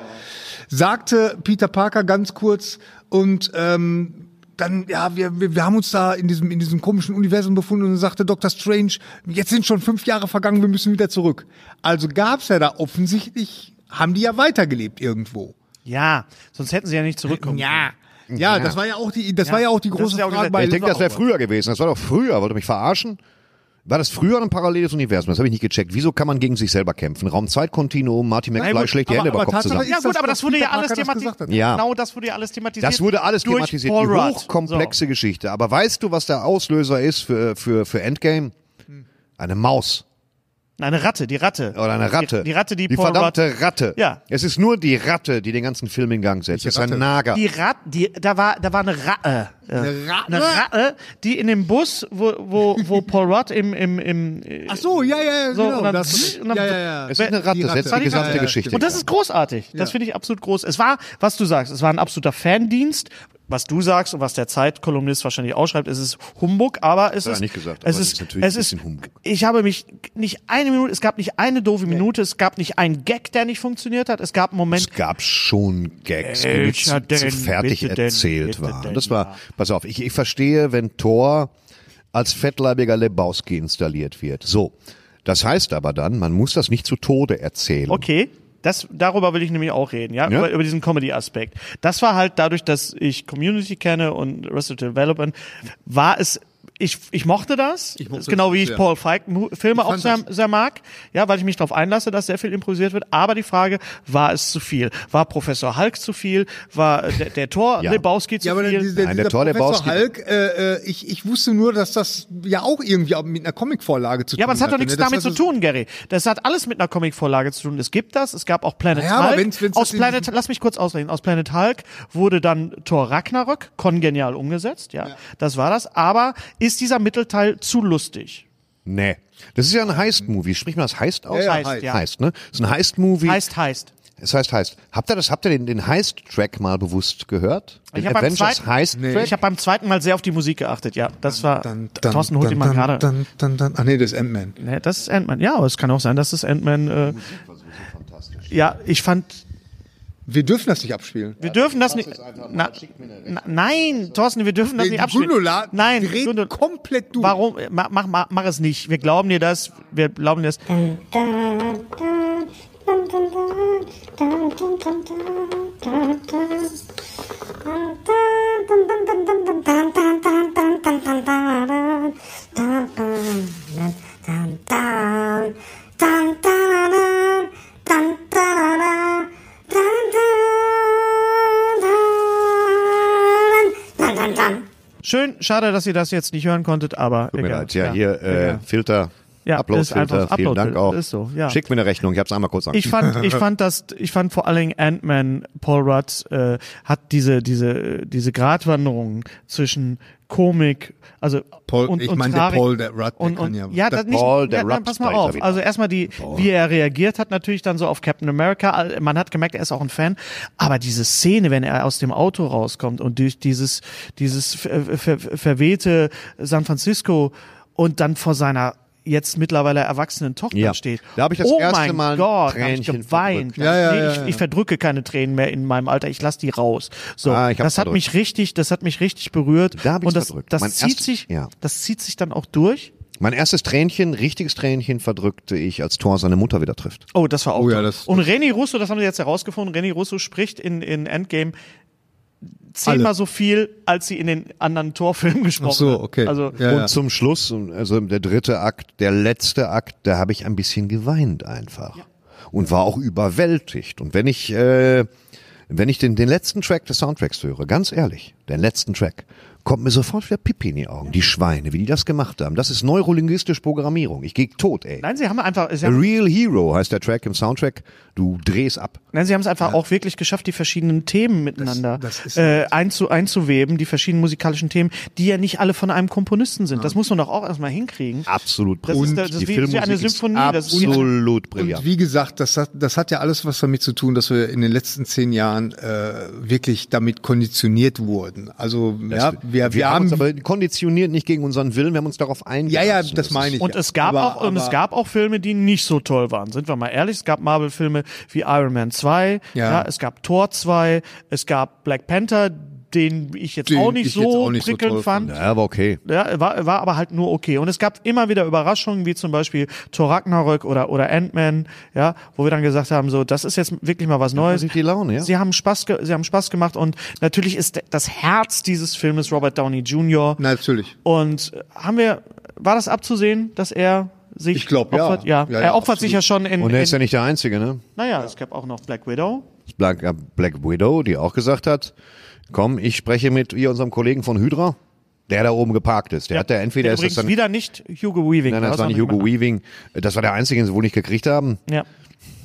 Speaker 4: sagte Peter Parker ganz kurz und ähm, dann, ja, wir, wir, wir haben uns da in diesem, in diesem komischen Universum befunden und dann sagte Dr. Strange, jetzt sind schon fünf Jahre vergangen, wir müssen wieder zurück. Also gab's ja da offensichtlich, haben die ja weitergelebt irgendwo.
Speaker 5: Ja, sonst hätten sie ja nicht zurückkommen.
Speaker 4: Ja. Ja, das war ja auch die, das war ja auch die
Speaker 5: Das
Speaker 4: große
Speaker 5: ist ja auch
Speaker 4: Frage
Speaker 5: gesagt-
Speaker 4: bei.
Speaker 1: Mhm. Ich denke, das wäre früher gewesen. Das war doch früher. Wollt ihr mich verarschen? War das früher ein paralleles Universum? Das habe ich nicht gecheckt. Wieso kann man gegen sich selber kämpfen? Raum-Zeit-Kontinuum, Marty
Speaker 4: Nein,
Speaker 1: McFly
Speaker 4: gut,
Speaker 1: schlägt die Hände über
Speaker 4: aber- aber
Speaker 1: Kopf
Speaker 4: Tatsache
Speaker 1: zusammen.
Speaker 4: ist-
Speaker 5: Ja gut,
Speaker 4: dass
Speaker 5: aber
Speaker 4: doch
Speaker 5: das wurde
Speaker 4: Peter
Speaker 5: ja alles
Speaker 4: Parker das gesagt
Speaker 5: thematisiert.
Speaker 4: hat.
Speaker 1: Ja.
Speaker 5: Genau das wurde ja alles thematisiert.
Speaker 1: Das wurde alles
Speaker 5: durch
Speaker 1: thematisiert.
Speaker 5: Paul
Speaker 1: Die
Speaker 5: Rudd.
Speaker 1: hochkomplexe Geschichte. Aber weißt du, was der Auslöser ist für, für, für Endgame?
Speaker 5: Hm.
Speaker 1: Eine Maus.
Speaker 5: So. Eine Ratte, die Ratte.
Speaker 1: Oder eine Ratte.
Speaker 5: Die, die Ratte, die,
Speaker 1: Die
Speaker 5: Paul
Speaker 1: verdammte
Speaker 5: Rudd.
Speaker 1: Ratte.
Speaker 5: Ja.
Speaker 1: Es ist nur die Ratte, die den ganzen Film in Gang setzt. Es ist ein
Speaker 4: Ratte.
Speaker 1: Nager.
Speaker 5: Die Ratte, die, da war, da war eine Ratte. Eine Ratte? Eine Ratte, die in dem Bus, wo, wo, wo Paul Rudd im, im, im,
Speaker 4: Ach so, ja, ja, ja,
Speaker 5: äh, So,
Speaker 4: genau.
Speaker 5: und dann-
Speaker 4: das,
Speaker 5: und dann-
Speaker 4: ja, ja, ja.
Speaker 1: Es ist eine Ratte.
Speaker 4: Die
Speaker 1: Das setzt die
Speaker 4: Ratte.
Speaker 1: gesamte
Speaker 4: Ja, ja,
Speaker 1: Geschichte.
Speaker 5: Und das ist großartig. Das finde ich absolut groß. Es war, was du sagst, es war ein absoluter Fandienst. Was du sagst und was der Zeitkolumnist wahrscheinlich ausschreibt, es ist Humbug, aber es
Speaker 1: hat er
Speaker 5: ist
Speaker 1: nicht gesagt,
Speaker 5: es
Speaker 1: aber es
Speaker 5: ist
Speaker 1: ist natürlich
Speaker 5: es
Speaker 1: ein
Speaker 5: ist
Speaker 1: bisschen Humbug.
Speaker 5: ich habe mich nicht eine Minute, es gab nicht eine doofe Minute, es gab nicht einen Gag, der nicht funktioniert hat, es gab einen Moment,
Speaker 1: Es gab schon Gags, die nicht
Speaker 5: Welcher
Speaker 1: zu, zu
Speaker 5: denn?
Speaker 1: fertig
Speaker 5: Bitte denn,
Speaker 1: erzählt
Speaker 5: bitte
Speaker 1: waren.
Speaker 5: denn,
Speaker 1: das war,
Speaker 5: ja.
Speaker 1: pass auf, ich, ich verstehe, wenn Thor als fettleibiger Lebowski installiert wird. So. Das heißt aber dann, man muss das nicht zu Tode erzählen.
Speaker 5: Okay. Das, darüber will ich nämlich auch reden, ja,
Speaker 1: Ja.
Speaker 5: Über, über diesen Comedy-Aspekt. Das war halt dadurch, dass ich Community kenne und Arrested Development, war es, ich, ich mochte das, ich
Speaker 4: mochte
Speaker 5: genau
Speaker 4: das,
Speaker 5: wie ich
Speaker 4: ja.
Speaker 5: Paul Feig Mu- Filme auch
Speaker 4: fand
Speaker 5: sehr,
Speaker 4: das-
Speaker 5: sehr mag, ja, weil ich mich darauf einlasse, dass sehr viel improvisiert wird, aber die Frage, war es zu viel? War Professor Hulk zu viel? War äh, der, der Tor
Speaker 1: Ja.
Speaker 5: Lebowski zu
Speaker 4: Ja, aber
Speaker 5: viel?
Speaker 4: dann dieser,
Speaker 1: Nein, der
Speaker 4: dieser
Speaker 1: Torle
Speaker 4: Professor
Speaker 1: Bauski-
Speaker 4: Hulk, äh, äh, ich, ich wusste nur, dass das ja auch irgendwie auch mit einer Comicvorlage zu
Speaker 5: Ja,
Speaker 4: tun
Speaker 5: aber das hat doch
Speaker 4: hatte,
Speaker 5: nichts
Speaker 4: ne? Das
Speaker 5: damit zu
Speaker 4: hat-
Speaker 5: tun, Gary. Das hat alles mit einer Comicvorlage zu tun. Es gibt das, es gab auch Planet
Speaker 4: Ja, aber
Speaker 5: Hulk.
Speaker 4: wenn's- wenn's
Speaker 5: aus
Speaker 4: das in
Speaker 5: Planet, lass mich kurz ausreden. Aus Planet Hulk wurde dann Thor Ragnarök kongenial umgesetzt, ja. Das war das. Aber ist dieser Mittelteil zu lustig?
Speaker 1: Nee. Das ist ja ein Heist-Movie. Spricht man das Heist aus?
Speaker 4: Ja, ja,
Speaker 5: Heist,
Speaker 4: Heist.
Speaker 5: ja.
Speaker 1: Heist, ne? Das ist ein Heist-Movie.
Speaker 5: Heißt, heißt.
Speaker 1: Es heißt Heist. Habt ihr das, habt ihr den, den Heist-Track mal bewusst gehört? Den
Speaker 5: Ich hab beim
Speaker 1: Avengers
Speaker 5: zweiten-
Speaker 1: Heist-Track?
Speaker 5: Ich habe beim zweiten Mal sehr auf die Musik geachtet, ja. Das war, Thorsten holt ihn mal
Speaker 4: dann,
Speaker 5: gerade.
Speaker 4: Dann, dann, dann, ah nee, das ist Ant-Man.
Speaker 5: Ne, Das ist Ant-Man. Ja, aber es kann auch sein, dass das Ant-Man, äh, ja, ich fand,
Speaker 4: Wir dürfen das nicht abspielen.
Speaker 5: Wir dürfen das nicht. Na, na, nein, Thorsten, wir dürfen das
Speaker 4: Wegen
Speaker 5: nicht abspielen.
Speaker 4: Gundula,
Speaker 5: nein,
Speaker 4: wir reden
Speaker 5: Gundula-
Speaker 4: komplett durch.
Speaker 5: Warum? äh, Mach, mach, mach, mach es nicht. Wir glauben dir das. Wir glauben dir das. Schön, schade, dass ihr das jetzt nicht hören konntet, aber.
Speaker 1: Tut mir
Speaker 5: egal.
Speaker 1: leid. Ja, hier, äh, Filter.
Speaker 5: Ja, ist
Speaker 1: Upload-Filter.
Speaker 5: einfach
Speaker 1: Vielen
Speaker 5: Upload-Filter.
Speaker 1: Dank auch.
Speaker 5: Ist so, ja.
Speaker 1: Schickt mir eine Rechnung. Ich hab's einmal kurz
Speaker 5: Ich fand, ich fand das, ich fand vor allen Dingen Ant-Man, Paul Rudd, äh, hat diese, diese, diese Gratwanderung zwischen Komik, also,
Speaker 4: Paul-
Speaker 5: und,
Speaker 4: ich
Speaker 5: und
Speaker 4: meine, der
Speaker 5: Tragik.
Speaker 4: Paul, der Rudd, der
Speaker 5: und,
Speaker 4: kann
Speaker 5: und,
Speaker 4: ja-
Speaker 5: ja,
Speaker 4: der
Speaker 5: das nicht,
Speaker 1: Paul, der
Speaker 5: ja, dann
Speaker 1: Rudd
Speaker 5: pass mal
Speaker 1: steigt da
Speaker 5: auf.
Speaker 1: wieder.
Speaker 5: Also erstmal die, wie er reagiert hat, natürlich dann so auf Captain America. Man hat gemerkt, er ist auch ein Fan. Aber diese Szene, wenn er aus dem Auto rauskommt und durch dieses, dieses ver ver verwehte San Francisco und dann vor seiner jetzt mittlerweile erwachsenen Tochter
Speaker 1: Ja.
Speaker 5: steht.
Speaker 1: Da hab ich das
Speaker 5: oh
Speaker 1: erste
Speaker 5: mein
Speaker 1: Mal ein
Speaker 5: Gott, hab ich
Speaker 1: Tränchen
Speaker 5: geweint.
Speaker 1: verdrückt.
Speaker 4: Ja, ja,
Speaker 5: nee,
Speaker 4: ja,
Speaker 5: ich,
Speaker 4: ja.
Speaker 5: ich verdrücke keine Tränen mehr in meinem Alter. Ich lasse die raus. So,
Speaker 1: Ah, ich hab's
Speaker 5: das hat
Speaker 1: verdrückt.
Speaker 5: mich richtig, das hat mich richtig berührt.
Speaker 1: Da hab ich's
Speaker 5: und das,
Speaker 1: verdrückt.
Speaker 5: das
Speaker 1: Mein
Speaker 5: zieht
Speaker 1: erstes-
Speaker 5: sich,
Speaker 1: ja.
Speaker 5: das zieht sich dann auch durch.
Speaker 1: mein erstes Tränchen, richtiges Tränchen verdrückte ich, als Thor seine Mutter wieder trifft.
Speaker 5: Oh, das war auch.
Speaker 4: Oh ja,
Speaker 5: toll.
Speaker 4: das-
Speaker 5: und René Russo, das haben sie jetzt herausgefunden, René Russo spricht in, in Endgame zehnmal
Speaker 4: Alle.
Speaker 5: so viel, als sie in den anderen Torfilmen gesprochen
Speaker 4: Ach so,
Speaker 5: hat.
Speaker 4: okay.
Speaker 5: Also,
Speaker 4: Ja,
Speaker 1: und
Speaker 4: ja.
Speaker 1: zum Schluss, also der dritte Akt, der letzte Akt, da habe ich ein bisschen geweint einfach. Und war auch überwältigt. Und wenn ich, äh, wenn ich den, den letzten Track des Soundtracks höre, ganz ehrlich, den letzten Track, kommt mir sofort wieder Pipi in die Augen. Die Schweine, wie die das gemacht haben. Das ist neurolinguistische Programmierung. Ich gehe tot, ey.
Speaker 5: Nein, sie haben einfach, sie
Speaker 1: A
Speaker 5: haben
Speaker 1: Real Hero heißt der Track im Soundtrack. Du drehst ab.
Speaker 5: Nein, sie haben es einfach auch wirklich geschafft, die verschiedenen Themen miteinander
Speaker 4: das ist- halt-
Speaker 5: äh, einzu, einzuweben, die verschiedenen musikalischen Themen, die ja nicht alle von einem Komponisten sind. Das muss man doch auch erstmal hinkriegen.
Speaker 1: Absolut
Speaker 5: Das ist
Speaker 1: brillant.
Speaker 5: der- das ist
Speaker 1: die
Speaker 5: wie-
Speaker 1: Filmmusik
Speaker 5: wie eine Symphonie, das
Speaker 1: Ist
Speaker 5: ist wie eine-
Speaker 1: absolut
Speaker 4: Und
Speaker 1: brillant.
Speaker 4: wie gesagt, das hat, das hat ja alles was damit zu tun, dass wir in den letzten zehn Jahren äh, wirklich damit konditioniert wurden. Also ja, wir, wir,
Speaker 1: wir haben
Speaker 4: haben,
Speaker 1: uns aber konditioniert nicht gegen unseren Willen, wir haben uns darauf
Speaker 4: ja,
Speaker 1: eingelassen.
Speaker 4: ja, das meine ich.
Speaker 5: Und
Speaker 4: ja.
Speaker 5: es gab
Speaker 4: aber,
Speaker 5: auch und es gab auch Filme, die nicht so toll waren. Sind wir mal ehrlich, es gab Marvel Filme wie Iron Man 2, ja.
Speaker 4: Ja.
Speaker 5: es gab Thor 2, es gab Black Panther, den ich jetzt
Speaker 4: Den
Speaker 5: auch nicht
Speaker 4: ich jetzt
Speaker 5: so
Speaker 4: auch nicht so
Speaker 5: prickelnd
Speaker 4: toll
Speaker 5: fand.
Speaker 4: fand,
Speaker 1: Ja, aber okay.
Speaker 5: Ja, war, war aber halt nur okay. Und es gab immer wieder Überraschungen, wie zum Beispiel Thor Ragnarök oder, oder Ant-Man, ja, wo wir dann gesagt haben, so, das ist jetzt wirklich mal was Neues.
Speaker 1: sich die Laune, ja.
Speaker 5: Sie haben Spaß, ge sie haben Spaß gemacht und natürlich ist das Herz dieses Filmes Robert Downey Jr.
Speaker 4: Na, natürlich.
Speaker 5: Und haben wir, war das abzusehen, dass er sich
Speaker 4: Ich glaub, ja.
Speaker 5: opfert? Ja.
Speaker 4: Ja, ja,
Speaker 5: er opfert
Speaker 4: absolut.
Speaker 5: sich ja schon in,
Speaker 1: Und er ist ja
Speaker 5: in
Speaker 1: nicht der Einzige, ne?
Speaker 5: naja, es gab auch noch Black Widow.
Speaker 1: Black, äh, Black Widow, die auch gesagt hat, komm, ich spreche mit ihr, unserem Kollegen von Hydra, der da oben geparkt ist. Der hat da entweder
Speaker 5: der
Speaker 1: ist das
Speaker 5: übrigens
Speaker 1: dann,
Speaker 5: wieder nicht Hugo Weaving.
Speaker 1: nein, das
Speaker 5: Was
Speaker 1: war
Speaker 5: haben
Speaker 1: nicht
Speaker 5: wir
Speaker 1: Hugo
Speaker 5: gemacht?
Speaker 1: Weaving, das war der Einzige, den sie wohl nicht gekriegt haben.
Speaker 5: Ja.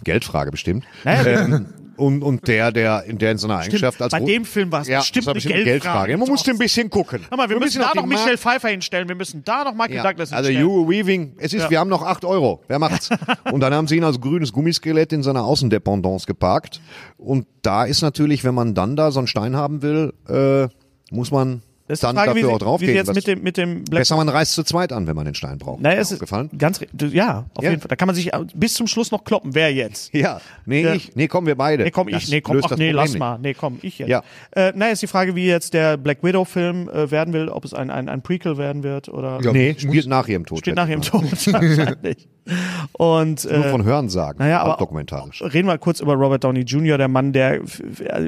Speaker 1: Geldfrage bestimmt. Ähm,
Speaker 5: Naja,
Speaker 1: Und, und der, der, der in seiner Eigenschaft als
Speaker 5: bei
Speaker 1: Ro-
Speaker 5: dem Film war es
Speaker 1: also ja, das
Speaker 5: bestimmt
Speaker 1: war
Speaker 5: eine
Speaker 1: bestimmt eine
Speaker 5: Geldfrage.
Speaker 1: Geldfrage. Man musste ein bisschen gucken.
Speaker 5: Hör mal, wir, müssen, da
Speaker 1: auf die
Speaker 5: noch Michelle
Speaker 1: Mark-
Speaker 5: Pfeiffer hinstellen, wir müssen da noch Michael
Speaker 1: Ja,
Speaker 5: Douglas
Speaker 1: also
Speaker 5: hinstellen.
Speaker 1: Hugo Weaving, es ist, wir haben noch 8 Euro, wer macht's? und dann haben sie ihn als grünes Gummiskelett in seiner Außendependance geparkt. Und da ist natürlich, wenn man dann da so einen Stein haben will, äh, muss man
Speaker 5: Das ist
Speaker 1: Dann
Speaker 5: die Frage,
Speaker 1: dafür
Speaker 5: wie, sie-
Speaker 1: auch draufgehen,
Speaker 5: Wie sie jetzt
Speaker 1: was-
Speaker 5: mit dem, mit dem Black
Speaker 1: Besser man reist zu zweit an, wenn man den Stein braucht.
Speaker 5: Naja, es
Speaker 1: Ist mir
Speaker 5: ist
Speaker 1: aufgefallen?
Speaker 5: ganz, re- du- ja, auf
Speaker 1: Ja.
Speaker 5: jeden Fall. Da kann man sich äh, bis zum Schluss noch kloppen. Wer jetzt?
Speaker 1: Ja, nee,
Speaker 5: Ja.
Speaker 1: ich, nee, komm, wir beide.
Speaker 5: Nee, komm, ich,
Speaker 1: Das
Speaker 5: nee, komm,
Speaker 1: löst
Speaker 5: ach,
Speaker 1: das
Speaker 5: nee,
Speaker 1: Problem
Speaker 5: lass
Speaker 1: nicht.
Speaker 5: mal. Nee, komm, ich jetzt.
Speaker 1: Ja.
Speaker 5: Äh, naja, ist die Frage, wie jetzt der Black Widow-Film äh, werden will, ob es ein, ein, ein Prequel werden wird oder
Speaker 4: Ja.
Speaker 1: Nee, spielt nach ihrem Tod.
Speaker 5: spielt
Speaker 1: schätze
Speaker 5: nach ihrem
Speaker 1: ich
Speaker 5: Tod wahrscheinlich. Und,
Speaker 1: mal. Nur
Speaker 5: äh,
Speaker 1: von Hörensagen,
Speaker 5: naja, aber-
Speaker 1: dokumentarisch.
Speaker 5: Reden wir kurz über Robert Downey Jr., der Mann, der,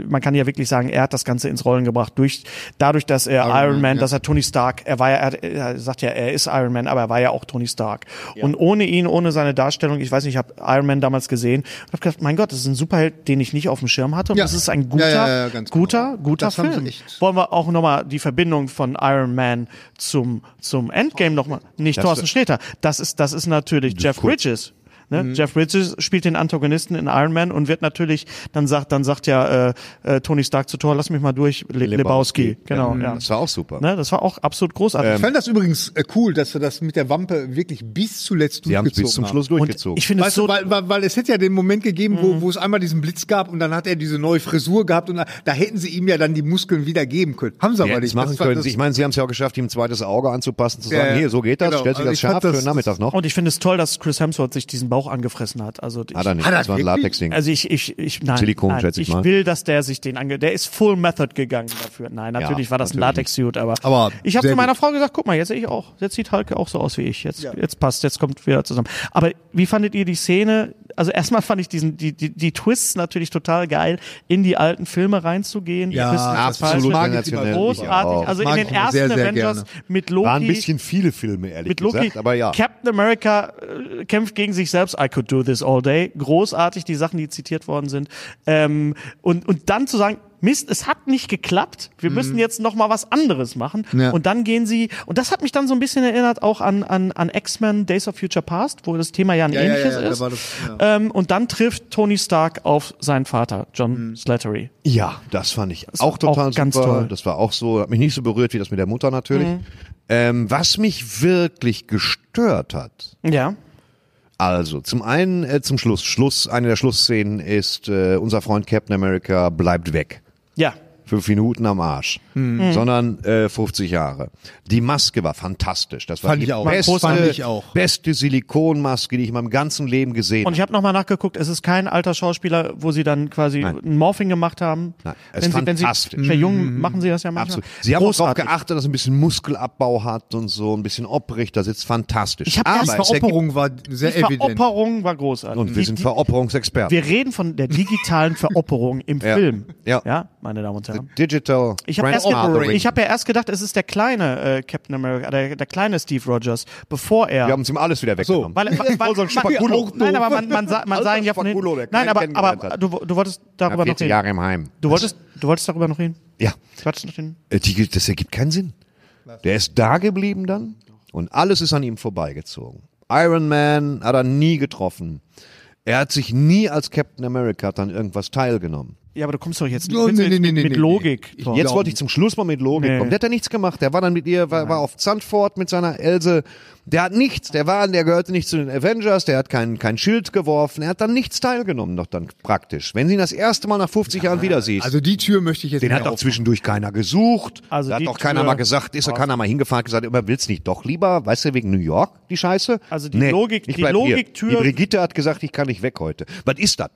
Speaker 5: man kann ja wirklich sagen, er hat das Ganze ins Rollen gebracht. Durch, dadurch, dass er Iron, Man, dass er Tony Stark, er war ja, er, er sagt ja, er ist Iron Man, aber er war ja auch Tony Stark. Und ohne ihn, ohne seine Darstellung, ich weiß nicht, ich habe Iron Man damals gesehen und habe gedacht, mein Gott, das ist ein Superheld, den ich nicht auf dem Schirm hatte. Und
Speaker 4: Ja.
Speaker 5: das ist ein guter,
Speaker 4: Ja, ja, ja, ganz
Speaker 5: guter,
Speaker 4: genau.
Speaker 5: guter
Speaker 4: Das haben sie
Speaker 5: Film.
Speaker 4: echt.
Speaker 5: Wollen wir auch nochmal die Verbindung von Iron Man zum, zum Endgame nochmal, nicht
Speaker 1: Das-
Speaker 5: Thorsten Sträter. Das ist, das ist natürlich Jeff Bridges. Ne? Jeff Bridges spielt den Antagonisten in Iron Man und wird natürlich, dann sagt, dann sagt ja äh, äh, Tony Stark zu Thor, lass mich mal durch, Le Lebowski. Genau, ja.
Speaker 1: Mhm, Das war auch super.
Speaker 5: Ne? Das war auch absolut großartig.
Speaker 4: Ich fand das übrigens äh, cool, dass wir das mit der Wampe wirklich bis zuletzt
Speaker 1: Sie haben es
Speaker 4: durchgezogen
Speaker 1: bis zum
Speaker 4: haben.
Speaker 1: Schluss
Speaker 5: und
Speaker 1: durchgezogen.
Speaker 5: ich finde es
Speaker 4: Weißt
Speaker 5: so,
Speaker 4: du, weil, weil, weil es hätte ja den Moment gegeben, wo, wo es einmal diesen Blitz gab und dann hat er diese neue Frisur gehabt und da, da hätten sie ihm ja dann die Muskeln wieder geben können. Haben sie
Speaker 1: Ja,
Speaker 4: aber
Speaker 1: hätten es
Speaker 4: nicht.
Speaker 1: machen
Speaker 4: Das war-
Speaker 1: können.
Speaker 4: das-
Speaker 1: Ich meine, sie haben es ja auch geschafft, ihm ein zweites Auge anzupassen, zu sagen,
Speaker 4: Ja, ja.
Speaker 1: hier, so geht das,
Speaker 4: Genau.
Speaker 1: stellt sich
Speaker 4: Also
Speaker 1: das
Speaker 4: ich fand
Speaker 1: scharf für
Speaker 4: das-
Speaker 1: den Nachmittag noch.
Speaker 5: und ich finde es toll, dass Chris Hemsworth sich diesen Bauch angefressen hat. Also ich,
Speaker 1: Hat er nicht,
Speaker 4: Hat er
Speaker 1: das war ein
Speaker 4: wirklich?
Speaker 1: Latexding.
Speaker 5: Also ich, ich, ich, nein.
Speaker 1: Silikon,
Speaker 5: nein,
Speaker 1: schätze ich mal.
Speaker 5: will, dass der sich den ange, der ist Full Method gegangen dafür. Nein, natürlich
Speaker 1: Ja,
Speaker 5: war das ein
Speaker 1: natürlich.
Speaker 5: Latex-Suit, aber,
Speaker 4: Aber
Speaker 5: ich habe
Speaker 4: sehr
Speaker 5: zu meiner
Speaker 4: gut.
Speaker 5: Frau gesagt, guck mal, jetzt sehe ich auch, jetzt sieht Hulk auch so aus wie ich. Jetzt, jetzt passt, jetzt kommt wieder zusammen. Aber wie fandet ihr die Szene? Also erstmal fand ich diesen, die, die, die Twists natürlich total geil, in die alten Filme reinzugehen.
Speaker 4: Ja,
Speaker 5: Die Twists des
Speaker 1: absolut
Speaker 5: Falschen.
Speaker 1: sensationell.
Speaker 5: Großartig.
Speaker 1: Ich
Speaker 5: Also in
Speaker 4: Mag
Speaker 5: den
Speaker 4: ich auch
Speaker 5: ersten
Speaker 4: sehr, sehr
Speaker 5: Avengers
Speaker 4: gerne.
Speaker 5: mit Loki.
Speaker 1: War ein bisschen viele Filme, ehrlich
Speaker 5: Mit Loki,
Speaker 1: gesagt, aber ja.
Speaker 5: Captain America äh, kämpft gegen sich selbst. I could do this all day. Großartig, die Sachen, die zitiert worden sind. Ähm, und, und dann zu sagen, Mist, es hat nicht geklappt. Wir müssen jetzt noch mal was anderes machen.
Speaker 4: Mhm. Ja.
Speaker 5: Und dann gehen sie, und das hat mich dann so ein bisschen erinnert auch an, an, an X-Men Days of Future Past, wo das Thema ja ein
Speaker 4: Ja, ja,
Speaker 5: ähnliches
Speaker 4: ja, da
Speaker 5: ist.
Speaker 4: war das-
Speaker 5: ähm, und dann trifft Tony Stark auf seinen Vater, John
Speaker 4: Mhm.
Speaker 5: Slattery.
Speaker 1: Ja, das fand ich auch total
Speaker 5: auch ganz
Speaker 1: super.
Speaker 5: toll. Mhm.
Speaker 1: Das war auch so, hat mich nicht so berührt wie das mit der Mutter natürlich. Ähm, was mich wirklich gestört hat,
Speaker 5: Ja.
Speaker 1: also zum einen äh, zum Schluss, Schluss, eine der Schlussszenen ist, äh, unser Freund Captain America bleibt weg.
Speaker 5: Ja.
Speaker 1: Fünf Minuten am Arsch,
Speaker 4: Hm.
Speaker 5: Hm.
Speaker 1: sondern äh, 50 Jahre. Die Maske war fantastisch. Das war
Speaker 4: Fand
Speaker 1: die
Speaker 4: ich auch.
Speaker 1: Beste,
Speaker 4: Fand ich auch.
Speaker 1: beste Silikonmaske, die ich in meinem ganzen Leben gesehen
Speaker 5: Und
Speaker 1: habe.
Speaker 5: ich habe nochmal nachgeguckt, es ist kein alter Schauspieler, wo sie dann quasi ein Morphing gemacht haben.
Speaker 1: Nein, es ist
Speaker 5: sie, wenn sie
Speaker 1: fantastisch.
Speaker 5: sehr jung machen sie das ja manchmal.
Speaker 1: Absolut. Sie haben auch darauf
Speaker 5: Großartig.
Speaker 1: geachtet, dass er ein bisschen Muskelabbau hat und so, ein bisschen opprichter sitzt. Fantastisch.
Speaker 5: Ich hab
Speaker 1: Aber
Speaker 5: erst
Speaker 1: es
Speaker 5: mal
Speaker 1: ergibt
Speaker 4: Veropperung war
Speaker 5: Die
Speaker 4: sehr evident.
Speaker 5: Veropperung war großartig.
Speaker 1: Und wir
Speaker 5: Die-
Speaker 1: sind
Speaker 5: die-
Speaker 1: Veropperungsexperten.
Speaker 5: Wir reden von der digitalen Veropperung im
Speaker 1: Ja.
Speaker 5: Film.
Speaker 1: Ja.
Speaker 5: ja, meine Damen und
Speaker 1: Äh,
Speaker 5: Herren.
Speaker 1: Digital.
Speaker 5: Ich habe erst,
Speaker 1: Brand
Speaker 5: ge-
Speaker 1: Marketing.
Speaker 5: ich hab ja erst gedacht, es ist der kleine äh, Captain America, der, der kleine Steve Rogers, bevor er.
Speaker 1: Wir haben es ihm alles wieder weggenommen.
Speaker 5: Weil, weil, weil,
Speaker 1: so ein Spaculo.
Speaker 5: man, nein, aber man, man, sah, man sah ihn ja von
Speaker 1: Spaculo,
Speaker 5: hinten.
Speaker 1: der keinen
Speaker 5: Nein, aber,
Speaker 1: kennengelernt
Speaker 5: aber
Speaker 1: hat.
Speaker 5: du, du wolltest darüber
Speaker 1: Ja,
Speaker 5: noch
Speaker 1: 40
Speaker 5: reden.
Speaker 1: Jahre im Heim.
Speaker 5: Du wolltest, du wolltest darüber noch reden?
Speaker 1: Ja.
Speaker 5: Du hattest noch den
Speaker 1: Äh, Die, das ergibt keinen Sinn. Der ist da geblieben dann und alles ist an ihm vorbeigezogen. Iron Man hat er nie getroffen. Er hat sich nie als Captain America dann irgendwas teilgenommen.
Speaker 5: Ja, aber du kommst doch jetzt
Speaker 4: No,
Speaker 5: willst
Speaker 4: nee,
Speaker 5: du
Speaker 4: nee,
Speaker 5: jetzt
Speaker 4: nee,
Speaker 5: mit,
Speaker 4: nee,
Speaker 5: mit
Speaker 4: nee.
Speaker 5: Logik.
Speaker 4: Ich-
Speaker 5: Thorsten.
Speaker 1: Jetzt wollte ich zum Schluss mal mit Logik
Speaker 5: Nee.
Speaker 1: kommen. Der hat ja nichts gemacht. Der war dann mit ihr, war, war auf Zandvoort mit seiner Else. Der hat nichts. Der war, der gehörte nicht zu den Avengers. Der hat kein, kein Schild geworfen. Er hat dann nichts teilgenommen, noch dann praktisch. Wenn sie ihn das erste Mal nach 50 Jahren wieder sieht.
Speaker 4: Also die Tür möchte ich jetzt
Speaker 1: den
Speaker 4: nicht
Speaker 1: hat doch
Speaker 4: auf-
Speaker 1: zwischendurch keiner gesucht.
Speaker 5: Also
Speaker 1: da hat
Speaker 5: die
Speaker 1: doch keiner
Speaker 5: Tür-
Speaker 1: mal gesagt, ist da keiner mal hingefahren, hat gesagt, immer willst nicht doch lieber, weißt du, wegen New York, die Scheiße?
Speaker 5: Also die Logik-
Speaker 1: ich
Speaker 5: die
Speaker 1: bleib hier.
Speaker 5: Logiktür-
Speaker 1: Die Brigitte hat gesagt, ich kann nicht weg heute. Was ist das?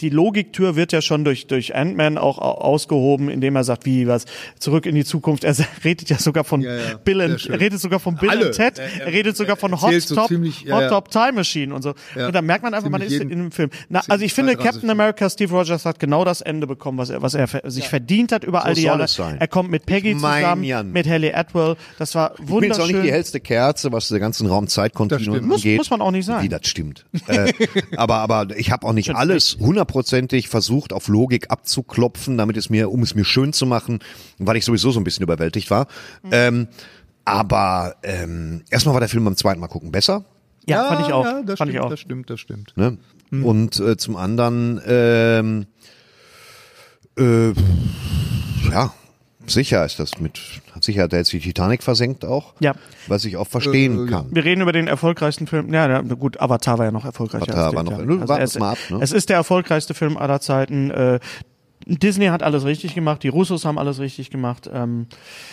Speaker 5: Die Logiktür wird ja schon durch, durch Ant-Man auch au- ausgehoben, indem er sagt, wie was, zurück in die Zukunft. Er redet ja sogar von
Speaker 4: Ja, ja,
Speaker 5: Bill
Speaker 4: sehr
Speaker 5: and,
Speaker 4: schön.
Speaker 5: er redet sogar von Bill
Speaker 4: Alle.
Speaker 5: and Ted,
Speaker 4: Er- er-
Speaker 5: er redet sogar von
Speaker 4: er
Speaker 5: Hot,
Speaker 4: erzählt so
Speaker 5: Top,
Speaker 4: ziemlich- ja,
Speaker 5: Hot
Speaker 4: ja.
Speaker 5: Top Time Machine und so.
Speaker 4: Ja.
Speaker 5: und dann merkt man einfach, man ist
Speaker 4: Ziemlich
Speaker 5: in
Speaker 4: jeden-
Speaker 5: dem Film. Na, also ich
Speaker 4: ziemlich
Speaker 5: finde,
Speaker 4: zeitreise-
Speaker 5: Captain America, Steve Rogers hat genau das Ende bekommen, was er, was er ver- sich verdient hat über all die
Speaker 1: soll
Speaker 5: Jahre.
Speaker 1: es sein.
Speaker 5: Er kommt mit Peggy
Speaker 1: Ich mein,
Speaker 5: zusammen,
Speaker 1: Jan.
Speaker 5: mit Halle Atwell. Das war
Speaker 1: Ich bin jetzt auch
Speaker 5: wunderschön.
Speaker 1: nicht die hellste Kerze, was den ganzen Raum
Speaker 4: Das
Speaker 1: Zeitkontinuum
Speaker 4: stimmt.
Speaker 5: Muss-
Speaker 1: angeht.
Speaker 5: muss man auch nicht sein.
Speaker 1: Wie das stimmt. äh, aber, aber ich habe auch nicht alles hundertprozentig versucht, auf Logik abzuklopfen, damit es mir, um es mir schön zu machen, weil ich sowieso so ein bisschen überwältigt war.
Speaker 5: Hm.
Speaker 1: Ähm, aber ähm, erstmal war der Film beim zweiten Mal gucken besser.
Speaker 5: ja, fand ich auch.
Speaker 4: Ja, das
Speaker 5: fand
Speaker 4: stimmt,
Speaker 5: ich auch.
Speaker 4: das stimmt, das stimmt.
Speaker 1: Ne?
Speaker 5: Mhm.
Speaker 1: Und äh, zum anderen, ähm, äh, ja, sicher ist das mit, sicher hat er jetzt die Titanic versenkt auch.
Speaker 5: Ja.
Speaker 1: Was ich auch verstehen kann.
Speaker 5: Wir reden über den erfolgreichsten Film. Ja, na, gut, Avatar war ja noch erfolgreicher.
Speaker 1: Avatar
Speaker 5: als
Speaker 1: war
Speaker 5: der
Speaker 1: noch-
Speaker 5: Titanic.
Speaker 1: Nun, warten
Speaker 5: es,
Speaker 1: wir mal ab, ne?
Speaker 5: es ist der erfolgreichste Film aller Zeiten. Äh, Disney hat alles richtig gemacht, die Russos haben alles richtig gemacht. Ähm,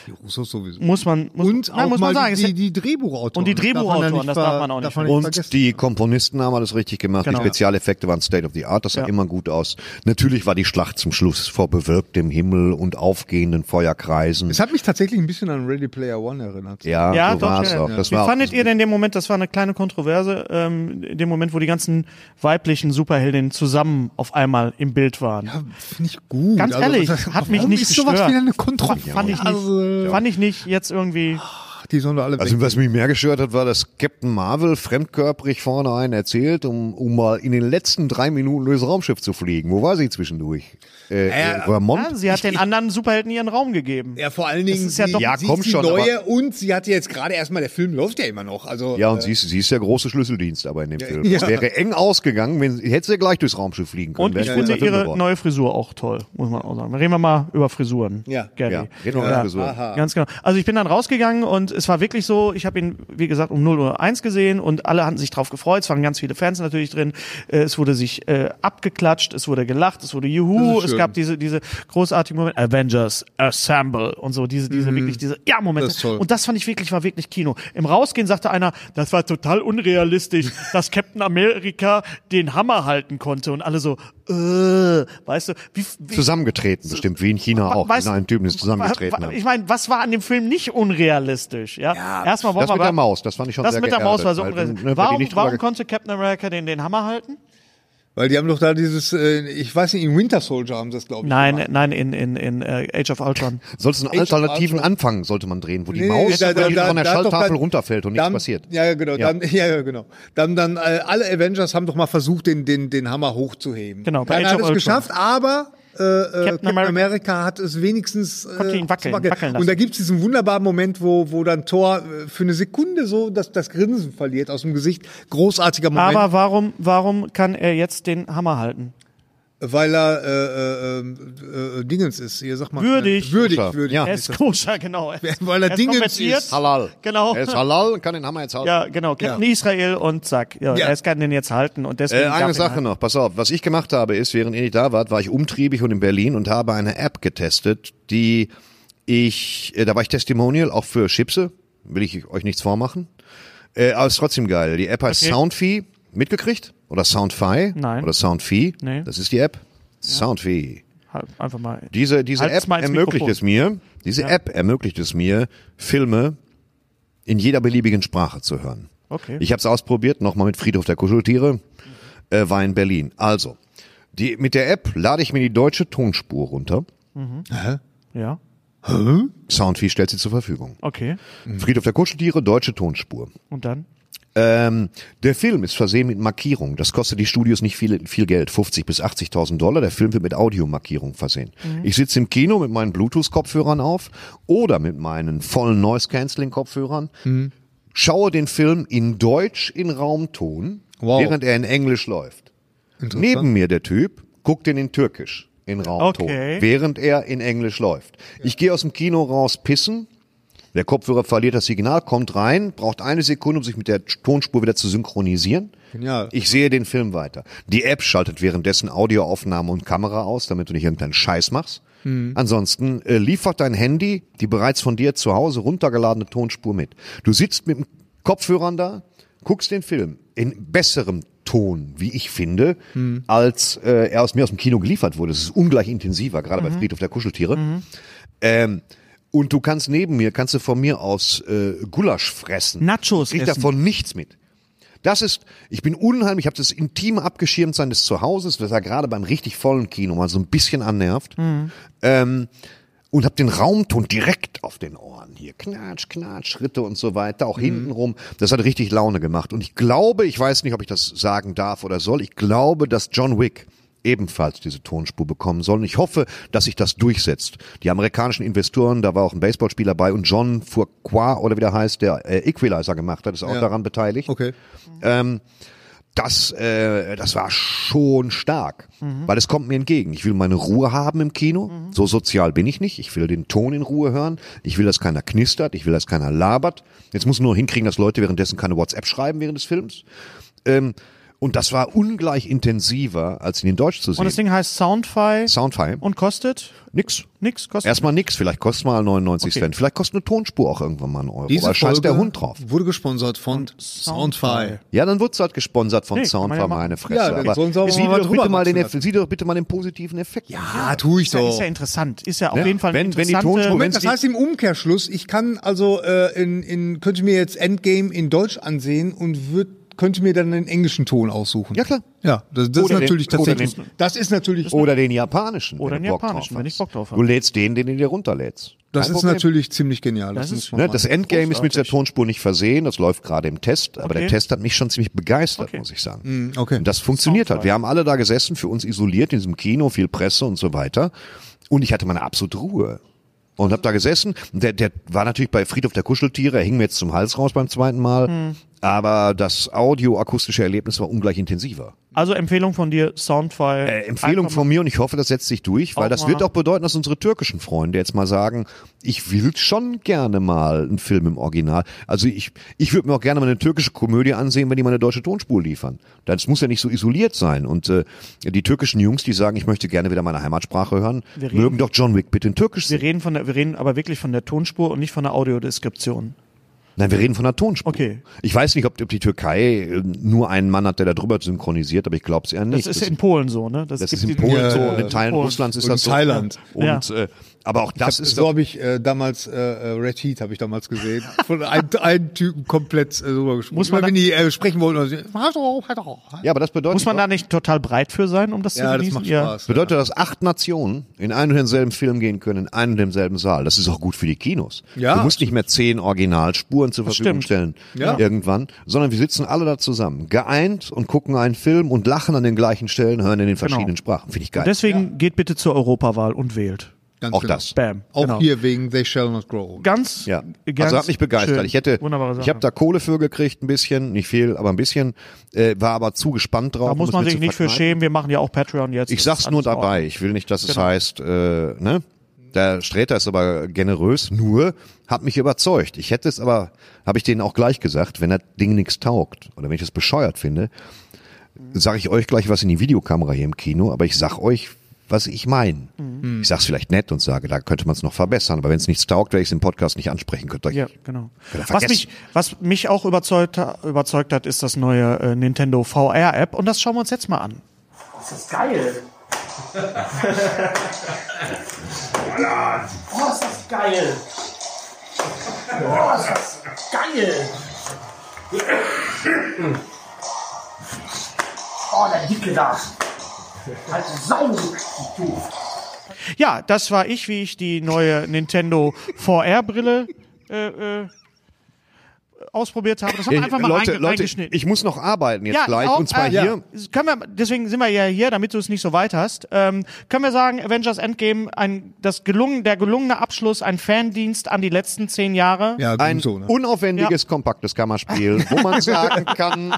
Speaker 4: Die Russos sowieso.
Speaker 5: muss man muss,
Speaker 4: Und
Speaker 5: nein,
Speaker 4: auch
Speaker 5: muss man
Speaker 4: mal
Speaker 5: sagen, es
Speaker 4: die, die Drehbuchautoren.
Speaker 5: Und die
Speaker 4: Darf man da
Speaker 5: Drehbuchautoren,
Speaker 4: nicht
Speaker 5: das
Speaker 4: ver-
Speaker 5: darf man auch nicht
Speaker 4: man
Speaker 1: Und
Speaker 4: vergessen.
Speaker 1: die Komponisten haben alles richtig gemacht.
Speaker 5: Genau.
Speaker 1: Die Spezialeffekte waren State of the Art. Das sah
Speaker 5: Ja.
Speaker 1: immer gut aus. Natürlich war die Schlacht zum Schluss vor bewölktem Himmel und aufgehenden Feuerkreisen.
Speaker 4: Es hat mich tatsächlich ein bisschen an Ready Player One erinnert.
Speaker 1: Ja,
Speaker 5: Ja,
Speaker 1: so
Speaker 5: doch,
Speaker 1: war es
Speaker 5: ja,
Speaker 1: auch.
Speaker 5: ja.
Speaker 1: Das
Speaker 5: Wie
Speaker 1: war auch
Speaker 5: fandet ihr denn den Moment, das war eine kleine Kontroverse, ähm, den Moment, wo die ganzen weiblichen Superheldinnen zusammen auf einmal im Bild waren?
Speaker 4: Finde Ah, ich gut. Also,
Speaker 5: Ganz ehrlich, hat mich
Speaker 4: warum
Speaker 5: nicht
Speaker 4: ist sowas
Speaker 5: gestört.
Speaker 4: wieder eine
Speaker 5: Fand ich nicht,
Speaker 4: Kontroverse?
Speaker 5: fand ich nicht jetzt irgendwie,
Speaker 4: Ach, Die sollen doch alle
Speaker 1: Also
Speaker 4: weg.
Speaker 1: was mich mehr gestört hat, war, dass Captain Marvel fremdkörperig vorne einen erzählt, um, um mal in den letzten drei Minuten durchs Raumschiff zu fliegen. Wo war sie zwischendurch? Äh, äh, Vermont?
Speaker 5: ja, ne? sie hat den anderen Superhelden ihren Raum gegeben.
Speaker 4: Ja, vor allen Dingen,
Speaker 5: ist ja
Speaker 4: sie,
Speaker 5: doch-
Speaker 1: Ja,
Speaker 4: sie
Speaker 1: komm
Speaker 4: ist die
Speaker 1: schon,
Speaker 4: neue und sie hatte jetzt gerade erstmal, der Film läuft ja immer noch. Also,
Speaker 1: Ja,
Speaker 5: äh,
Speaker 1: und sie ist, sie ist der große Schlüsseldienst aber in dem Film.
Speaker 4: ja.
Speaker 1: Das wäre eng ausgegangen, wenn hätte sie gleich durchs Raumschiff fliegen können.
Speaker 5: Und ich
Speaker 1: Wäre ein
Speaker 5: finde
Speaker 1: kurzer Film
Speaker 5: ihre
Speaker 1: geworden.
Speaker 5: neue Frisur auch toll, muss man auch sagen. Reden wir mal über Frisuren.
Speaker 4: Ja.
Speaker 5: Gary.
Speaker 1: ja, reden wir mal drüber.
Speaker 5: Ganz genau. Also ich bin dann rausgegangen und es war wirklich so, ich habe ihn, wie gesagt, um 0 Uhr 1 gesehen und alle hatten sich drauf gefreut. Es waren ganz viele Fans natürlich drin. Äh, Es wurde sich äh, abgeklatscht, es wurde gelacht, es wurde Juhu,
Speaker 4: Das ist
Speaker 5: es
Speaker 4: schön.
Speaker 5: gab diese, diese großartigen Momente, Avengers, Assemble und so, diese, diese wirklich, diese, ja, Momente.
Speaker 4: Mhm. Das ist toll.
Speaker 5: und das fand ich wirklich, war wirklich Kino. Im Rausgehen sagte einer, das war total unrealistisch, dass Captain America den Hammer halten konnte und alle so, äh, weißt du, wie, wie
Speaker 1: Zusammengetreten bestimmt, wie in China auch. genau,
Speaker 5: Weißt-
Speaker 1: Diese einen Typen, die zusammengetreten
Speaker 5: Wa- wa-
Speaker 1: haben.
Speaker 5: Ich meine, was war an dem Film nicht unrealistisch? Ja, erstmal wollen
Speaker 1: Das
Speaker 5: wir
Speaker 1: mit der
Speaker 5: aber-
Speaker 1: Maus, das fand ich schon
Speaker 5: Das
Speaker 1: sehr
Speaker 5: mit der
Speaker 1: geerdet,
Speaker 5: Maus war so
Speaker 1: weil,
Speaker 5: unrealistisch.
Speaker 1: ne, weil die
Speaker 5: warum
Speaker 1: nicht drüber
Speaker 5: warum
Speaker 1: ge-
Speaker 5: konnte Captain America den, den Hammer halten?
Speaker 4: äh, Weil die haben doch da dieses, äh, ich weiß nicht, in Winter Soldier haben sie das, glaube ich.
Speaker 5: Nein,
Speaker 4: gemacht.
Speaker 5: nein, in, in, in äh, Age of Ultron.
Speaker 1: Sollst einen alternativen Anfang sollte man drehen, wo die
Speaker 4: Also- Nee,
Speaker 1: Maus
Speaker 4: da- da-
Speaker 1: die
Speaker 4: da-
Speaker 1: von der
Speaker 4: da hat doch
Speaker 1: Schalltafel
Speaker 4: dann-
Speaker 1: runterfällt und nichts
Speaker 4: Dann-
Speaker 1: passiert.
Speaker 4: Ja, ja, genau.
Speaker 1: Ja.
Speaker 4: Dann, ja, ja, genau. Dann, dann äh, alle Avengers haben doch mal versucht, den, den, den Hammer hochzuheben.
Speaker 5: Genau, bei
Speaker 4: Keiner
Speaker 5: Age
Speaker 4: hat
Speaker 5: of
Speaker 4: es
Speaker 5: Ultron.
Speaker 4: geschafft, aber äh, äh, Captain
Speaker 5: America-
Speaker 4: America, hat es wenigstens äh,
Speaker 5: Konnte ihn wackeln,
Speaker 4: zu
Speaker 5: wackeln lassen.
Speaker 4: Und da gibt es diesen wunderbaren Moment, wo, wo dann Thor äh, für eine Sekunde so das, das Grinsen verliert aus dem Gesicht. Großartiger Moment,
Speaker 5: Aber warum, warum kann er jetzt den Hammer halten?
Speaker 4: weil er äh, äh, äh, äh, Dingens ist. Ihr sagt mal,
Speaker 5: Würdig.
Speaker 4: Äh, würdig,
Speaker 1: Ja.
Speaker 4: würdig.
Speaker 1: Ja.
Speaker 5: Er ist koscher, genau.
Speaker 4: Weil er
Speaker 5: ist
Speaker 4: Dingens
Speaker 5: konvertiert.
Speaker 4: ist.
Speaker 1: Halal.
Speaker 5: Genau.
Speaker 1: Er ist halal, kann den Hammer jetzt halten. Äh,
Speaker 5: Ja, genau. Captain
Speaker 4: Ja.
Speaker 5: Israel und zack. Ja,
Speaker 4: Ja.
Speaker 5: Er kann den jetzt halten und deswegen.
Speaker 1: Äh,
Speaker 5: darf ihn
Speaker 1: eine Sache
Speaker 5: halten.
Speaker 1: noch, pass auf. Was ich gemacht habe, ist, während ihr nicht da wart, war ich umtriebig und in Berlin und habe eine App getestet, die ich, äh, da war ich Testimonial, auch für Chipse, will ich euch nichts vormachen. Äh, aber ist trotzdem geil. Die App heißt
Speaker 5: Okay.
Speaker 1: Soundfee, mitgekriegt? Oder Soundfy?
Speaker 5: Nein.
Speaker 1: Oder Soundfee?
Speaker 5: Nee.
Speaker 1: Das ist die App. Soundfee.
Speaker 5: Halt Einfach mal.
Speaker 1: Diese, diese
Speaker 5: Halt's
Speaker 1: App
Speaker 5: mal ins
Speaker 1: ermöglicht
Speaker 5: Mikrofon.
Speaker 1: es mir, diese App ermöglicht es mir, Filme in jeder beliebigen Sprache zu hören.
Speaker 5: Okay.
Speaker 1: Ich habe es ausprobiert, nochmal mit Friedhof der Kuscheltiere, äh, war in Berlin. Also, die, mit der App lade ich mir die deutsche Tonspur runter.
Speaker 5: ja.
Speaker 1: Soundfee stellt sie zur Verfügung.
Speaker 5: Okay.
Speaker 1: Friedhof der Kuscheltiere, deutsche Tonspur.
Speaker 5: Und dann?
Speaker 1: Ähm, der Film ist versehen mit Markierung. Das kostet die Studios nicht viel, viel Geld, 50 bis 80.000 Dollar. Der Film wird mit Audiomarkierung versehen. Ich sitze im Kino mit meinen Bluetooth-Kopfhörern auf oder mit meinen vollen Noise-Canceling-Kopfhörern, schaue den Film in Deutsch in Raumton,
Speaker 4: Wow.
Speaker 1: während er in Englisch läuft. Neben mir der Typ guckt den in Türkisch in Raumton,
Speaker 5: Okay.
Speaker 1: während er in Englisch läuft. Ich gehe aus dem Kino raus pissen, der Kopfhörer verliert das Signal, kommt rein, braucht eine Sekunde, um sich mit der Tonspur wieder zu synchronisieren.
Speaker 4: Genial.
Speaker 1: Ich sehe den Film weiter. Die App schaltet währenddessen Audioaufnahme und Kamera aus, damit du nicht irgendeinen Scheiß machst. Ansonsten äh, liefert dein Handy die bereits von dir zu Hause runtergeladene Tonspur mit. Du sitzt mit dem Kopfhörern da, guckst den Film in besserem Ton, wie ich finde, als äh, er aus mir aus dem Kino geliefert wurde. Es ist ungleich intensiver, gerade bei Friedhof der Kuscheltiere. Ähm, und du kannst neben mir, kannst du von mir aus äh, Gulasch fressen.
Speaker 5: Nachos
Speaker 1: Ich krieg
Speaker 5: essen.
Speaker 1: davon nichts mit. Das ist, ich bin unheimlich, ich habe das intime Abgeschirmtsein des Zuhauses, was ja gerade beim richtig vollen Kino mal so ein bisschen annervt. Ähm, und habe den Raumton direkt auf den Ohren hier. Knatsch, knatsch, Schritte und so weiter, auch hintenrum. Das hat richtig Laune gemacht. Und ich glaube, ich weiß nicht, ob ich das sagen darf oder soll, ich glaube, dass John Wick ebenfalls diese Tonspur bekommen soll. Und ich hoffe, dass sich das durchsetzt. Die amerikanischen Investoren, da war auch ein Baseballspieler bei und John Fuqua oder wie der heißt, der äh, Equalizer gemacht hat, ist auch daran beteiligt
Speaker 4: Okay.
Speaker 1: das, äh, das war schon stark,
Speaker 5: Mhm.
Speaker 1: weil es kommt mir entgegen. Ich will meine Ruhe haben im Kino. So sozial bin ich nicht. Ich will den Ton in Ruhe hören. Ich will, dass keiner knistert. Ich will, dass keiner labert. Jetzt muss ich nur hinkriegen, dass Leute währenddessen keine WhatsApp schreiben während des Films. Ähm, Und das war ungleich intensiver, als ihn in Deutsch zu
Speaker 5: Und
Speaker 1: sehen.
Speaker 5: das Ding heißt Soundfy
Speaker 1: Soundfile.
Speaker 5: und kostet
Speaker 1: nix.
Speaker 5: nix, kostet
Speaker 1: Erstmal nix, vielleicht kostet mal 99
Speaker 5: Okay.
Speaker 1: Cent. Vielleicht kostet eine Tonspur auch irgendwann mal einen Euro.
Speaker 4: Diese
Speaker 1: aber scheiß
Speaker 4: Folge
Speaker 1: der Hund drauf.
Speaker 4: wurde gesponsert von Soundfile.
Speaker 1: Ja, dann wird's halt gesponsert von
Speaker 5: Nee, kann man ja
Speaker 1: Soundfire,
Speaker 5: machen.
Speaker 1: meine
Speaker 4: Ja,
Speaker 1: Fresse.
Speaker 4: dann
Speaker 1: aber
Speaker 4: sollen sie auch
Speaker 1: sieh,
Speaker 4: mal
Speaker 1: doch
Speaker 4: drüber
Speaker 1: bitte mal den,
Speaker 4: wachsen
Speaker 1: Eff- sieh doch bitte mal den positiven Effekt.
Speaker 4: Ja, Ah, tue ich
Speaker 5: ist ja,
Speaker 4: doch.
Speaker 5: ist ja interessant. Ist ja auf jeden Fall eine
Speaker 1: Wenn- wenn die
Speaker 5: interessante...
Speaker 1: Tonspur-
Speaker 4: Moment,
Speaker 1: Wenn's
Speaker 4: das
Speaker 1: die-
Speaker 4: heißt im Umkehrschluss, ich kann also äh, in, in könnte mir jetzt Endgame in Deutsch ansehen und würd, könnte mir dann den englischen Ton aussuchen.
Speaker 1: Ja, klar.
Speaker 4: Ja, das, das ist
Speaker 1: Oder den-
Speaker 4: natürlich
Speaker 1: oder
Speaker 4: tatsächlich.
Speaker 1: den-
Speaker 4: das ist natürlich.
Speaker 1: Oder den japanischen.
Speaker 5: Oder
Speaker 1: wenn
Speaker 5: den
Speaker 1: du Bock
Speaker 5: japanischen,
Speaker 1: drauf
Speaker 5: wenn ich
Speaker 1: hast.
Speaker 5: Bock drauf hab.
Speaker 1: Du lädst den, den du dir runterlädst.
Speaker 4: das
Speaker 1: Kein
Speaker 4: ist
Speaker 1: Problem.
Speaker 4: natürlich ziemlich genial. Das,
Speaker 5: Das
Speaker 4: muss
Speaker 5: ist-
Speaker 4: man
Speaker 1: Ne,
Speaker 4: machen.
Speaker 1: das Endgame ist mit der Tonspur nicht versehen, das läuft gerade im Test, aber der
Speaker 5: Okay.
Speaker 1: Test hat mich schon ziemlich begeistert, muss ich sagen.
Speaker 4: okay.
Speaker 1: Und das funktioniert halt. Wir haben alle da gesessen, für uns isoliert in diesem Kino, viel Presse und so weiter. Und ich hatte meine absolute Ruhe. Und habe da gesessen. Der, der war natürlich bei Friedhof der Kuscheltiere, er hing mir jetzt zum Hals raus beim zweiten Mal. Aber das audio-akustische Erlebnis war ungleich intensiver.
Speaker 5: Also Empfehlung von dir, Soundfile.
Speaker 1: Äh, Empfehlung
Speaker 5: Einfach
Speaker 1: von mir und ich hoffe, das setzt sich durch, weil
Speaker 5: Auch
Speaker 1: das
Speaker 5: mal-
Speaker 1: wird auch bedeuten, dass unsere türkischen Freunde jetzt mal sagen, ich will schon gerne mal einen Film im Original. Also ich, ich würde mir auch gerne mal eine türkische Komödie ansehen, wenn die mal eine deutsche Tonspur liefern. Das muss ja nicht so isoliert sein. Und äh, die türkischen Jungs, die sagen, ich möchte gerne wieder meine Heimatsprache hören, mögen doch John Wick bitte in Türkisch
Speaker 5: Wir
Speaker 1: sehen.
Speaker 5: reden, von der, wir reden aber wirklich von der Tonspur und nicht von der Audiodeskription.
Speaker 1: Nein, wir reden von einer Tonspur.
Speaker 5: Okay.
Speaker 1: Ich weiß nicht, ob, ob die Türkei äh, nur einen Mann hat, der da drüber synchronisiert, aber ich glaube es eher
Speaker 5: Das
Speaker 1: nicht.
Speaker 5: ist in Polen so, ne?
Speaker 1: das
Speaker 5: gibt
Speaker 1: ist in
Speaker 5: diesen- äh,
Speaker 1: Polen so
Speaker 4: Ja,
Speaker 1: und in Teilen
Speaker 5: Polen.
Speaker 1: Russlands ist
Speaker 4: Und
Speaker 1: das so.
Speaker 4: Thailand.
Speaker 1: Und, äh, aber auch das ist
Speaker 4: so habe ich äh, damals äh, äh, Red Heat habe ich damals gesehen von einem, einem Typen komplett äh, drüber gesprochen.
Speaker 5: Muss man
Speaker 4: Immer
Speaker 5: da-
Speaker 4: wenn die äh, sprechen wollten, dann so, "Halt doch, halt doch, halt
Speaker 1: Ja, aber das bedeutet,
Speaker 5: Muss man da nicht total breit für sein, um das
Speaker 4: doch." ja,
Speaker 5: zu
Speaker 4: das
Speaker 5: genießen?
Speaker 4: macht Spaß. ja.
Speaker 1: bedeutet, dass acht Nationen in einen und denselben Film gehen können, in einen und denselben Saal. Das ist auch gut für die Kinos.
Speaker 4: Ja.
Speaker 1: Du musst nicht mehr zehn Originalspuren zur Verfügung stellen
Speaker 5: stimmt.
Speaker 4: Ja.
Speaker 1: irgendwann, sondern wir sitzen alle da zusammen, geeint und gucken einen Film und lachen an den gleichen Stellen, hören in den verschiedenen Sprachen. Finde ich geil.
Speaker 5: Genau. Deswegen geht bitte zur Europawahl und wählt.
Speaker 4: Ganz
Speaker 1: auch
Speaker 4: genau.
Speaker 1: das.
Speaker 5: Bam.
Speaker 4: Auch
Speaker 5: Genau.
Speaker 4: hier wegen They Shall Not Grow Old.
Speaker 5: Ganz,
Speaker 1: Ja,
Speaker 5: ganz
Speaker 1: also hat mich begeistert.
Speaker 5: schön.
Speaker 1: Ich hätte,
Speaker 5: Wunderbare Sache.
Speaker 1: ich habe da Kohle für gekriegt, ein bisschen, nicht viel, aber ein bisschen, äh, war aber zu gespannt drauf.
Speaker 5: da
Speaker 1: um
Speaker 5: muss
Speaker 1: es
Speaker 5: man
Speaker 1: mir
Speaker 5: sich
Speaker 1: zu
Speaker 5: nicht für
Speaker 1: verkneifen.
Speaker 5: schämen. Wir machen ja auch Patreon jetzt.
Speaker 1: Ich sag's nur dabei. Ich will nicht, dass
Speaker 5: Genau.
Speaker 1: es heißt, äh, ne? Der Sträter ist aber generös, nur hat mich überzeugt. Ich hätte es aber, habe ich denen auch gleich gesagt, wenn das Ding nichts taugt oder wenn ich es bescheuert finde, sage ich euch gleich was in die Videokamera hier im Kino, aber ich sag euch, was ich meine.
Speaker 5: Mhm.
Speaker 1: Ich sag's vielleicht nett und sage, da könnte man es noch verbessern, aber wenn es nichts taugt, werde ich es im Podcast nicht ansprechen können. Doch ich-
Speaker 5: Ja, genau.
Speaker 1: Könnt ihr
Speaker 5: Was
Speaker 1: vergessen.
Speaker 5: mich, was mich auch überzeugt, ha- überzeugt hat, ist das neue äh, Nintendo VR-App und das schauen wir uns jetzt mal an.
Speaker 7: Das ist geil. oh, ist das geil. Oh, ist das geil. Oh, der Dicke da. Halt Sau. Du.
Speaker 5: Ja, das war ich, wie ich die neue Nintendo VR-Brille äh, äh, ausprobiert habe. Das haben wir einfach mal
Speaker 1: Äh, Leute,
Speaker 5: einge
Speaker 1: Leute,
Speaker 5: eingeschnitten.
Speaker 1: ich muss noch arbeiten jetzt
Speaker 5: ja,
Speaker 1: gleich
Speaker 5: auch,
Speaker 1: und zwar
Speaker 5: äh,
Speaker 1: hier.
Speaker 5: ja. Können wir, deswegen sind wir ja hier, damit du es nicht so weit hast. Ähm, können wir sagen, Avengers Endgame, ein, das gelungen, der gelungene Abschluss, ein Fandienst an die letzten zehn Jahre.
Speaker 4: Ja, gut
Speaker 1: Ein
Speaker 4: so. Ne?
Speaker 1: unaufwendiges, kompaktes Kammerspiel, wo man sagen kann,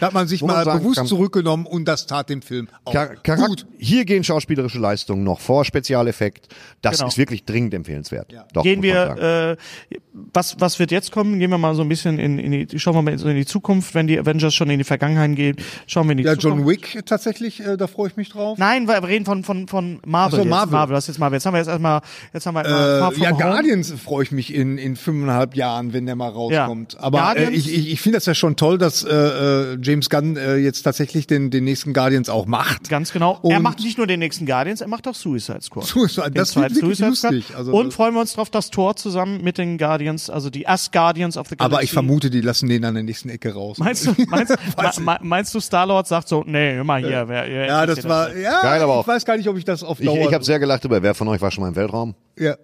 Speaker 4: Da hat man sich
Speaker 1: Wo man
Speaker 4: mal
Speaker 1: sagen
Speaker 4: bewusst
Speaker 1: kann-
Speaker 4: zurückgenommen und das tat dem Film auch
Speaker 1: Char Charak-
Speaker 4: gut.
Speaker 1: hier gehen schauspielerische Leistungen noch vor, Spezialeffekt. Das
Speaker 5: Genau.
Speaker 1: ist wirklich dringend empfehlenswert. Doch,
Speaker 5: Gehen
Speaker 1: muss man sagen.
Speaker 5: wir, äh, was, was wird jetzt kommen? Gehen wir mal so ein bisschen in, in die, schauen wir mal so in die Zukunft, wenn die Avengers schon in die Vergangenheit gehen, schauen wir in die
Speaker 4: Ja,
Speaker 5: Zukunft.
Speaker 4: John Wick tatsächlich, äh, da freue ich mich drauf.
Speaker 5: Nein, wir reden von, von, von Marvel.
Speaker 4: Ach so,
Speaker 5: jetzt.
Speaker 4: Marvel.
Speaker 5: Marvel. Das ist jetzt Marvel. Jetzt haben wir jetzt erstmal, jetzt haben wir erstmal Far
Speaker 4: Äh,
Speaker 5: From
Speaker 4: ja,
Speaker 5: Home.
Speaker 4: Guardians freue ich mich in, in fünfeinhalb Jahren, wenn der mal rauskommt.
Speaker 5: Ja.
Speaker 4: Aber äh,
Speaker 5: Guardians-
Speaker 4: ich, ich, ich finde das ja schon toll, dass äh, äh, James Gunn äh, jetzt tatsächlich den, den nächsten Guardians auch macht.
Speaker 5: Ganz genau. er
Speaker 4: Und-
Speaker 5: macht nicht nur den nächsten Guardians, er macht auch Suicide Squad.
Speaker 4: Suicide-
Speaker 5: Den
Speaker 4: das
Speaker 5: zweiten
Speaker 4: wird wirklich
Speaker 5: Squad.
Speaker 4: lustig. Also,
Speaker 5: Und
Speaker 4: das-
Speaker 5: freuen wir uns drauf, dass Thor zusammen mit den Guardians, also die As Guardians of the Galaxy.
Speaker 4: Aber ich vermute, die lassen den an der nächsten Ecke raus.
Speaker 5: Meinst du, meinst, ma, ma, meinst du Star-Lord sagt so, nee, hör mal hier, wer, ihr
Speaker 4: ja,
Speaker 5: interessiert
Speaker 4: das
Speaker 5: euch
Speaker 4: war, ja,
Speaker 1: Geil, aber auch-
Speaker 4: ich weiß gar nicht, ob ich das auf
Speaker 1: ich
Speaker 4: Dauer...
Speaker 1: ich habe sehr gelacht über, wer von euch war schon mal im Weltraum?
Speaker 4: ja.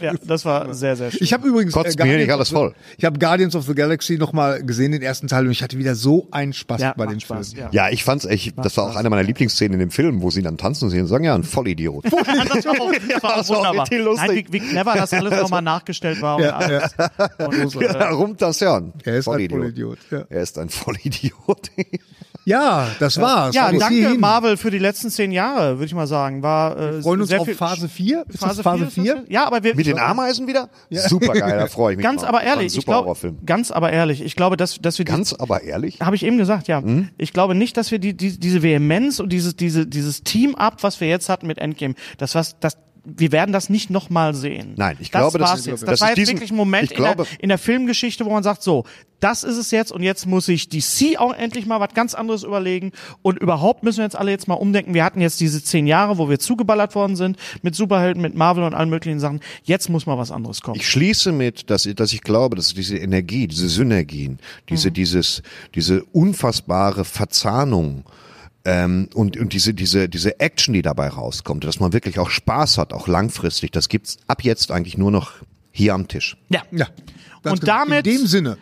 Speaker 5: Ja, das war sehr, sehr schön.
Speaker 4: Ich habe übrigens äh,
Speaker 1: Kotzt mir hier nicht alles
Speaker 4: of the,
Speaker 1: voll.
Speaker 4: Ich habe Guardians of the Galaxy nochmal gesehen, den ersten Teil, und ich hatte wieder so einen Spaß
Speaker 5: ja,
Speaker 4: bei
Speaker 5: macht
Speaker 4: dem Film.
Speaker 5: Spaß, ja.
Speaker 1: Ja, ich fand's echt, das war auch eine meiner Lieblingsszenen in dem Film, wo sie dann tanzen sehen und sagen, ja, ein Vollidiot.
Speaker 5: Ja, das war auch, das
Speaker 1: das
Speaker 5: war auch
Speaker 1: war auch
Speaker 5: wunderbar.
Speaker 1: richtig lustig.
Speaker 5: Nein, wie, wie clever das alles nochmal nachgestellt war. Und alles. Und,
Speaker 4: Genau,
Speaker 5: äh,
Speaker 1: Ja, rumtanzt, ja. ein
Speaker 4: Er ist ein Vollidiot, ja.
Speaker 1: Er ist ein Vollidiot.
Speaker 4: Ja, das war's.
Speaker 5: Ja,
Speaker 4: Bis
Speaker 5: danke
Speaker 4: hierhin.
Speaker 5: Marvel für die letzten zehn Jahre, würde ich mal sagen. War, äh,
Speaker 4: Wir freuen uns
Speaker 5: sehr
Speaker 4: auf
Speaker 5: viel-
Speaker 4: Phase 4. Ist das Phase
Speaker 5: vier ist
Speaker 4: 4?
Speaker 5: das? Ja, aber wir,
Speaker 1: Mit den Ameisen wieder? Super geil, da freue ich mich.
Speaker 5: ganz
Speaker 1: drauf.
Speaker 5: aber
Speaker 1: War ein
Speaker 5: ehrlich, ich
Speaker 1: Super
Speaker 5: glaube,
Speaker 1: Horrorfilm.
Speaker 5: ganz aber ehrlich, ich glaube, dass, dass wir die-
Speaker 1: Ganz aber ehrlich?
Speaker 5: habe ich eben gesagt, ja.
Speaker 1: Mhm.
Speaker 5: Ich glaube nicht, dass wir die, die, diese Vehemenz und dieses, diese, dieses Team-Up, was wir jetzt hatten mit Endgame, das was, das, wir werden das nicht nochmal sehen.
Speaker 1: Nein, ich
Speaker 5: das
Speaker 1: glaube, das
Speaker 5: war's
Speaker 1: ist-
Speaker 5: jetzt.
Speaker 1: das
Speaker 5: Das, war
Speaker 1: ist
Speaker 5: jetzt
Speaker 1: diesen-
Speaker 5: wirklich ein Moment
Speaker 1: ich glaube-
Speaker 5: in, der, in der Filmgeschichte, wo man sagt, so, das ist es jetzt und jetzt muss sich DC auch endlich mal was ganz anderes überlegen und überhaupt müssen wir jetzt alle jetzt mal umdenken. Wir hatten jetzt diese zehn Jahre, wo wir zugeballert worden sind mit Superhelden, mit Marvel und allen möglichen Sachen. Jetzt muss mal was anderes kommen.
Speaker 1: Ich schließe mit, dass, ich- dass ich glaube, dass diese Energie, diese Synergien, diese,
Speaker 5: Mhm.
Speaker 1: dieses, diese unfassbare Verzahnung ähm, und, und diese, diese, diese Action, die dabei rauskommt, dass man wirklich auch Spaß hat, auch langfristig, das gibt's ab jetzt eigentlich nur noch hier am Tisch.
Speaker 5: ja.
Speaker 4: Ja. Ganz
Speaker 5: Und
Speaker 4: genau.
Speaker 5: damit-
Speaker 4: In dem Sinne.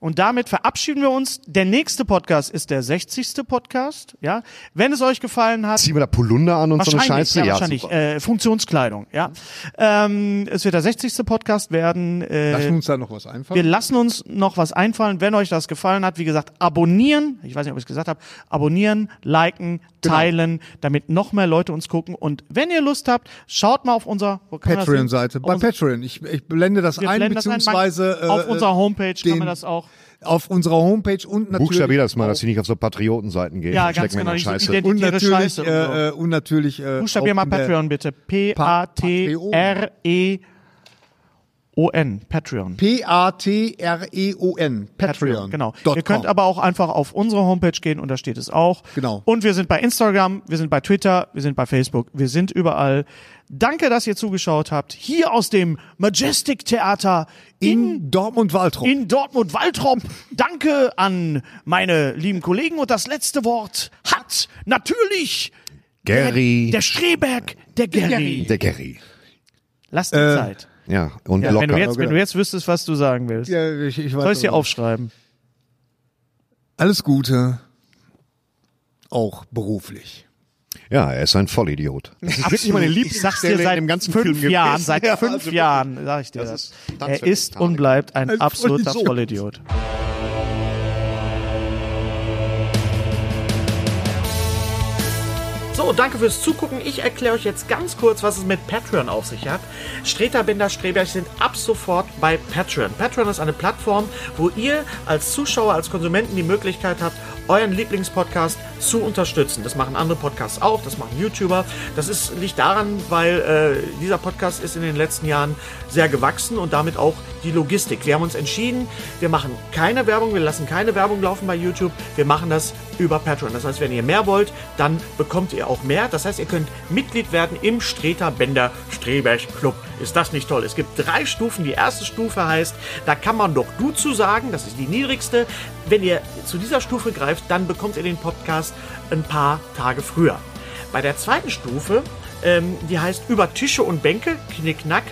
Speaker 5: Und damit verabschieden wir uns. Der nächste Podcast ist der 60. Podcast. Ja, wenn es euch gefallen hat,
Speaker 1: Ziehen wir da Polunder an und so eine
Speaker 5: wahrscheinlich,
Speaker 1: Scheiße?
Speaker 5: ja, wahrscheinlich
Speaker 1: super.
Speaker 5: äh, Funktionskleidung. Ja, ähm, es wird der 60. Podcast werden.
Speaker 4: Lassen wir
Speaker 5: Äh,
Speaker 4: uns da noch was
Speaker 5: wir
Speaker 4: einfallen.
Speaker 5: lassen uns noch was einfallen. Wenn euch das gefallen hat, wie gesagt, abonnieren. Ich weiß nicht, ob ich es gesagt habe. Abonnieren, liken,
Speaker 4: Genau.
Speaker 5: teilen, damit noch mehr Leute uns gucken. Und wenn ihr Lust habt, schaut mal auf unser wo kann man das sehen?
Speaker 4: Patreon-Seite.
Speaker 5: Auf
Speaker 4: Bei
Speaker 5: unser-
Speaker 4: Patreon. Ich, ich blende das
Speaker 5: wir
Speaker 4: ein,
Speaker 5: blenden das ein. Man-
Speaker 4: beziehungsweise äh,
Speaker 5: auf unserer Homepage kann
Speaker 4: den-
Speaker 5: man das auch.
Speaker 4: auf unserer Homepage und natürlich.
Speaker 1: Buchstabier das mal, dass sie nicht auf so Patriotenseiten gehen.
Speaker 5: Oh. Ja,
Speaker 1: und
Speaker 5: ganz
Speaker 1: stecken in
Speaker 5: genau,
Speaker 1: der
Speaker 5: nicht so
Speaker 1: Scheiße.
Speaker 5: ident-
Speaker 4: und
Speaker 5: ihre
Speaker 4: natürlich,
Speaker 5: Scheiße und
Speaker 4: äh, äh, und natürlich äh,
Speaker 5: Buchstabier
Speaker 4: auch
Speaker 5: mal
Speaker 4: in der-
Speaker 5: Patreon bitte. P-A-T-R-E-O-N. E Patreon.
Speaker 4: P-A-T-R-E-O-N. E Patreon.
Speaker 5: Genau.
Speaker 4: Dot
Speaker 5: Ihr könnt
Speaker 4: com.
Speaker 5: aber auch einfach auf unsere Homepage gehen und da steht es auch.
Speaker 4: Genau.
Speaker 5: Und wir sind bei Instagram, wir sind bei Twitter, wir sind bei Facebook, wir sind überall. Danke, dass ihr zugeschaut habt. Hier aus dem Majestic Theater in,
Speaker 4: in Dortmund-Waltrop.
Speaker 5: in Dortmund-Waltrop. Danke an meine lieben Kollegen. Und das letzte Wort hat natürlich
Speaker 1: Gary.
Speaker 5: der Schreberg, der Gary.
Speaker 1: der Gary.
Speaker 5: Lasst die
Speaker 4: Äh,
Speaker 5: Zeit.
Speaker 1: Ja, und
Speaker 5: Ja,
Speaker 1: locker.
Speaker 5: wenn, du jetzt, wenn du jetzt wüsstest, was du sagen willst,
Speaker 4: Ja, ich, ich weiß
Speaker 5: soll ich dir
Speaker 4: aber-
Speaker 5: aufschreiben.
Speaker 4: Alles Gute. Auch beruflich.
Speaker 1: Ja, er ist ein Vollidiot. Das ist wirklich meine
Speaker 5: ich sag's dir seit fünf Jahren, seit fünf Jahren, sag ich dir das.
Speaker 1: also ist
Speaker 5: er
Speaker 1: Tanzverbot.
Speaker 5: ist und bleibt ein
Speaker 4: Ein
Speaker 5: absoluter
Speaker 4: Vollidiot.
Speaker 5: Vollidiot.
Speaker 2: So, danke fürs Zugucken. Ich erkläre euch jetzt ganz kurz, was es mit Patreon auf sich hat. Streter, Bender, Streberg sind ab sofort bei Patreon. Patreon ist eine Plattform, wo ihr als Zuschauer, als Konsumenten die Möglichkeit habt, euren Lieblingspodcast zu unterstützen. Das machen andere Podcasts auch, das machen YouTuber. Das ist, liegt daran, weil äh, dieser Podcast ist in den letzten Jahren sehr gewachsen und damit auch die Logistik. Wir haben uns entschieden, wir machen keine Werbung, wir lassen keine Werbung laufen bei YouTube. Wir machen das über Patreon. Das heißt, wenn ihr mehr wollt, dann bekommt ihr auch mehr. Das heißt, ihr könnt Mitglied werden im Streter Bender Streberch Club. Ist das nicht toll? Es gibt drei Stufen. Die erste Stufe heißt, da kann man doch du zu sagen. Das ist die niedrigste. Wenn ihr zu dieser Stufe greift, dann bekommt ihr den Podcast ein paar Tage früher. Bei der zweiten Stufe, ähm, die heißt Über Tische und Bänke, Knickknack,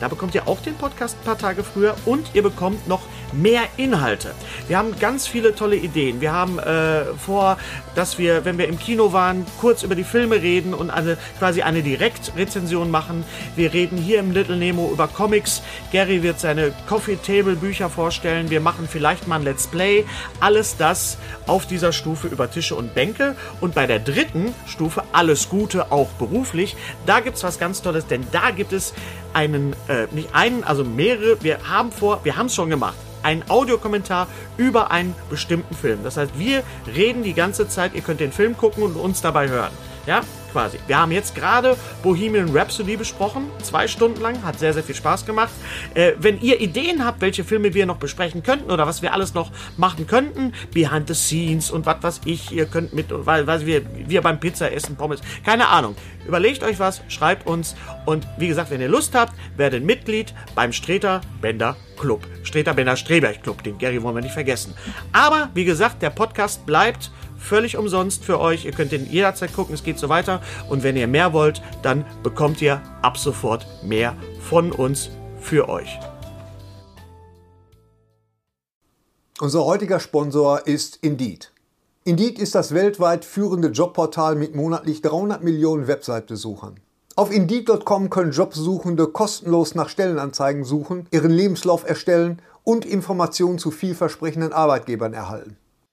Speaker 2: da bekommt ihr auch den Podcast ein paar Tage früher und ihr bekommt noch mehr Inhalte. Wir haben ganz viele tolle Ideen. Wir haben äh, vor, dass wir, wenn wir im Kino waren, kurz über die Filme reden und eine, quasi eine Direktrezension machen. Wir reden hier im Little Nemo über Comics. Gary wird seine Coffee Table Bücher vorstellen. Wir machen vielleicht mal ein Let's Play. Alles das auf dieser Stufe über Tische und Bänke. Und bei der dritten Stufe, alles Gute, auch beruflich, da gibt es was ganz Tolles, denn da gibt es einen, äh, nicht einen, also mehrere. Wir haben vor, wir haben es schon gemacht. Ein Audiokommentar über einen bestimmten Film. Das heißt, wir reden die ganze Zeit, ihr könnt den Film gucken und uns dabei hören. Ja, quasi. Wir haben jetzt gerade Bohemian Rhapsody besprochen, zwei Stunden lang, hat sehr, sehr viel Spaß gemacht. Äh, wenn ihr Ideen habt, welche Filme wir noch besprechen könnten oder was wir alles noch machen könnten, Behind the Scenes und was weiß ich, ihr könnt mit, weil, weil wir, wir beim Pizza essen, Pommes, keine Ahnung. Überlegt euch was, schreibt uns und wie gesagt, wenn ihr Lust habt, werdet Mitglied beim Streter Bender Club. Streter Bender Streberg Club, den Gary wollen wir nicht vergessen. Aber wie gesagt, der Podcast bleibt völlig umsonst für euch. Ihr könnt den jederzeit gucken, es geht so weiter. Und wenn ihr mehr wollt, dann bekommt ihr ab sofort mehr von uns für euch.
Speaker 6: Unser heutiger Sponsor ist Indeed. Indeed ist das weltweit führende Jobportal mit monatlich 300 Millionen Website-Besuchern. Auf Indeed.com können Jobsuchende kostenlos nach Stellenanzeigen suchen, ihren Lebenslauf erstellen und Informationen zu vielversprechenden Arbeitgebern erhalten.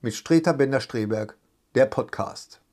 Speaker 6: mit Streter Bender-Streberg, der Podcast.